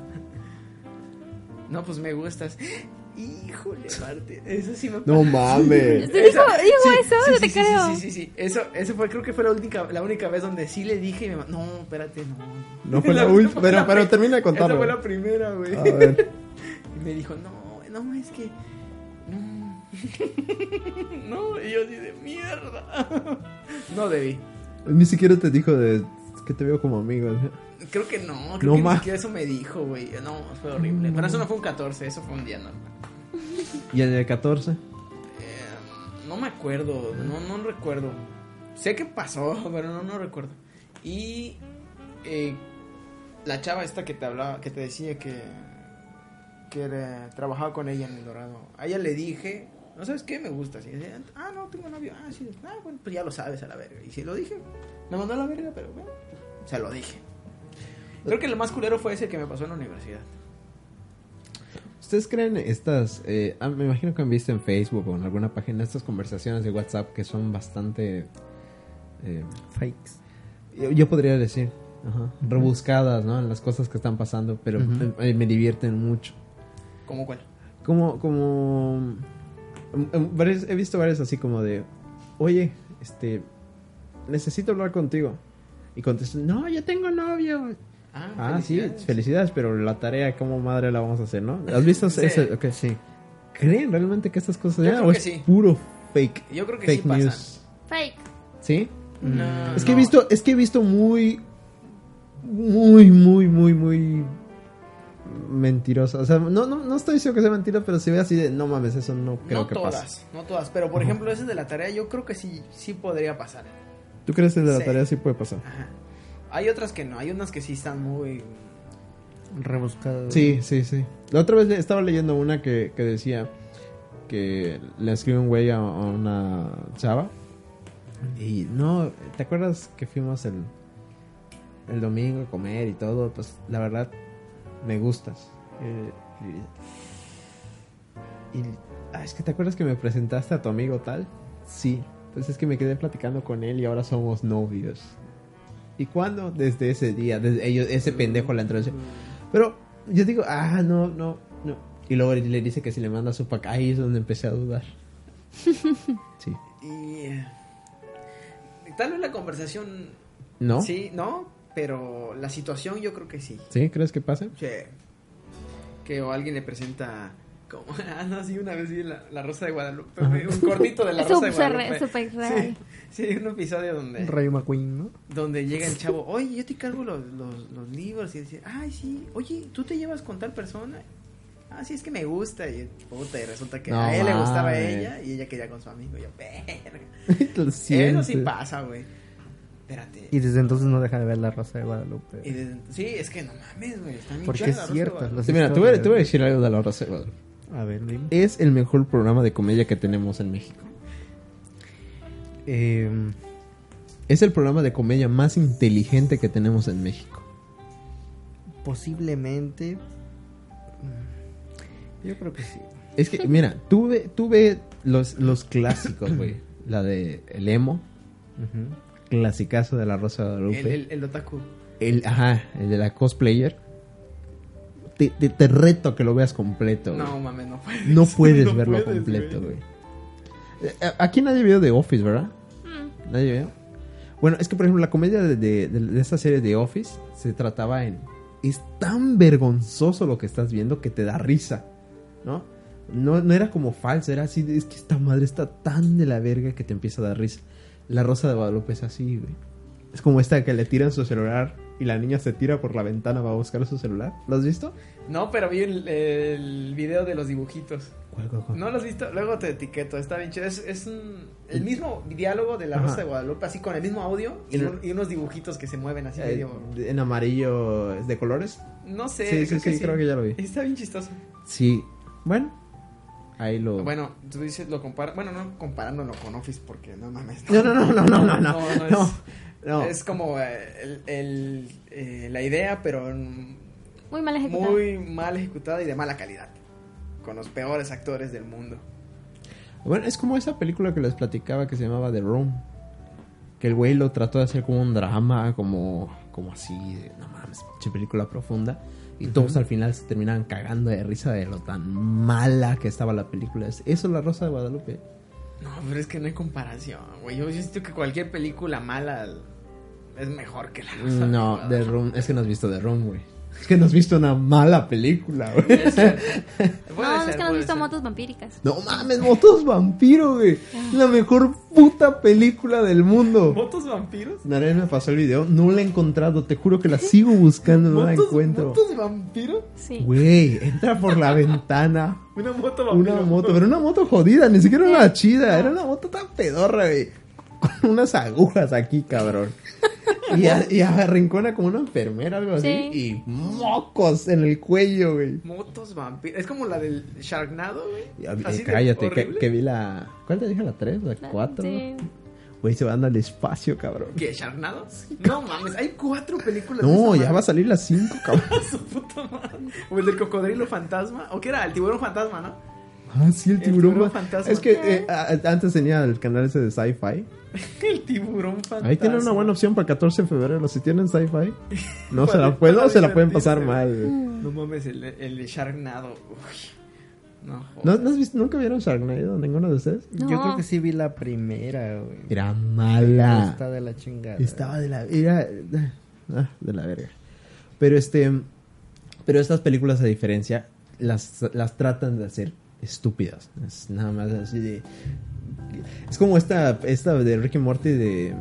Speaker 1: No, pues me gustas. Híjole, Martín, eso sí me
Speaker 4: No mames.
Speaker 3: ¿Te dijo- dijo
Speaker 1: sí,
Speaker 3: eso?
Speaker 1: sí,
Speaker 3: No
Speaker 1: sí,
Speaker 3: te
Speaker 1: sí,
Speaker 3: creo.
Speaker 1: Sí, sí, sí, sí. Eso, eso fue, creo que fue la única, la única vez donde sí le dije y me ma- No, espérate, no.
Speaker 4: No fue la última, pero- pero termina de contarlo.
Speaker 1: Esa fue la primera, güey.
Speaker 4: A ver.
Speaker 1: Y me dijo, no, no, es que. No. no, y yo así de mierda. no debí.
Speaker 4: Ni siquiera te dijo de que te veo como amigo. ¿no?
Speaker 1: Creo que no, creo
Speaker 4: No
Speaker 1: que
Speaker 4: ma.
Speaker 1: ni siquiera eso me dijo, güey. No, fue horrible. Pero eso no fue un 14, eso fue un día normal.
Speaker 4: Y en el 14.
Speaker 1: Eh, no me acuerdo, no, no recuerdo. Sé que pasó, pero no, no recuerdo. Y eh, la chava esta que te hablaba, que te decía que, que era- trabajaba con ella en El Dorado, a ella le dije, ¿no sabes qué? Me gusta. Y decía, ah, no, tengo novio. Ah, sí, ah, bueno, pues ya lo sabes a la verga. Y sí lo dije, me mandó a la verga, pero bueno, se lo dije. Creo que el más culero fue ese que me pasó en la universidad.
Speaker 4: ¿Ustedes creen estas? eh, ah, me imagino que han visto en Facebook o en alguna página estas conversaciones de WhatsApp que son bastante. eh,
Speaker 2: Fakes.
Speaker 4: yo, yo podría decir, ajá, rebuscadas, ¿no? En las cosas que están pasando, pero
Speaker 2: Ujú.
Speaker 4: eh, me divierten mucho.
Speaker 1: ¿Cómo cuál?
Speaker 4: Como, como. em, em, varias- he visto varios así como de. Oye, este. Necesito hablar contigo. Y contestan, no, yo tengo novio. Ah, sí,
Speaker 1: felicidades.
Speaker 4: felicidades, pero la tarea, ¿cómo madre la vamos a hacer, no? ¿Has visto
Speaker 1: Sí.
Speaker 4: ese? Ok, sí. ¿Creen realmente que estas cosas
Speaker 1: Yo
Speaker 4: ya
Speaker 1: creo
Speaker 4: o
Speaker 1: que
Speaker 4: es
Speaker 1: sí.
Speaker 4: puro fake?
Speaker 1: Yo creo que
Speaker 4: fake
Speaker 1: sí pasan.
Speaker 4: news.
Speaker 3: Fake.
Speaker 4: ¿Sí?
Speaker 1: No,
Speaker 4: es que he
Speaker 1: no.
Speaker 4: visto, es que he visto muy, muy, muy, muy, muy mentirosa. O sea, no, no, no estoy diciendo que sea mentira, pero si ve así de, no mames, eso no creo
Speaker 1: no
Speaker 4: que
Speaker 1: todas,
Speaker 4: pase.
Speaker 1: no todas, pero por ejemplo, ese de la tarea yo creo que sí sí podría pasar.
Speaker 4: ¿Tú crees que el de la
Speaker 1: Sí.
Speaker 4: tarea sí puede pasar?
Speaker 1: Ajá. Hay otras que no, hay unas que sí están muy
Speaker 2: Rebuscado.
Speaker 4: Sí, sí, sí. La otra vez le- estaba leyendo una que, que decía que le escribe un güey a, a una chava. Y no, ¿te acuerdas que fuimos el, el domingo a comer y todo? Pues la verdad, me gustas. Eh, y- y ah, es que te acuerdas que me presentaste a tu amigo tal? Sí. Pues es que me quedé platicando con él y ahora somos novios. ¿Y cuándo? Desde ese día. Desde ellos, ese pendejo la entró. y dice, pero yo digo, ah, no, no, no. Y luego le dice que si le manda su pack, ahí es donde empecé a dudar. Sí.
Speaker 1: y eh, tal vez la conversación
Speaker 4: ¿No? Sí.
Speaker 1: sí, no, pero la situación yo creo que sí.
Speaker 4: ¿Crees que pase?
Speaker 1: Sí. Que o alguien le presenta como ah, no, sí, una vez vi la, la Rosa de Guadalupe, un cortito de la
Speaker 3: Eso
Speaker 1: Rosa de
Speaker 3: es
Speaker 1: Guadalupe.
Speaker 3: súper
Speaker 1: sí,
Speaker 3: real.
Speaker 1: sí, un episodio donde
Speaker 2: Rayo McQueen, ¿no?
Speaker 1: donde llega el chavo, oye, yo te cargo los, los, los libros y dice, ay, sí, oye, ¿tú te llevas con tal persona? Ah, sí, es que me gusta y puta, y resulta que
Speaker 4: No
Speaker 1: a él le gustaba a
Speaker 4: mames.
Speaker 1: ella y ella quería con su amigo. Y yo, verga.
Speaker 4: Lo
Speaker 1: Eso
Speaker 4: siento.
Speaker 1: sí pasa, güey. Espérate.
Speaker 2: Y desde entonces no deja de ver la Rosa de Guadalupe.
Speaker 1: Y de- sí, es que no mames, güey, está bien
Speaker 2: Porque
Speaker 1: chida
Speaker 2: es
Speaker 1: la Rosa
Speaker 2: cierto,
Speaker 1: Guadalupe.
Speaker 2: los-
Speaker 4: Sí, mira, tú voy, a- te voy a decir algo de la Rosa de Guadalupe.
Speaker 2: A ver, dime.
Speaker 4: Es el mejor programa de comedia que tenemos en México.
Speaker 2: Eh,
Speaker 4: Es el programa de comedia más inteligente que tenemos en México.
Speaker 2: posiblemente. mm, Yo creo que sí.
Speaker 4: Es que, mira, tuve, tuve los, los clásicos, güey. La de El Emo, clasicazo de la Rosa de Guadalupe.
Speaker 1: El, el, el otaku.
Speaker 4: El, ajá, el de la cosplayer. Te, te, te reto a que lo veas completo. güey.
Speaker 1: No mames, no puedes.
Speaker 4: No puedes verlo
Speaker 1: puedes,
Speaker 4: completo, güey. Eh, eh, Aquí nadie vio The Office, ¿verdad?
Speaker 3: Mm.
Speaker 4: Nadie vio. Bueno, es que por ejemplo la comedia de, de- de- de esta serie de Office se trataba en... Es tan vergonzoso lo que estás viendo que te da risa, ¿no? No, no era como falso, era así, de, es que esta madre está tan de la verga que te empieza a dar risa. La Rosa de Guadalupe es así, güey. Es como esta que le tiran su celular y la niña se tira por la ventana va a buscar su celular. ¿Lo has visto?
Speaker 1: No, pero vi el, el video de los dibujitos.
Speaker 4: ¿Cuál, cuál, cuál?
Speaker 1: ¿No lo has visto? Luego te etiqueto, está bien chido. Es, es un- el mismo diálogo de La
Speaker 4: Ajá.
Speaker 1: Rosa de Guadalupe, así con el mismo audio y,
Speaker 4: Y lo-
Speaker 1: un- y unos dibujitos que se mueven así
Speaker 4: Eh,
Speaker 1: medio-
Speaker 4: en amarillo es de colores.
Speaker 1: No sé,
Speaker 4: sí, sí, sí, creo que ya lo vi.
Speaker 1: Está bien chistoso.
Speaker 4: Sí. Bueno. Ahí lo.
Speaker 1: Bueno, tú dices, lo compara... Bueno, no comparándolo con Office porque no mames.
Speaker 4: No, no, no, no, no, no, no.
Speaker 1: No, no
Speaker 4: No,
Speaker 1: es-
Speaker 4: no.
Speaker 1: Es como eh, el, el, eh, la idea, pero en-
Speaker 3: Muy mal ejecutado.
Speaker 1: muy mal ejecutada y de mala calidad. Con los peores actores del mundo.
Speaker 4: Bueno, es como esa película que les platicaba que se llamaba The Room. Que el güey lo trató de hacer como un drama, como, como así, de, no mames, pinche película profunda. Y todos al final se terminaban cagando de risa de lo tan mala que estaba la película. Es- Eso es La Rosa de Guadalupe.
Speaker 1: No, pero es que no hay comparación, güey. Yo siento que cualquier película mala es mejor que la Rosa de
Speaker 4: Mm, No,
Speaker 1: Guadalupe.
Speaker 4: The Room, es que no has visto The Room, güey. Es que no has visto una mala película, güey.
Speaker 1: Puede
Speaker 3: no,
Speaker 1: ser,
Speaker 3: es que no
Speaker 1: puede
Speaker 3: has visto
Speaker 1: ser.
Speaker 3: motos vampíricas.
Speaker 4: No mames, Motos Vampiro, güey. La mejor puta película del mundo.
Speaker 1: ¿Motos vampiros?
Speaker 4: Naren me pasó el video, no la he encontrado, te juro que la sigo buscando, no la
Speaker 1: ¿Motos-
Speaker 4: encuentro.
Speaker 1: ¿Motos vampiros?
Speaker 3: Sí.
Speaker 4: Güey, entra por la ventana.
Speaker 1: Una moto vampiro.
Speaker 4: Una moto, pero una moto jodida, ni siquiera una chida, era una moto tan pedorra, güey. Con unas agujas aquí, cabrón. Y, a, y arrincona como una enfermera, algo así.
Speaker 3: Sí.
Speaker 4: Y mocos en el cuello, güey.
Speaker 1: Motos vampiros. Es como la del Sharknado, güey.
Speaker 4: Y a- eh,
Speaker 1: Así de
Speaker 4: cállate, que,
Speaker 1: horrible.
Speaker 4: que vi la... ¿Cuál te dije? ¿La 3? ¿La 4?
Speaker 3: Sí.
Speaker 4: Güey, se van al espacio, cabrón.
Speaker 1: ¿Qué? ¿Sharknado? No mames, hay cuatro películas. de
Speaker 4: No,
Speaker 1: esa
Speaker 4: ya va a
Speaker 1: madre.
Speaker 4: salir la 5, cabrón.
Speaker 1: Su puta madre. O el del cocodrilo fantasma. ¿O qué era? El tiburón fantasma, ¿no?
Speaker 4: Ah, sí, el
Speaker 1: El
Speaker 4: tiburón.
Speaker 1: tiburón
Speaker 4: fa-
Speaker 1: fantasma.
Speaker 4: Es que eh, a- a- antes tenía el canal ese de Sci-Fi.
Speaker 1: El tiburón fantasma.
Speaker 4: Ahí tienen una buena opción para 14 de febrero. Si tienen Sci-Fi, no se la,
Speaker 1: Para-
Speaker 4: puedo,
Speaker 1: para
Speaker 4: se la pueden pasar
Speaker 1: divertirse,
Speaker 4: mal. güey.
Speaker 1: No mames, el, el de Sharknado. Uy. No,
Speaker 4: ¿No,
Speaker 1: joder.
Speaker 4: no has visto- ¿Nunca vieron Sharknado? ¿Ninguno de ustedes?
Speaker 1: Mm.
Speaker 3: No.
Speaker 2: Yo creo que sí vi la primera, güey.
Speaker 4: Era
Speaker 2: Está
Speaker 4: mala.
Speaker 2: de la chingada.
Speaker 4: Estaba de la... Era... ah, de la verga. Pero este... Pero estas películas, a diferencia, las, las tratan de hacer estúpidas. Es nada más así de... Es como esta, esta de Ricky Morty de...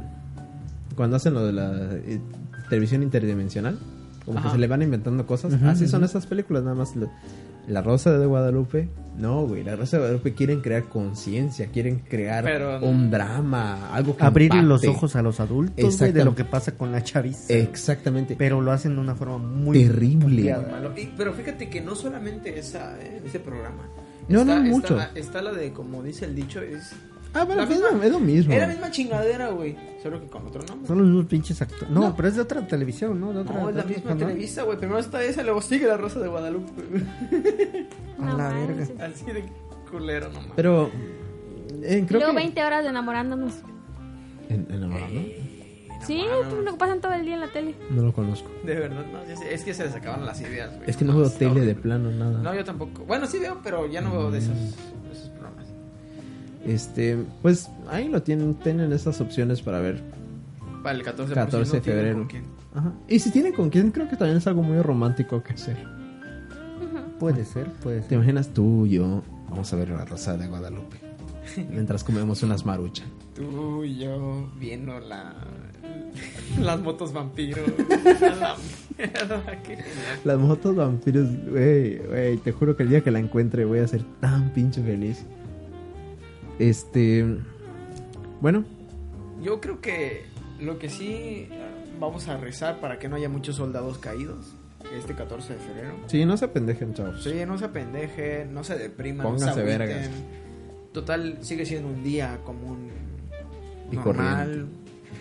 Speaker 4: Cuando hacen lo de la eh, televisión interdimensional. Como
Speaker 1: Ajá.
Speaker 4: que se le van inventando cosas. Así son esas películas, nada más. lo- La Rosa de Guadalupe. No, güey. La Rosa de Guadalupe quieren crear conciencia. Quieren crear
Speaker 1: Pero-
Speaker 4: un drama. Algo que
Speaker 2: Abrir los
Speaker 4: impacte.
Speaker 2: ojos a los adultos, güey, de
Speaker 4: Exactamente.
Speaker 2: lo que pasa con la chaviza.
Speaker 4: Exactamente.
Speaker 2: Pero lo hacen de una forma muy
Speaker 4: Terrible.
Speaker 2: puteada.
Speaker 1: Malo. Y- pero fíjate que no solamente esa, eh, ese programa.
Speaker 4: No, no,
Speaker 1: Está
Speaker 4: mucho.
Speaker 1: la, está la de, como dice el dicho, es.
Speaker 4: Ah, pero
Speaker 1: la
Speaker 4: es,
Speaker 1: misma-
Speaker 4: lo- es lo mismo.
Speaker 1: Era la misma chingadera, güey. Solo que con otro nombre.
Speaker 2: Son los mismos pinches actores. No,
Speaker 1: No.
Speaker 2: pero es de otra televisión, ¿no? De otra,
Speaker 1: No, es
Speaker 2: de
Speaker 1: la
Speaker 2: otro
Speaker 1: misma
Speaker 2: canal.
Speaker 1: Televisa, güey. Primero está esa, luego sigue la Rosa de Guadalupe. güey.
Speaker 2: A
Speaker 3: No
Speaker 2: la
Speaker 3: manches.
Speaker 2: verga.
Speaker 1: Así de culero nomás.
Speaker 4: Pero. eh,
Speaker 3: Y
Speaker 4: creo
Speaker 3: luego
Speaker 4: que.
Speaker 3: 20 horas de enamorándonos.
Speaker 4: En- enamorado.
Speaker 3: Sí, pues lo que pasan todo el día en la tele.
Speaker 4: No lo conozco. Ah,
Speaker 1: De verdad, no, ya sé, es que se les acabaron las ideas, güey.
Speaker 4: Es que no veo
Speaker 1: Está
Speaker 4: tele de
Speaker 1: horrible.
Speaker 4: plano, nada.
Speaker 1: No, yo tampoco. Bueno, sí veo, pero ya no veo de esos, de esos programas.
Speaker 4: Este, pues ahí lo tienen, tienen esas opciones para ver.
Speaker 1: Para el 14 por si
Speaker 4: 14 de
Speaker 1: no tienen
Speaker 4: febrero.
Speaker 1: con quién.
Speaker 4: Ajá. Y si tienen con quién, creo que también es algo muy romántico que hacer.
Speaker 2: Puede ser, puede
Speaker 4: ¿Te
Speaker 2: ser.
Speaker 4: imaginas tú y yo? Vamos a ver la Rosa de Guadalupe. Mientras comemos unas maruchas.
Speaker 1: Tú y yo viendo la, las motos vampiro. A la mierda, qué genial.
Speaker 4: Las motos vampiros, güey, güey, te juro que el día que la encuentre voy a ser tan pinche feliz. Este, bueno,
Speaker 1: Yo creo que lo que sí eh, vamos a rezar para que no haya muchos soldados caídos este 14 de febrero.
Speaker 4: sí, no se pendejen, chavos.
Speaker 1: Sí, no se apendejen, no se depriman, no se
Speaker 4: Pónganse
Speaker 1: agüiten.
Speaker 4: vergas.
Speaker 1: Total, sigue siendo un día común
Speaker 4: Y
Speaker 1: normal.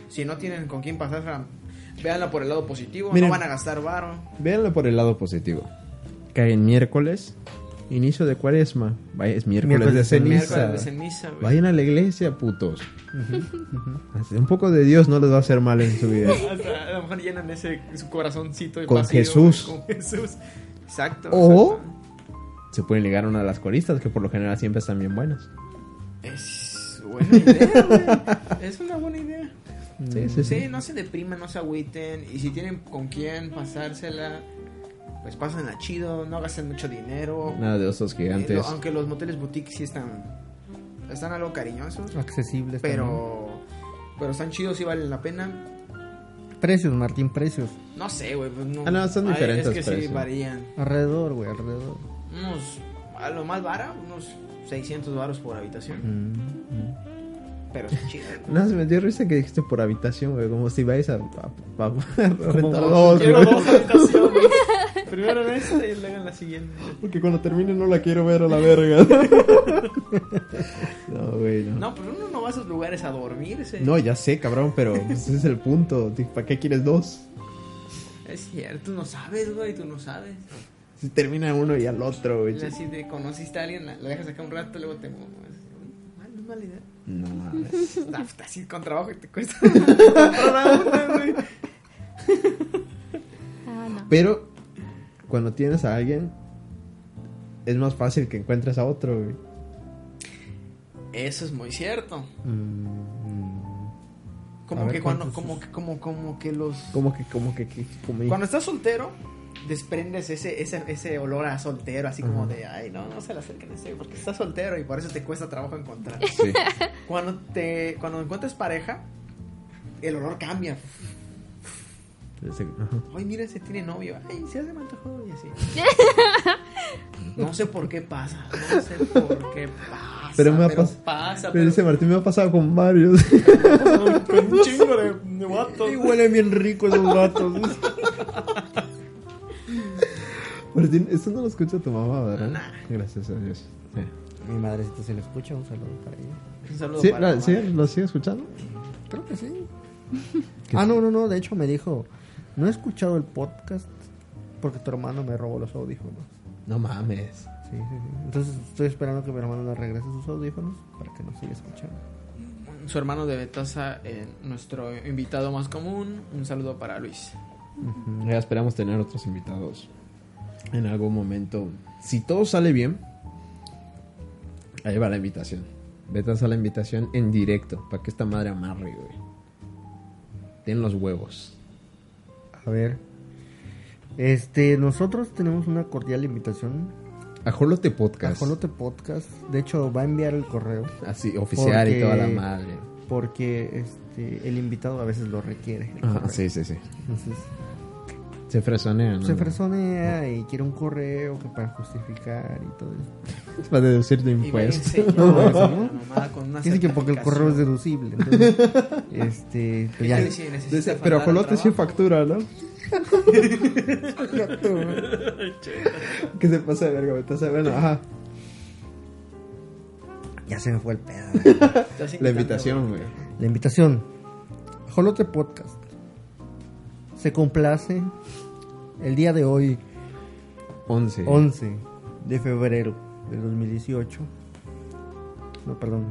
Speaker 1: Si no tienen con quién pasar, véanla por el lado positivo,
Speaker 4: Miren.
Speaker 1: no van a gastar varo.
Speaker 4: Véanlo por el lado positivo. Cae en miércoles, inicio de cuaresma. Vaya, es miércoles,
Speaker 2: Miércoles
Speaker 4: de
Speaker 2: de
Speaker 4: ceniza.
Speaker 1: Miércoles de ceniza, güey.
Speaker 4: Vayan a la iglesia, putos. Así, Un poco de Dios no les va a hacer mal en su vida.
Speaker 1: Hasta a lo mejor llenan ese su corazoncito
Speaker 4: Con
Speaker 1: vacío,
Speaker 4: Jesús.
Speaker 1: güey, Con Jesús. Exacto.
Speaker 4: O-
Speaker 1: exacto.
Speaker 4: Se pueden ligar a una de las coristas, que por lo general siempre están bien buenas.
Speaker 1: Es buena idea, güey. Es una buena idea.
Speaker 4: Sí, sí, sí.
Speaker 1: Sí, no se depriman, no se agüiten. Y si tienen con quién pasársela, pues pásenla chido, no gasten mucho dinero.
Speaker 4: Nada de osos
Speaker 1: Eh, lo-
Speaker 4: gigantes.
Speaker 1: aunque los moteles boutique sí están. Están algo cariñosos.
Speaker 2: Mm, Accesibles
Speaker 1: Pero. Pero están chidos y valen la pena.
Speaker 2: Precios, Martín, precios.
Speaker 1: No sé, güey. pues,
Speaker 4: Ah, no, son
Speaker 1: Ay,
Speaker 4: diferentes
Speaker 1: Es que sí,
Speaker 4: precios.
Speaker 1: varían.
Speaker 2: Alrededor, güey, alrededor.
Speaker 1: Unos, a lo más vara, unos 600 varos por habitación. Pero es chido.
Speaker 4: No, se me dio risa que dijiste por habitación, güey. Como si vais a, a, a- a rentar
Speaker 2: dos,
Speaker 4: dos,
Speaker 1: Quiero
Speaker 4: güey.
Speaker 1: dos habitaciones. Primero en esta y luego en la siguiente.
Speaker 4: Porque cuando termine no la quiero ver a la verga. no, güey, no.
Speaker 1: No, pero uno no va a esos lugares a dormirse.
Speaker 4: No, ya sé, cabrón, pero ese es el punto. Di- ¿Para qué quieres dos?
Speaker 1: Es cierto, tú no sabes, güey, tú no sabes.
Speaker 4: Si termina uno y al otro, güey.
Speaker 1: Y así de conociste a alguien, la, la dejas acá un rato, luego te mueves. Mm, mal- No es mala idea.
Speaker 4: No mames.
Speaker 1: Está, está así con trabajo y te cuesta. comprar a una, güey.
Speaker 3: Ah, no.
Speaker 4: Pero cuando tienes a alguien, es más fácil que encuentres a otro, güey.
Speaker 1: Eso es muy cierto.
Speaker 4: A
Speaker 2: Mm,
Speaker 1: Como
Speaker 4: ver,
Speaker 1: que cuando,
Speaker 4: ¿cuántos
Speaker 1: como
Speaker 4: es?
Speaker 1: que, como, como que los.
Speaker 4: Como que, como que, que- como
Speaker 1: Cuando estás soltero, desprendes ese, ese, ese olor a soltero, así como
Speaker 4: Ajá.
Speaker 1: de, ay, no, no se le acerquen a ese, porque estás soltero y por eso te cuesta trabajo encontrar.
Speaker 4: Sí.
Speaker 1: Cuando te, cuando encuentras pareja, el olor cambia.
Speaker 4: Ese- ajá.
Speaker 1: Ay, mira, ese tiene novio. Ay, se hace mal y así. No sé por qué pasa. No sé por qué pasa.
Speaker 4: Pero me ha
Speaker 1: pero
Speaker 4: pas-
Speaker 1: pasa.
Speaker 4: Pero dice Martín, me ha pasado con varios.
Speaker 1: con un chingo de, de vatos.
Speaker 4: Y huelen bien rico esos gatos. Martín, esto no lo escucha tu mamá, ¿verdad?
Speaker 1: Nah.
Speaker 4: Gracias a Dios. Sí,
Speaker 2: Mi madrecita se le escucha, un saludo para ella.
Speaker 1: Un saludo
Speaker 4: ¿Sí?
Speaker 1: para
Speaker 4: ¿La-
Speaker 1: tu
Speaker 4: sí?
Speaker 1: madre.
Speaker 4: ¿Lo sigue escuchando?
Speaker 2: Creo que sí.
Speaker 4: ¿Qué
Speaker 2: Ah,
Speaker 4: sí?
Speaker 2: no, no, no, de hecho me dijo, no he escuchado el podcast porque tu hermano me robó los audífonos.
Speaker 4: No mames.
Speaker 2: Sí, sí, sí. Entonces estoy esperando que mi hermano le regrese sus audífonos para que nos siga escuchando.
Speaker 1: Su hermano de Betasa, eh, nuestro invitado más común. Un saludo para Luis.
Speaker 4: Mm, Ya esperamos tener otros invitados en algún momento. Si todo sale bien, ahí va la invitación. Vete a la invitación en directo para que esta madre amarre, güey. Ten los huevos.
Speaker 2: A ver. Este, nosotros tenemos una cordial invitación
Speaker 4: Ajolote Podcast.
Speaker 2: Cajolote Podcast. De hecho, va a enviar el correo
Speaker 4: Así, oficial y
Speaker 2: Porque-
Speaker 4: toda la madre.
Speaker 2: porque este, el invitado a veces lo requiere. el
Speaker 4: Ajá,
Speaker 2: correo.
Speaker 4: sí, sí, sí.
Speaker 2: Entonces,
Speaker 4: Se fresonea. ¿no?
Speaker 2: se fresonea y quiere un correo que para justificar y todo eso.
Speaker 4: Es para deducir de
Speaker 1: Y vayan
Speaker 4: impuestos.
Speaker 1: sellando la
Speaker 2: Eso, ¿no?
Speaker 1: mamada con una
Speaker 2: Dice que porque el correo es
Speaker 1: certificación.
Speaker 2: deducible. Entonces, este, pues ya.
Speaker 1: Sí, sí, necesita
Speaker 4: Dice,
Speaker 1: faltar
Speaker 4: Pero
Speaker 1: al
Speaker 4: Ajolote sí
Speaker 1: trabajo.
Speaker 4: factura, ¿no? que se pasa de verga, vete a saber. Bueno, ajá.
Speaker 2: Ya se me fue el pedo.
Speaker 1: Estás
Speaker 4: La
Speaker 1: invitando,
Speaker 4: invitación, güey.
Speaker 2: La invitación. Jolote Podcast. Se complace el día de hoy
Speaker 4: 11.
Speaker 2: 11 de febrero del 2018. No, perdón.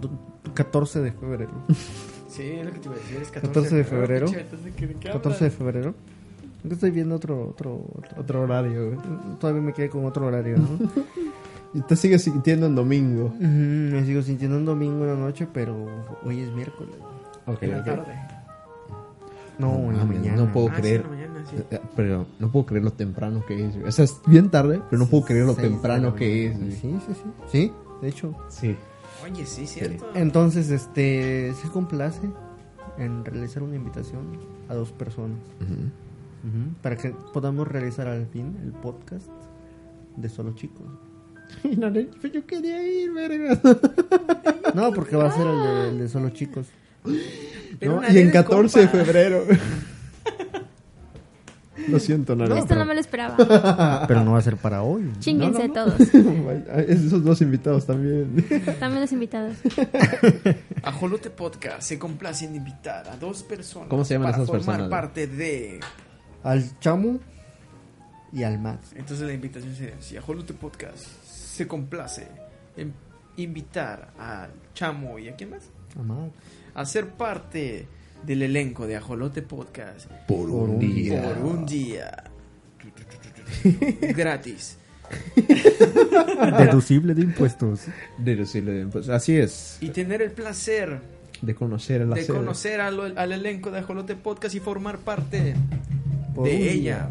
Speaker 2: d- 14 de febrero.
Speaker 1: Sí, es lo que te iba a decir. Es 14,
Speaker 2: 14 de febrero.
Speaker 1: pinche Betasa, ¿de qué- de qué
Speaker 2: 14 de
Speaker 1: hablas?
Speaker 2: febrero. Yo Estoy viendo otro, otro, otro-
Speaker 4: Otro horario, güey.
Speaker 2: Todavía me quedé con otro horario, ¿no?
Speaker 4: Y te sigues sintiendo en domingo.
Speaker 2: Ujú, me sigo sintiendo un domingo en la noche, pero hoy es miércoles.
Speaker 4: Ok,
Speaker 1: En la tarde.
Speaker 2: No, en la
Speaker 4: mames,
Speaker 2: mañana.
Speaker 4: No puedo
Speaker 1: Ah, sí, en
Speaker 4: creer.
Speaker 1: la mañana, sí.
Speaker 4: Eh, Pero no puedo creer lo temprano que es. güey. O sea, es bien tarde, pero no puedo creer lo
Speaker 2: Seis de la
Speaker 4: temprano que es.
Speaker 2: mañana.
Speaker 4: güey.
Speaker 2: Sí, sí, sí. Sí, de hecho.
Speaker 4: Sí.
Speaker 1: Oye, sí, cierto.
Speaker 2: Entonces, este, se complace en realizar una invitación a dos personas
Speaker 4: Ujú.
Speaker 2: Ujú, para que podamos realizar al fin el podcast de Solo Chicos.
Speaker 4: Y no le- pero yo quería ir, verga.
Speaker 2: No, porque va a ser el de, el de Solo Chicos.
Speaker 1: Pero
Speaker 4: ¿No?
Speaker 1: una
Speaker 4: Y en
Speaker 1: vez,
Speaker 4: 14 de
Speaker 1: compa.
Speaker 4: febrero. lo siento, Nara.
Speaker 3: Esto no me lo esperaba.
Speaker 2: Pero no va a ser para hoy.
Speaker 3: Chinguense todos.
Speaker 4: Esos dos invitados también.
Speaker 3: También los invitados.
Speaker 1: Ajolote Podcast se complace en invitar a dos personas.
Speaker 4: ¿Cómo se llaman
Speaker 1: para
Speaker 4: esas
Speaker 1: formar
Speaker 4: personas?
Speaker 1: parte de.
Speaker 2: Al Chamu y al Max.
Speaker 1: Entonces la invitación sería: si Ajolote Podcast se complace en invitar al Chamo y a quién más
Speaker 2: A Max.
Speaker 1: a ser parte del elenco de Ajolote Podcast
Speaker 4: Por
Speaker 2: un día.
Speaker 1: por un día gratis.
Speaker 2: Deducible de impuestos.
Speaker 4: Deducible de impuestos. pues, Así es.
Speaker 1: Y tener el placer
Speaker 4: De conocer a la
Speaker 1: de
Speaker 4: sede.
Speaker 1: conocer al, al elenco de Ajolote Podcast y formar parte
Speaker 2: Por un
Speaker 1: de
Speaker 2: día.
Speaker 1: ella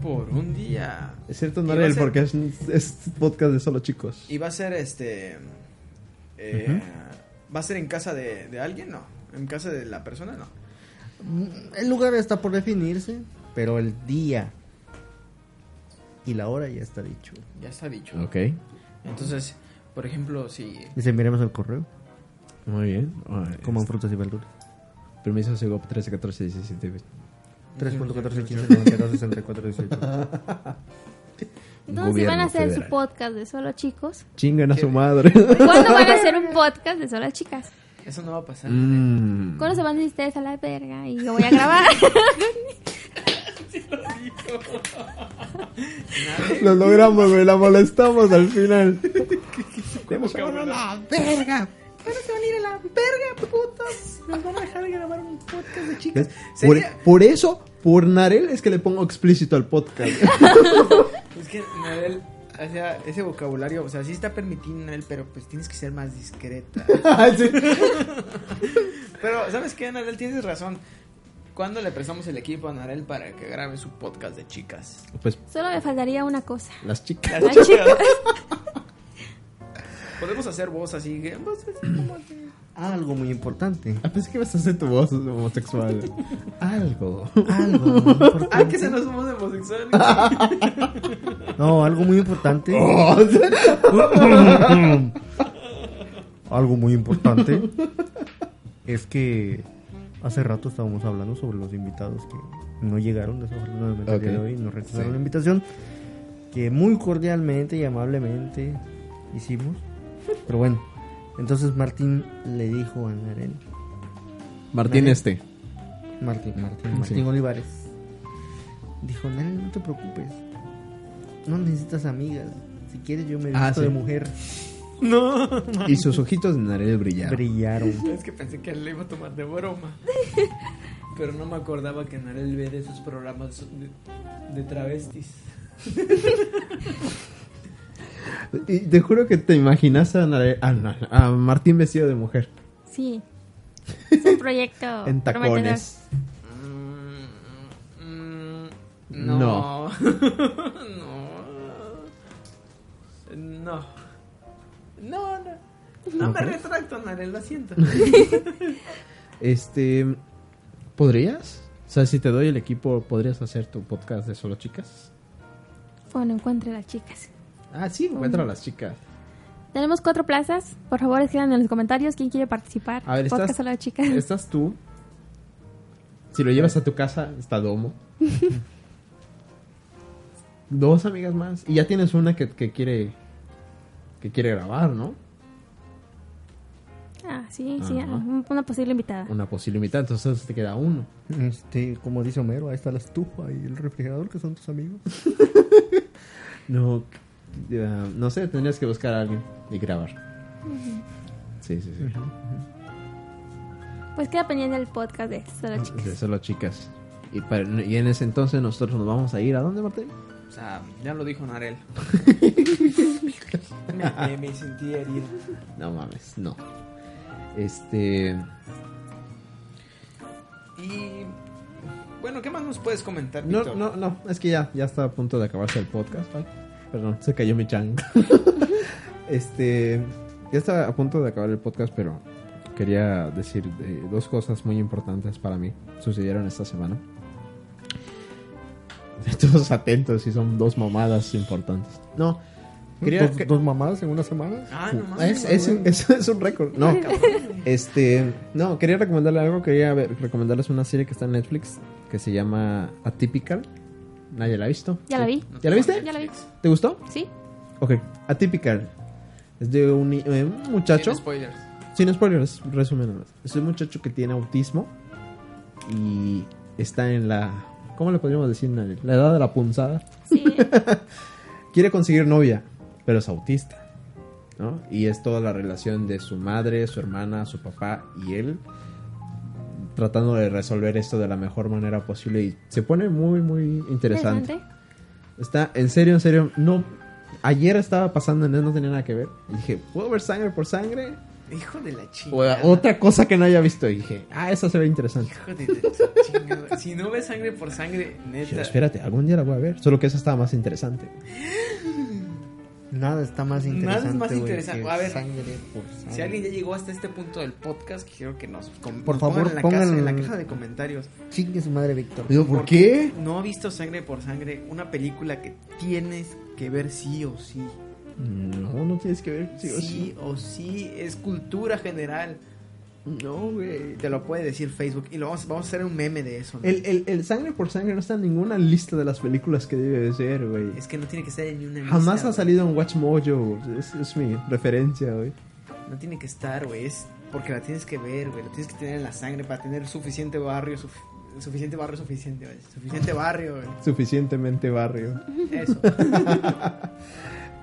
Speaker 1: por un día.
Speaker 4: Es cierto,
Speaker 1: Y va a
Speaker 4: Narel,
Speaker 1: ser-
Speaker 4: porque es, es podcast de solo chicos.
Speaker 1: Y va a ser este. eh, ¿Va a ser en casa de, de alguien? No. ¿En casa de la persona? No.
Speaker 2: Mm, El lugar está por definirse, pero el día y la hora ya está dicho.
Speaker 1: Ya está dicho.
Speaker 4: Ok,
Speaker 1: Entonces, por ejemplo, si
Speaker 2: Dice, miremos el correo.
Speaker 4: muy bien. Ah,
Speaker 2: Coman frutas y verduras.
Speaker 4: es- Permiso, sigo 13, 14, 17.
Speaker 2: 3.14, 15, 92, 64, 18.
Speaker 3: Entonces, si
Speaker 4: Gobierno
Speaker 3: van a hacer
Speaker 4: federal.
Speaker 3: su podcast de solo chicos,
Speaker 4: Chingan a su madre.
Speaker 3: ¿cuándo van a hacer un podcast de solo chicas?
Speaker 1: eso no va a pasar.
Speaker 4: Mm.
Speaker 3: ¿Cuándo se van a ir ustedes a la verga y yo voy a grabar?
Speaker 4: Lo logramos, güey. La molestamos al final. Vamos a
Speaker 1: cabrón?
Speaker 4: la verga.
Speaker 1: Nos van a dejar de grabar un podcast de
Speaker 4: ¿Ves?
Speaker 1: chicas.
Speaker 4: Por,
Speaker 1: Sería-
Speaker 4: por eso, por Narel es que le pongo explícito al podcast.
Speaker 1: Es que Narel, o sea, ese vocabulario, o sea, sí está permitido Narel, pero pues tienes que ser más discreta.
Speaker 4: Ah, Sí.
Speaker 1: Pero, ¿sabes qué, Narel? Tienes razón. ¿Cuándo le prestamos el equipo a Narel para que grabe su podcast de chicas?
Speaker 4: Pues
Speaker 3: Solo me faltaría una cosa.
Speaker 4: las chicas.
Speaker 3: Las chicas.
Speaker 1: Podemos hacer voz así, que, voz así como de-
Speaker 2: Algo muy importante.
Speaker 4: Ah, pensé que ibas a hacer tu voz homosexual. Algo.
Speaker 2: Algo muy importante.
Speaker 1: Ay, que se nos somos homosexuales.
Speaker 2: No, algo muy importante. algo muy importante es que hace rato estábamos hablando sobre los invitados que no llegaron desafortunadamente el día de
Speaker 4: Ok.
Speaker 2: hoy, nos rechazaron
Speaker 4: Sí.
Speaker 2: la invitación que muy cordialmente y amablemente hicimos. Pero bueno, entonces Martín le dijo a Narel,
Speaker 4: Martín
Speaker 2: Narel.
Speaker 4: este.
Speaker 2: Martín, Martín,
Speaker 4: Sí.
Speaker 2: Martín Olivares. Dijo, Narel, no te preocupes. No necesitas amigas. Si quieres yo me visto
Speaker 4: Ah, sí.
Speaker 2: de mujer.
Speaker 1: no.
Speaker 4: Y sus ojitos de Narel brillaron.
Speaker 2: Brillaron.
Speaker 1: Es que pensé que le iba a tomar de broma. Pero no me acordaba que Narel ve de esos programas de, de travestis.
Speaker 4: Y te juro que te imaginas a, Narel- a, Nar- a Martín vestido de mujer.
Speaker 3: Sí. Es un proyecto
Speaker 4: En
Speaker 3: prometedor.
Speaker 4: tacones.
Speaker 1: Mm, mm,
Speaker 4: No.
Speaker 1: no. No. No. No, no. No me retracto, Narel, lo siento.
Speaker 4: Este. ¿Podrías? O sea, si te doy el equipo, ¿podrías hacer tu podcast de solo chicas?
Speaker 3: Bueno, encuentre las chicas.
Speaker 4: Ah, sí, encuentra a las chicas.
Speaker 3: Tenemos cuatro plazas. Por favor, escriban en los comentarios quién quiere participar.
Speaker 4: A ver, estás-
Speaker 3: Podcast solo de chicas.
Speaker 4: Estás tú. Si lo llevas a tu casa, está Domo. Dos amigas más. Y ya tienes una que, que quiere. Que quiere grabar, ¿no?
Speaker 3: Ah, sí, sí.
Speaker 4: Ajá.
Speaker 3: ah, un- Una posible invitada.
Speaker 4: Una posible mitad, entonces te queda uno.
Speaker 2: Este, como dice Homero, ahí está la estufa y el refrigerador que son tus amigos.
Speaker 4: No, ya, no sé, tendrías que buscar a alguien y grabar. Sí, sí, sí.
Speaker 3: Pues queda pendiente el podcast de solo chicas.
Speaker 4: De solo chicas. Y, para- y en ese entonces nosotros nos vamos a ir a dónde, Martín?
Speaker 1: O sea, ya lo dijo Narel. Me, me- me sentí herido.
Speaker 4: No mames, no. Este.
Speaker 1: Y. Bueno, ¿qué más nos puedes comentar?
Speaker 4: No,
Speaker 1: Víctor?
Speaker 4: no, no, es que ya, ya está a punto de acabarse el podcast. Ay, perdón, se cayó mi chang. este. Ya está a punto de acabar el podcast, pero quería decir eh, dos cosas muy importantes para mí. Sucedieron esta semana. Todos atentos, si son dos mamadas importantes. No, quería.
Speaker 2: ¿Dos,
Speaker 4: que-
Speaker 2: dos mamadas en una semana.
Speaker 1: Ah, no mames.
Speaker 4: es, es un- es- es un récord. No, este, no, quería recomendarle algo. Quería ver- recomendarles una serie que está en Netflix que se llama Atypical. Nadie la ha visto.
Speaker 3: Ya la vi.
Speaker 4: ¿Ya la viste?
Speaker 3: Ya la vi.
Speaker 4: ¿Te gustó?
Speaker 3: ¿Sí?
Speaker 4: Ok, Atypical. Es de un, ni- eh, un muchacho.
Speaker 1: Sin spoilers.
Speaker 4: Sin spoilers, resumen nomás. Es un muchacho que tiene autismo y está en la. ¿Cómo le podríamos decir? Nani? La edad de la punzada.
Speaker 3: Sí.
Speaker 4: quiere conseguir novia, pero es autista. ¿no? Y es toda la relación de su madre, su hermana, su papá y él tratando de resolver esto de la mejor manera posible y se pone muy muy interesante. Está en serio, en serio, no ayer estaba pasando en no tenía nada que ver. Y dije, ¿puedo ver sangre por sangre?
Speaker 1: Hijo de la chica.
Speaker 4: O otra cosa que no haya visto y dije, ah, esa se ve interesante.
Speaker 1: Hijo de la chingada. Si no ves sangre por sangre,
Speaker 4: Yo,
Speaker 1: neta.
Speaker 4: espérate, algún día la voy a ver, solo que esa estaba más interesante.
Speaker 2: Nada está más
Speaker 1: Nada es
Speaker 2: interesante.
Speaker 1: más
Speaker 2: güey,
Speaker 1: interesante.
Speaker 2: que
Speaker 1: A ver,
Speaker 2: sangre por sangre.
Speaker 1: Si alguien ya llegó hasta este punto del podcast, quiero que nos, com-
Speaker 2: Por
Speaker 1: nos
Speaker 2: favor,
Speaker 1: pongan en la,
Speaker 2: pongan-
Speaker 1: casa- en la caja de comentarios.
Speaker 2: Chingue su madre, Víctor.
Speaker 4: Digo, ¿por
Speaker 1: Porque
Speaker 4: qué?
Speaker 1: No ha visto Sangre por Sangre, una película que tienes que ver sí o sí.
Speaker 4: No, no tienes que ver.
Speaker 1: Sí,
Speaker 4: Sí, o sí.
Speaker 1: o sí, es cultura general.
Speaker 4: No, güey.
Speaker 1: Te lo puede decir Facebook y lo vamos, vamos a hacer un meme de eso. ¿no?
Speaker 4: El, el, el sangre por sangre no está en ninguna lista de las películas que debe de ser, güey.
Speaker 1: Es que no tiene que estar en ni una
Speaker 4: Jamás
Speaker 1: lista,
Speaker 4: ha
Speaker 1: güey.
Speaker 4: salido en Watch Mojo. Es, es mi referencia, güey.
Speaker 1: No tiene que estar, güey. Es porque la tienes que ver, güey. La tienes que tener en la sangre para tener suficiente barrio. suf- suficiente barrio, suficiente, güey. Suficiente barrio, güey.
Speaker 4: Suficientemente barrio.
Speaker 1: Eso.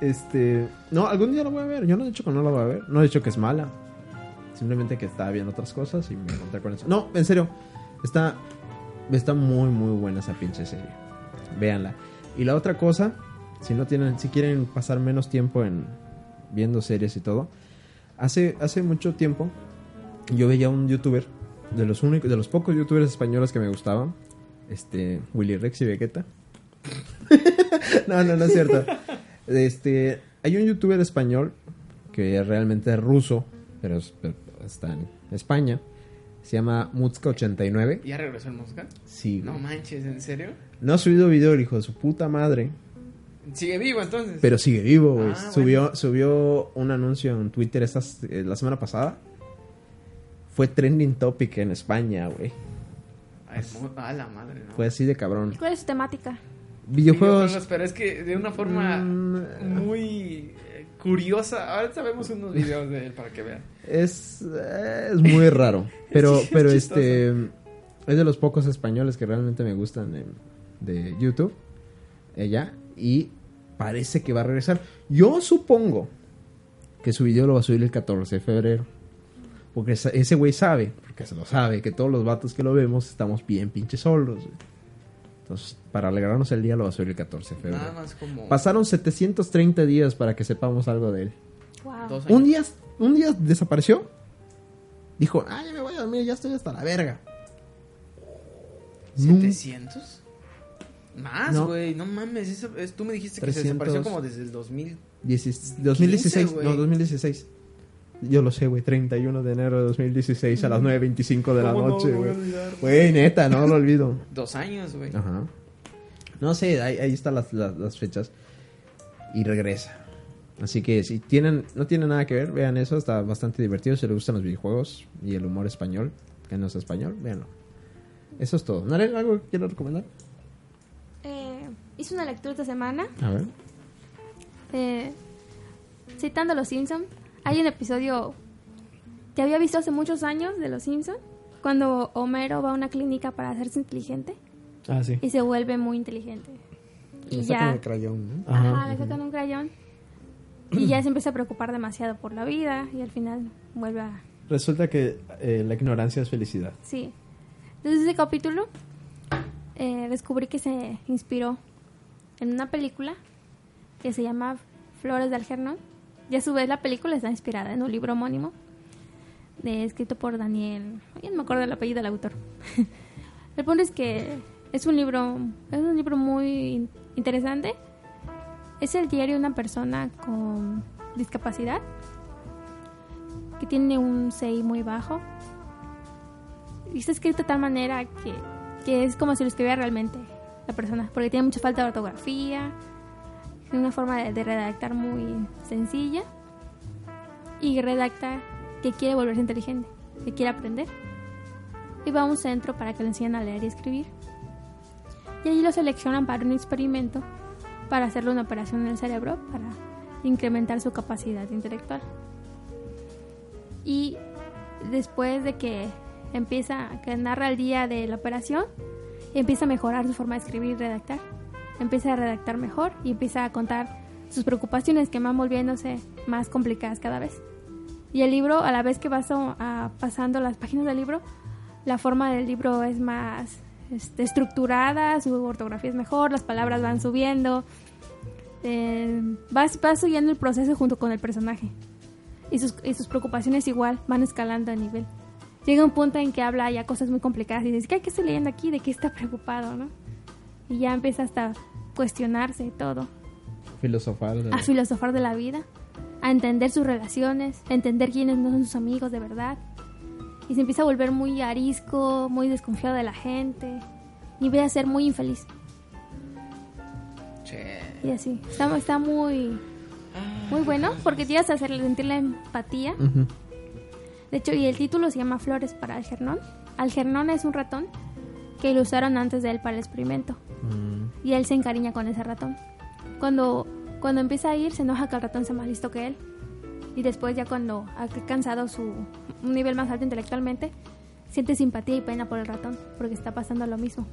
Speaker 4: Este. No, algún día la voy a ver. Yo no he dicho que no la voy a ver. No he dicho que es mala. Simplemente que estaba viendo otras cosas y me encontré con eso. No, en serio. Está. Está muy, muy buena esa pinche serie. Véanla. Y la otra cosa, si no tienen, si quieren pasar menos tiempo en viendo series y todo. Hace, hace mucho tiempo yo veía un youtuber, de los únicos, de los pocos youtubers españoles que me gustaban, este, Willy Rex y Vegeta. no, no, no es cierto. Este, hay un youtuber español que realmente es ruso, pero, es- pero está en España. Se llama Mutska89.
Speaker 1: ¿Ya regresó el Mosca?
Speaker 4: Sí,
Speaker 1: No
Speaker 4: güey.
Speaker 1: manches, ¿en serio?
Speaker 4: no ha subido video el hijo de su puta madre.
Speaker 1: ¿Sigue vivo entonces?
Speaker 4: Pero sigue vivo, güey.
Speaker 1: Ah,
Speaker 4: subió, subió un anuncio en Twitter estas, eh, la semana pasada. Fue trending topic en España, güey.
Speaker 1: Ah, es mu- ah, la madre, ¿no?
Speaker 4: Fue así de cabrón.
Speaker 3: ¿Cuál es su temática?
Speaker 4: Pues, Videojuegos.
Speaker 1: Pero es que de una forma
Speaker 4: Mm.
Speaker 1: muy eh, curiosa. Ahora sabemos unos videos de él para que vean.
Speaker 4: Es, eh, es muy raro. Pero,
Speaker 1: Es
Speaker 4: pero
Speaker 1: chistoso.
Speaker 4: este. Es de los pocos españoles que realmente me gustan eh, de YouTube. Ella. Y parece que va a regresar. Yo supongo que su video lo va a subir el 14 de febrero. Porque esa- ese güey sabe, porque se lo sabe, que todos los vatos que lo vemos estamos bien pinches solos. güey. Entonces, para alegrarnos el día, lo va a subir el 14 de febrero.
Speaker 1: Nada más como.
Speaker 4: Pasaron 730 días para que sepamos algo de él.
Speaker 3: Wow.
Speaker 1: dos años.
Speaker 4: Un día, un día desapareció. Dijo, ah, ya me voy a dormir, ya estoy hasta la verga. Nun-
Speaker 1: ¿700? Más,
Speaker 4: No.
Speaker 1: güey. No. mames. eso- es- tú me dijiste que
Speaker 4: 300.
Speaker 1: se desapareció como desde el 2000.
Speaker 4: diecis- 2016,
Speaker 1: güey.
Speaker 4: no, 2016. Yo lo sé, güey, 31 de enero de 2016 a las 9.25 de la
Speaker 1: ¿Cómo no
Speaker 4: noche,
Speaker 1: lo voy a
Speaker 4: güey.
Speaker 1: olvidar?
Speaker 4: Güey, neta, no lo olvido.
Speaker 1: Dos años, güey.
Speaker 4: Ajá. No sé, ahí, ahí están las, las- las fechas. Y regresa. Así que si tienen, no tienen nada que ver, vean eso, está bastante divertido. Si les gustan los videojuegos y el humor español, que no es español, véanlo. Eso es todo. ¿Naren, algo que quieras recomendar?
Speaker 3: Eh, hice una lectura esta semana
Speaker 4: A ver.
Speaker 3: eh, citando a Los Simpson. Hay un episodio que había visto hace muchos años de Los Simpson cuando Homero va a una clínica para hacerse inteligente
Speaker 4: Ah, sí.
Speaker 3: y se vuelve muy inteligente. Y
Speaker 2: Le sacan
Speaker 3: ya,
Speaker 2: el crayón, ¿no?
Speaker 3: ajá, le sacan un crayón y ya se empieza a preocupar demasiado por la vida y al final vuelve a
Speaker 4: Resulta que eh, la ignorancia es felicidad.
Speaker 3: Sí. Entonces ese capítulo eh, descubrí que se inspiró en una película que se llama Flores de Algernon. Y a su vez la película está inspirada en un libro homónimo de- escrito por Daniel... ay, no me acuerdo el apellido del autor. el punto es que es un libro, es un libro muy in- interesante. Es el diario de una persona con discapacidad que tiene un CI muy bajo y está escrito de tal manera que, que es como si lo escribiera realmente la persona, porque tiene mucha falta de ortografía, tiene una forma de, de redactar muy sencilla y redacta que quiere volverse inteligente, que quiere aprender. Y va a un centro para que le enseñen a leer y escribir. Y allí lo seleccionan para un experimento, para hacerle una operación en el cerebro, para incrementar su capacidad intelectual. Y después de que empieza, que narra el día de la operación, empieza a mejorar su forma de escribir y redactar. Empieza a redactar mejor y empieza a contar sus preocupaciones que van volviéndose más complicadas cada vez. Y el libro, a la vez que vas a- a- pasando las páginas del libro, la forma del libro es más este, estructurada, su ortografía es mejor, las palabras van subiendo. Eh, vas, vas siguiendo el proceso junto con el personaje y sus, y sus preocupaciones igual van escalando de nivel. Llega un punto en que habla ya cosas muy complicadas y dices, ¿qué, qué estoy leyendo aquí? ¿De qué está preocupado? ¿no? Y ya empieza hasta a cuestionarse todo.
Speaker 4: filosofal. de-
Speaker 3: a filosofar de la vida, a entender sus relaciones, a entender quiénes no son sus amigos de verdad. Y se empieza a volver muy arisco, muy desconfiado de la gente. Y empieza a ser muy infeliz.
Speaker 1: Che.
Speaker 3: Y así. Está, está muy, muy bueno porque llegas a hacer, sentir la empatía.
Speaker 4: Ujú.
Speaker 3: De hecho, y el título se llama Flores para Algernon. Algernon es un ratón que lo usaron antes de él para el experimento.
Speaker 4: Mm.
Speaker 3: Y él se encariña con ese ratón. Cuando, cuando empieza a ir, se enoja que el ratón sea más listo que él. Y después ya cuando ha alcanzado su un nivel más alto intelectualmente, siente simpatía y pena por el ratón, porque está pasando lo mismo.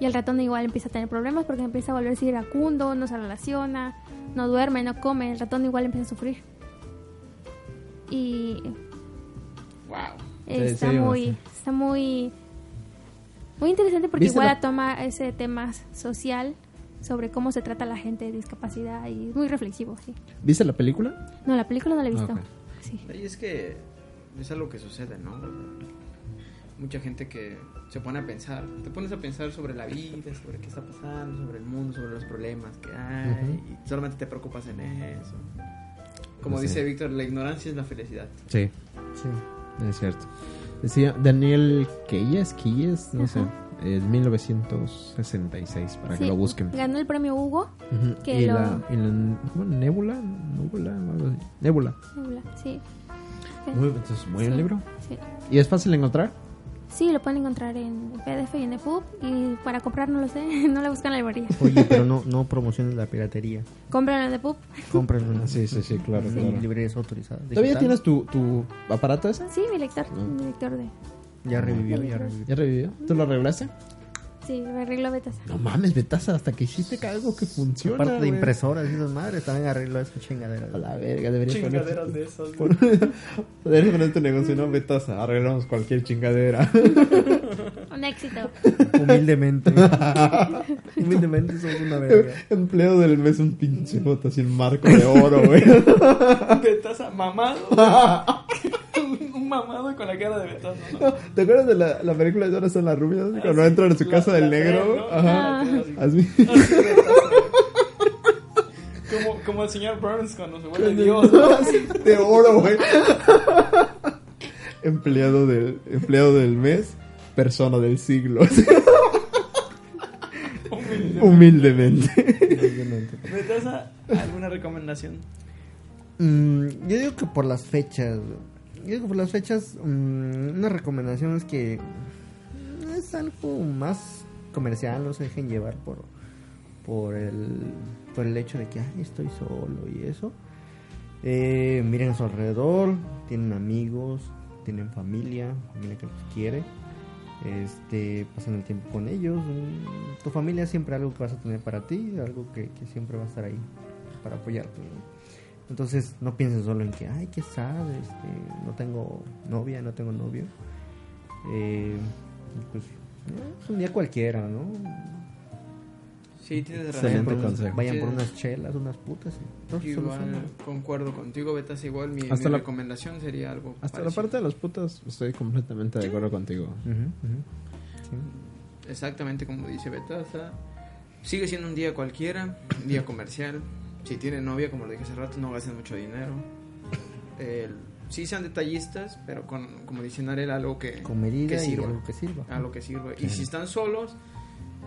Speaker 3: Y el ratón igual empieza a tener problemas porque empieza a volverse iracundo, no se relaciona, no duerme, no come, el ratón igual empieza a sufrir. Y
Speaker 1: Wow.
Speaker 3: eh,
Speaker 4: Sí,
Speaker 3: está
Speaker 4: sí,
Speaker 3: muy,
Speaker 4: bastante.
Speaker 3: está muy, muy interesante porque
Speaker 4: ¿Viste
Speaker 3: igual
Speaker 4: la-
Speaker 3: toma ese tema social sobre cómo se trata a la gente de discapacidad y es muy reflexivo, sí.
Speaker 4: ¿Viste la película?
Speaker 3: No, la película no la he visto.
Speaker 4: Ok.
Speaker 3: Sí.
Speaker 1: Y es que es algo que sucede, ¿no? O sea, Mucha gente que se pone a pensar, te pones a pensar sobre la vida, sobre qué está pasando, sobre el mundo, sobre los problemas que hay, y solamente te preocupas en eso. Como
Speaker 4: Sí.
Speaker 1: dice Víctor, la ignorancia es la felicidad.
Speaker 4: Sí.
Speaker 2: Sí.
Speaker 4: Es cierto. Decía Daniel Quilles, Quilles, no sé. Es 1966, para que
Speaker 3: Sí,
Speaker 4: lo busquen.
Speaker 3: Ganó el premio Hugo.
Speaker 4: Ujú.
Speaker 3: que
Speaker 4: y
Speaker 3: lo-
Speaker 4: la, y la- ¿cómo? nebula, nubula, o algo así. nebula.
Speaker 3: Sí.
Speaker 4: Muy, entonces, muy
Speaker 3: Sí.
Speaker 4: buen libro.
Speaker 3: Sí.
Speaker 4: ¿Y es fácil de encontrar?
Speaker 3: Sí, lo pueden encontrar en PDF y en E EPUB y para comprar no lo sé, no la buscan en la librería.
Speaker 2: Oye, pero no, no promociones la piratería.
Speaker 3: Compran en E EPUB.
Speaker 2: Cómprenlo en
Speaker 4: Ah, Sí, sí, sí, claro.
Speaker 2: en librerías autorizadas.
Speaker 4: ¿Todavía
Speaker 2: Digital.
Speaker 4: tienes tu, tu aparato ese?
Speaker 3: Sí, mi lector, mi lector de.
Speaker 2: Ya revivió, ya revivió.
Speaker 4: ¿Ya revivió? ¿Tú lo arreglaste?
Speaker 3: Sí, me arreglo betas.
Speaker 4: No mames, Betasa, hasta que hiciste algo que funciona.
Speaker 2: Aparte de
Speaker 4: güey.
Speaker 2: impresoras y esas madres, también arregló esa chingadera.
Speaker 4: A la verga, deberías
Speaker 1: Chingaderas
Speaker 4: poner.
Speaker 1: de esas.
Speaker 4: Por... deberías poner tu negocio, no Betasa. Arreglamos cualquier chingadera.
Speaker 3: Un éxito.
Speaker 2: Humildemente. Humildemente somos una verga.
Speaker 4: Empleo del mes, un pinche bota así, un marco de oro, güey.
Speaker 1: Ah, Betaza mamado. un, un mamado con la cara de Betaza. ¿no?
Speaker 4: ¿Te acuerdas de la, la película de Ahora son las rubias? Cuando entran en su
Speaker 1: La-
Speaker 4: casa
Speaker 1: la
Speaker 4: del negro,
Speaker 1: tres,
Speaker 4: güey.
Speaker 1: ¿no?
Speaker 4: Ajá.
Speaker 1: La tres, así.
Speaker 4: Así.
Speaker 1: Como, como el señor Burns cuando se vuelve Dios. ¿no?
Speaker 4: de oro, güey. empleado, del, empleado del mes, persona del siglo. Humildemente.
Speaker 2: Humildemente.
Speaker 1: Betaza, ¿alguna recomendación?
Speaker 2: Mm, yo digo que por las fechas. Yo digo que por las fechas. mm, una recomendación es que. mm, Es algo más comercial, no se dejen llevar por. Por el, por el hecho de que ay, estoy solo y eso. Eh, miren a su alrededor, tienen amigos, tienen familia, familia que los quiere. Este, pasan el tiempo con ellos. mm, Tu familia es siempre algo que vas a tener para ti, algo que, que siempre va a estar ahí para apoyarte. ¿no? Entonces no piensen solo en que, ay, qué sad, este, no tengo novia, no tengo novio. Eh, pues, eh, es un día cualquiera, ¿no?
Speaker 1: Sí, tienes razón.
Speaker 2: Vayan
Speaker 4: Excelente
Speaker 2: por, unas-
Speaker 4: consejo.
Speaker 2: vayan por
Speaker 1: Sí.
Speaker 2: unas chelas, unas putas. y todo se soluciona.
Speaker 1: Igual concuerdo contigo, Betas. Igual mi,
Speaker 4: Hasta
Speaker 1: mi
Speaker 4: la-
Speaker 1: recomendación sería algo.
Speaker 4: Hasta la
Speaker 1: parecido.
Speaker 4: parte de las putas, estoy completamente de acuerdo contigo.
Speaker 2: Ujú, ujú. Sí.
Speaker 1: Exactamente como dice Betaza. Sigue siendo un día cualquiera, un día comercial. Si tienen novia, como lo dije hace rato, no gasten mucho dinero. El- sí sean detallistas, pero con, como dice Narel, algo que,
Speaker 2: Con medida
Speaker 1: que
Speaker 2: y
Speaker 1: sirva.
Speaker 2: algo que sirva.
Speaker 1: Algo que sirva. Y si están solos,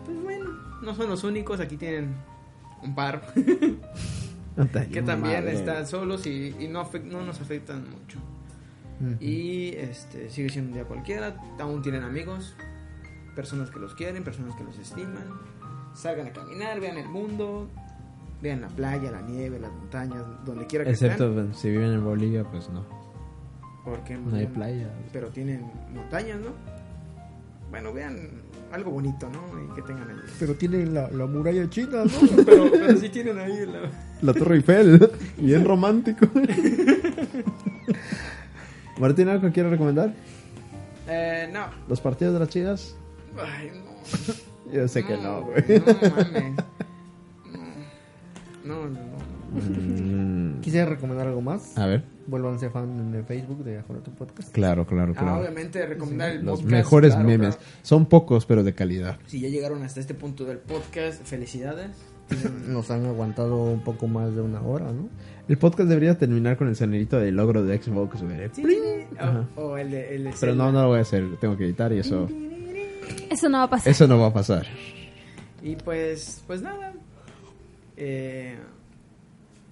Speaker 1: pues bueno, no son los únicos. Aquí tienen un par que también
Speaker 4: Madre.
Speaker 1: están solos y, y no, afec- no nos afectan mucho.
Speaker 2: Ujú.
Speaker 1: Y este, sigue siendo un día cualquiera. Aún tienen amigos, personas que los quieren, personas que los estiman. Salgan a caminar, vean el mundo, vean la playa, la nieve, las montañas, donde quiera que estén.
Speaker 4: Excepto si viven en Bolivia, pues no.
Speaker 1: Porque
Speaker 4: No Pues hay playa.
Speaker 1: Pero tienen montañas, ¿no? Bueno, vean algo bonito, ¿no? Y que tengan ahí.
Speaker 2: Pero tiene la, la muralla china, ¿no?
Speaker 1: Pero, pero sí tienen ahí la...
Speaker 4: La Torre Eiffel. Bien romántico. Martín, ¿algo que quiero recomendar?
Speaker 1: Eh, no.
Speaker 4: ¿Los partidos de las chivas?
Speaker 1: Ay, no.
Speaker 4: Yo sé que no, güey.
Speaker 1: No mames. No, no, no.
Speaker 4: Mm,
Speaker 2: Quisiera recomendar algo más.
Speaker 4: a ver.
Speaker 2: Vuélvanse fan en Facebook de Ajolote Podcast.
Speaker 4: Claro, claro,
Speaker 1: Ah,
Speaker 4: claro.
Speaker 1: obviamente recomendar el
Speaker 4: Los
Speaker 1: podcast,
Speaker 4: mejores
Speaker 1: claro,
Speaker 4: memes.
Speaker 1: claro.
Speaker 4: Son pocos, pero de calidad.
Speaker 1: Si ya llegaron hasta este punto del podcast, felicidades.
Speaker 2: nos han aguantado un poco más de una hora, ¿no?
Speaker 4: El podcast debería terminar con el sonidito del logro de Xbox, güey. Ajá.
Speaker 1: O, o el de, el de
Speaker 4: Pero
Speaker 1: Zelda.
Speaker 4: no, no lo voy a hacer, tengo que editar y eso,
Speaker 3: Eso no va a pasar.
Speaker 4: eso no va a pasar.
Speaker 1: Y pues, pues nada. Eh,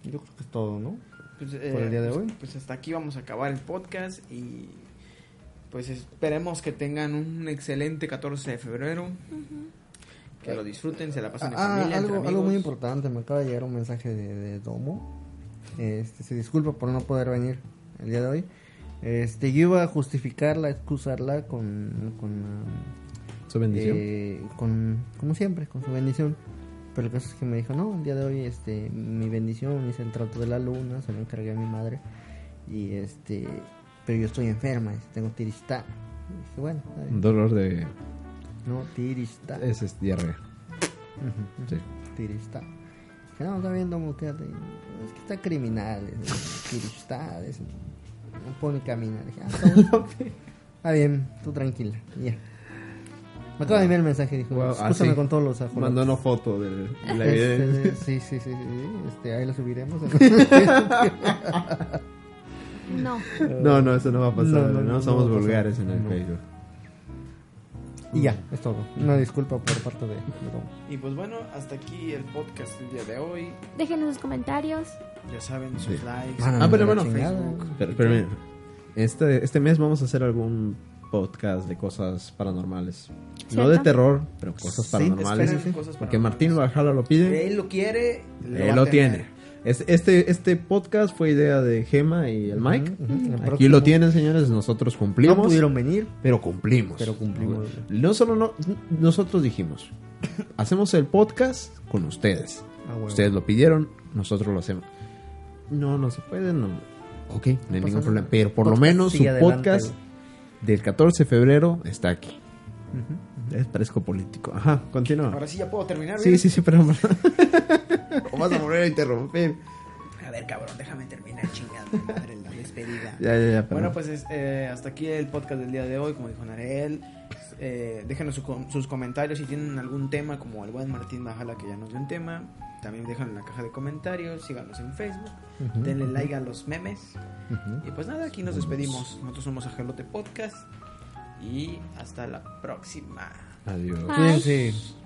Speaker 2: Yo creo que es todo, ¿no?
Speaker 1: pues, eh,
Speaker 2: Por el día de
Speaker 1: pues-
Speaker 2: hoy.
Speaker 1: Pues hasta aquí vamos a acabar el podcast y pues esperemos que tengan un excelente 14 de febrero. Que lo disfruten, se la pasen en
Speaker 2: Ah,
Speaker 1: familia,
Speaker 2: algo,
Speaker 1: entre amigos.
Speaker 2: algo muy importante, me acaba de llegar un mensaje de, de Domo. Este, se disculpa por no poder venir el día de hoy. Este, yo iba a justificarla, excusarla con, con, ah,
Speaker 4: Su bendición.
Speaker 2: eh, con, como siempre, con su bendición. Pero el caso es que me dijo, no, el día de hoy, este, mi bendición, hice el trato de la luna, se lo encargué a mi madre. Y este, pero yo estoy enferma, este, tengo tiristá. Y dije, bueno, está bien.
Speaker 4: Un dolor de...
Speaker 1: Mm.
Speaker 2: no, tiristá.
Speaker 4: Es, este, es diarrea. Sí.
Speaker 2: Tiristá. Dije, no, está bien, Domo, quédate. Es que está criminal. es- Tiristá. es- No puedo ni caminar. Dije, ah, está bueno. Está bien, tú tranquila. y Ya. Me acaba de enviar el mensaje, dijo.
Speaker 4: Wow,
Speaker 2: Escúchame
Speaker 4: ah, sí.
Speaker 2: con todos los ajolotes.
Speaker 4: Mandó una foto de de la
Speaker 2: Este,
Speaker 4: evidencia.
Speaker 2: sí, sí, sí, sí, sí, Este, ahí lo subiremos.
Speaker 3: No.
Speaker 4: No, no, eso no va a pasar.
Speaker 2: No,
Speaker 4: No,
Speaker 2: no, no,
Speaker 4: somos
Speaker 2: no va a pasar.
Speaker 4: vulgares en el
Speaker 2: No.
Speaker 4: Facebook.
Speaker 2: y ya, es todo. Una disculpa por parte de de Domo.
Speaker 1: Y pues bueno, hasta aquí el podcast del día de hoy.
Speaker 3: Déjenos sus comentarios.
Speaker 1: Ya saben, sus
Speaker 4: Sí.
Speaker 1: likes.
Speaker 2: Ah, no,
Speaker 4: Ah, pero
Speaker 2: la
Speaker 4: bueno,
Speaker 2: chingada.
Speaker 1: Facebook.
Speaker 4: Pero, pero mira, este, este mes vamos a hacer algún podcast de cosas paranormales. No
Speaker 3: ¿Cierto?
Speaker 4: de terror, pero cosas
Speaker 2: Sí,
Speaker 4: paranormales.
Speaker 1: esperen cosas
Speaker 4: Porque
Speaker 1: paranormales.
Speaker 4: Martín Valhalla lo pide.
Speaker 1: Él lo quiere, va
Speaker 4: Él
Speaker 1: a
Speaker 4: lo
Speaker 1: tener.
Speaker 4: tiene. Es- Este, este podcast fue idea de Gema y el Mike.
Speaker 2: Ujú, ujú. El
Speaker 4: Aquí
Speaker 2: próximo.
Speaker 4: lo tienen, señores. Nosotros cumplimos.
Speaker 2: No pudieron venir.
Speaker 4: Pero cumplimos.
Speaker 2: Pero cumplimos.
Speaker 4: No solo no, nosotros dijimos, hacemos el podcast con ustedes.
Speaker 2: Ah, bueno.
Speaker 4: Ustedes lo pidieron, nosotros lo hacemos. No, no se puede, no. Ok, no hay
Speaker 2: pasa
Speaker 4: ningún problema.
Speaker 2: nada.
Speaker 4: Pero por lo
Speaker 2: Podcast
Speaker 4: menos su
Speaker 2: sigue adelante,
Speaker 4: podcast del 14 de febrero está aquí. Es parezco político. Ajá, continúa.
Speaker 1: Ahora sí ya puedo terminar.
Speaker 4: Sí,
Speaker 1: mira.
Speaker 4: sí, sí, pero... O vas a volver a interrumpir.
Speaker 1: A ver, cabrón, déjame terminar, chingada madre, la despedida.
Speaker 4: Ya, ya, ya.
Speaker 1: Bueno,
Speaker 4: perdón.
Speaker 1: pues es- eh, hasta aquí el podcast del día de hoy, como dijo Narel. Eh, déjenos su com- sus comentarios si tienen algún tema, como el buen Martín Bajala que ya nos dio un tema. También déjenlo en la caja de comentarios, síganos en Facebook, denle like a los memes. Y pues nada, aquí nos despedimos. Nosotros somos Ajelote Podcast y hasta la próxima.
Speaker 4: Adiós.
Speaker 3: Bye.
Speaker 2: Cuídense.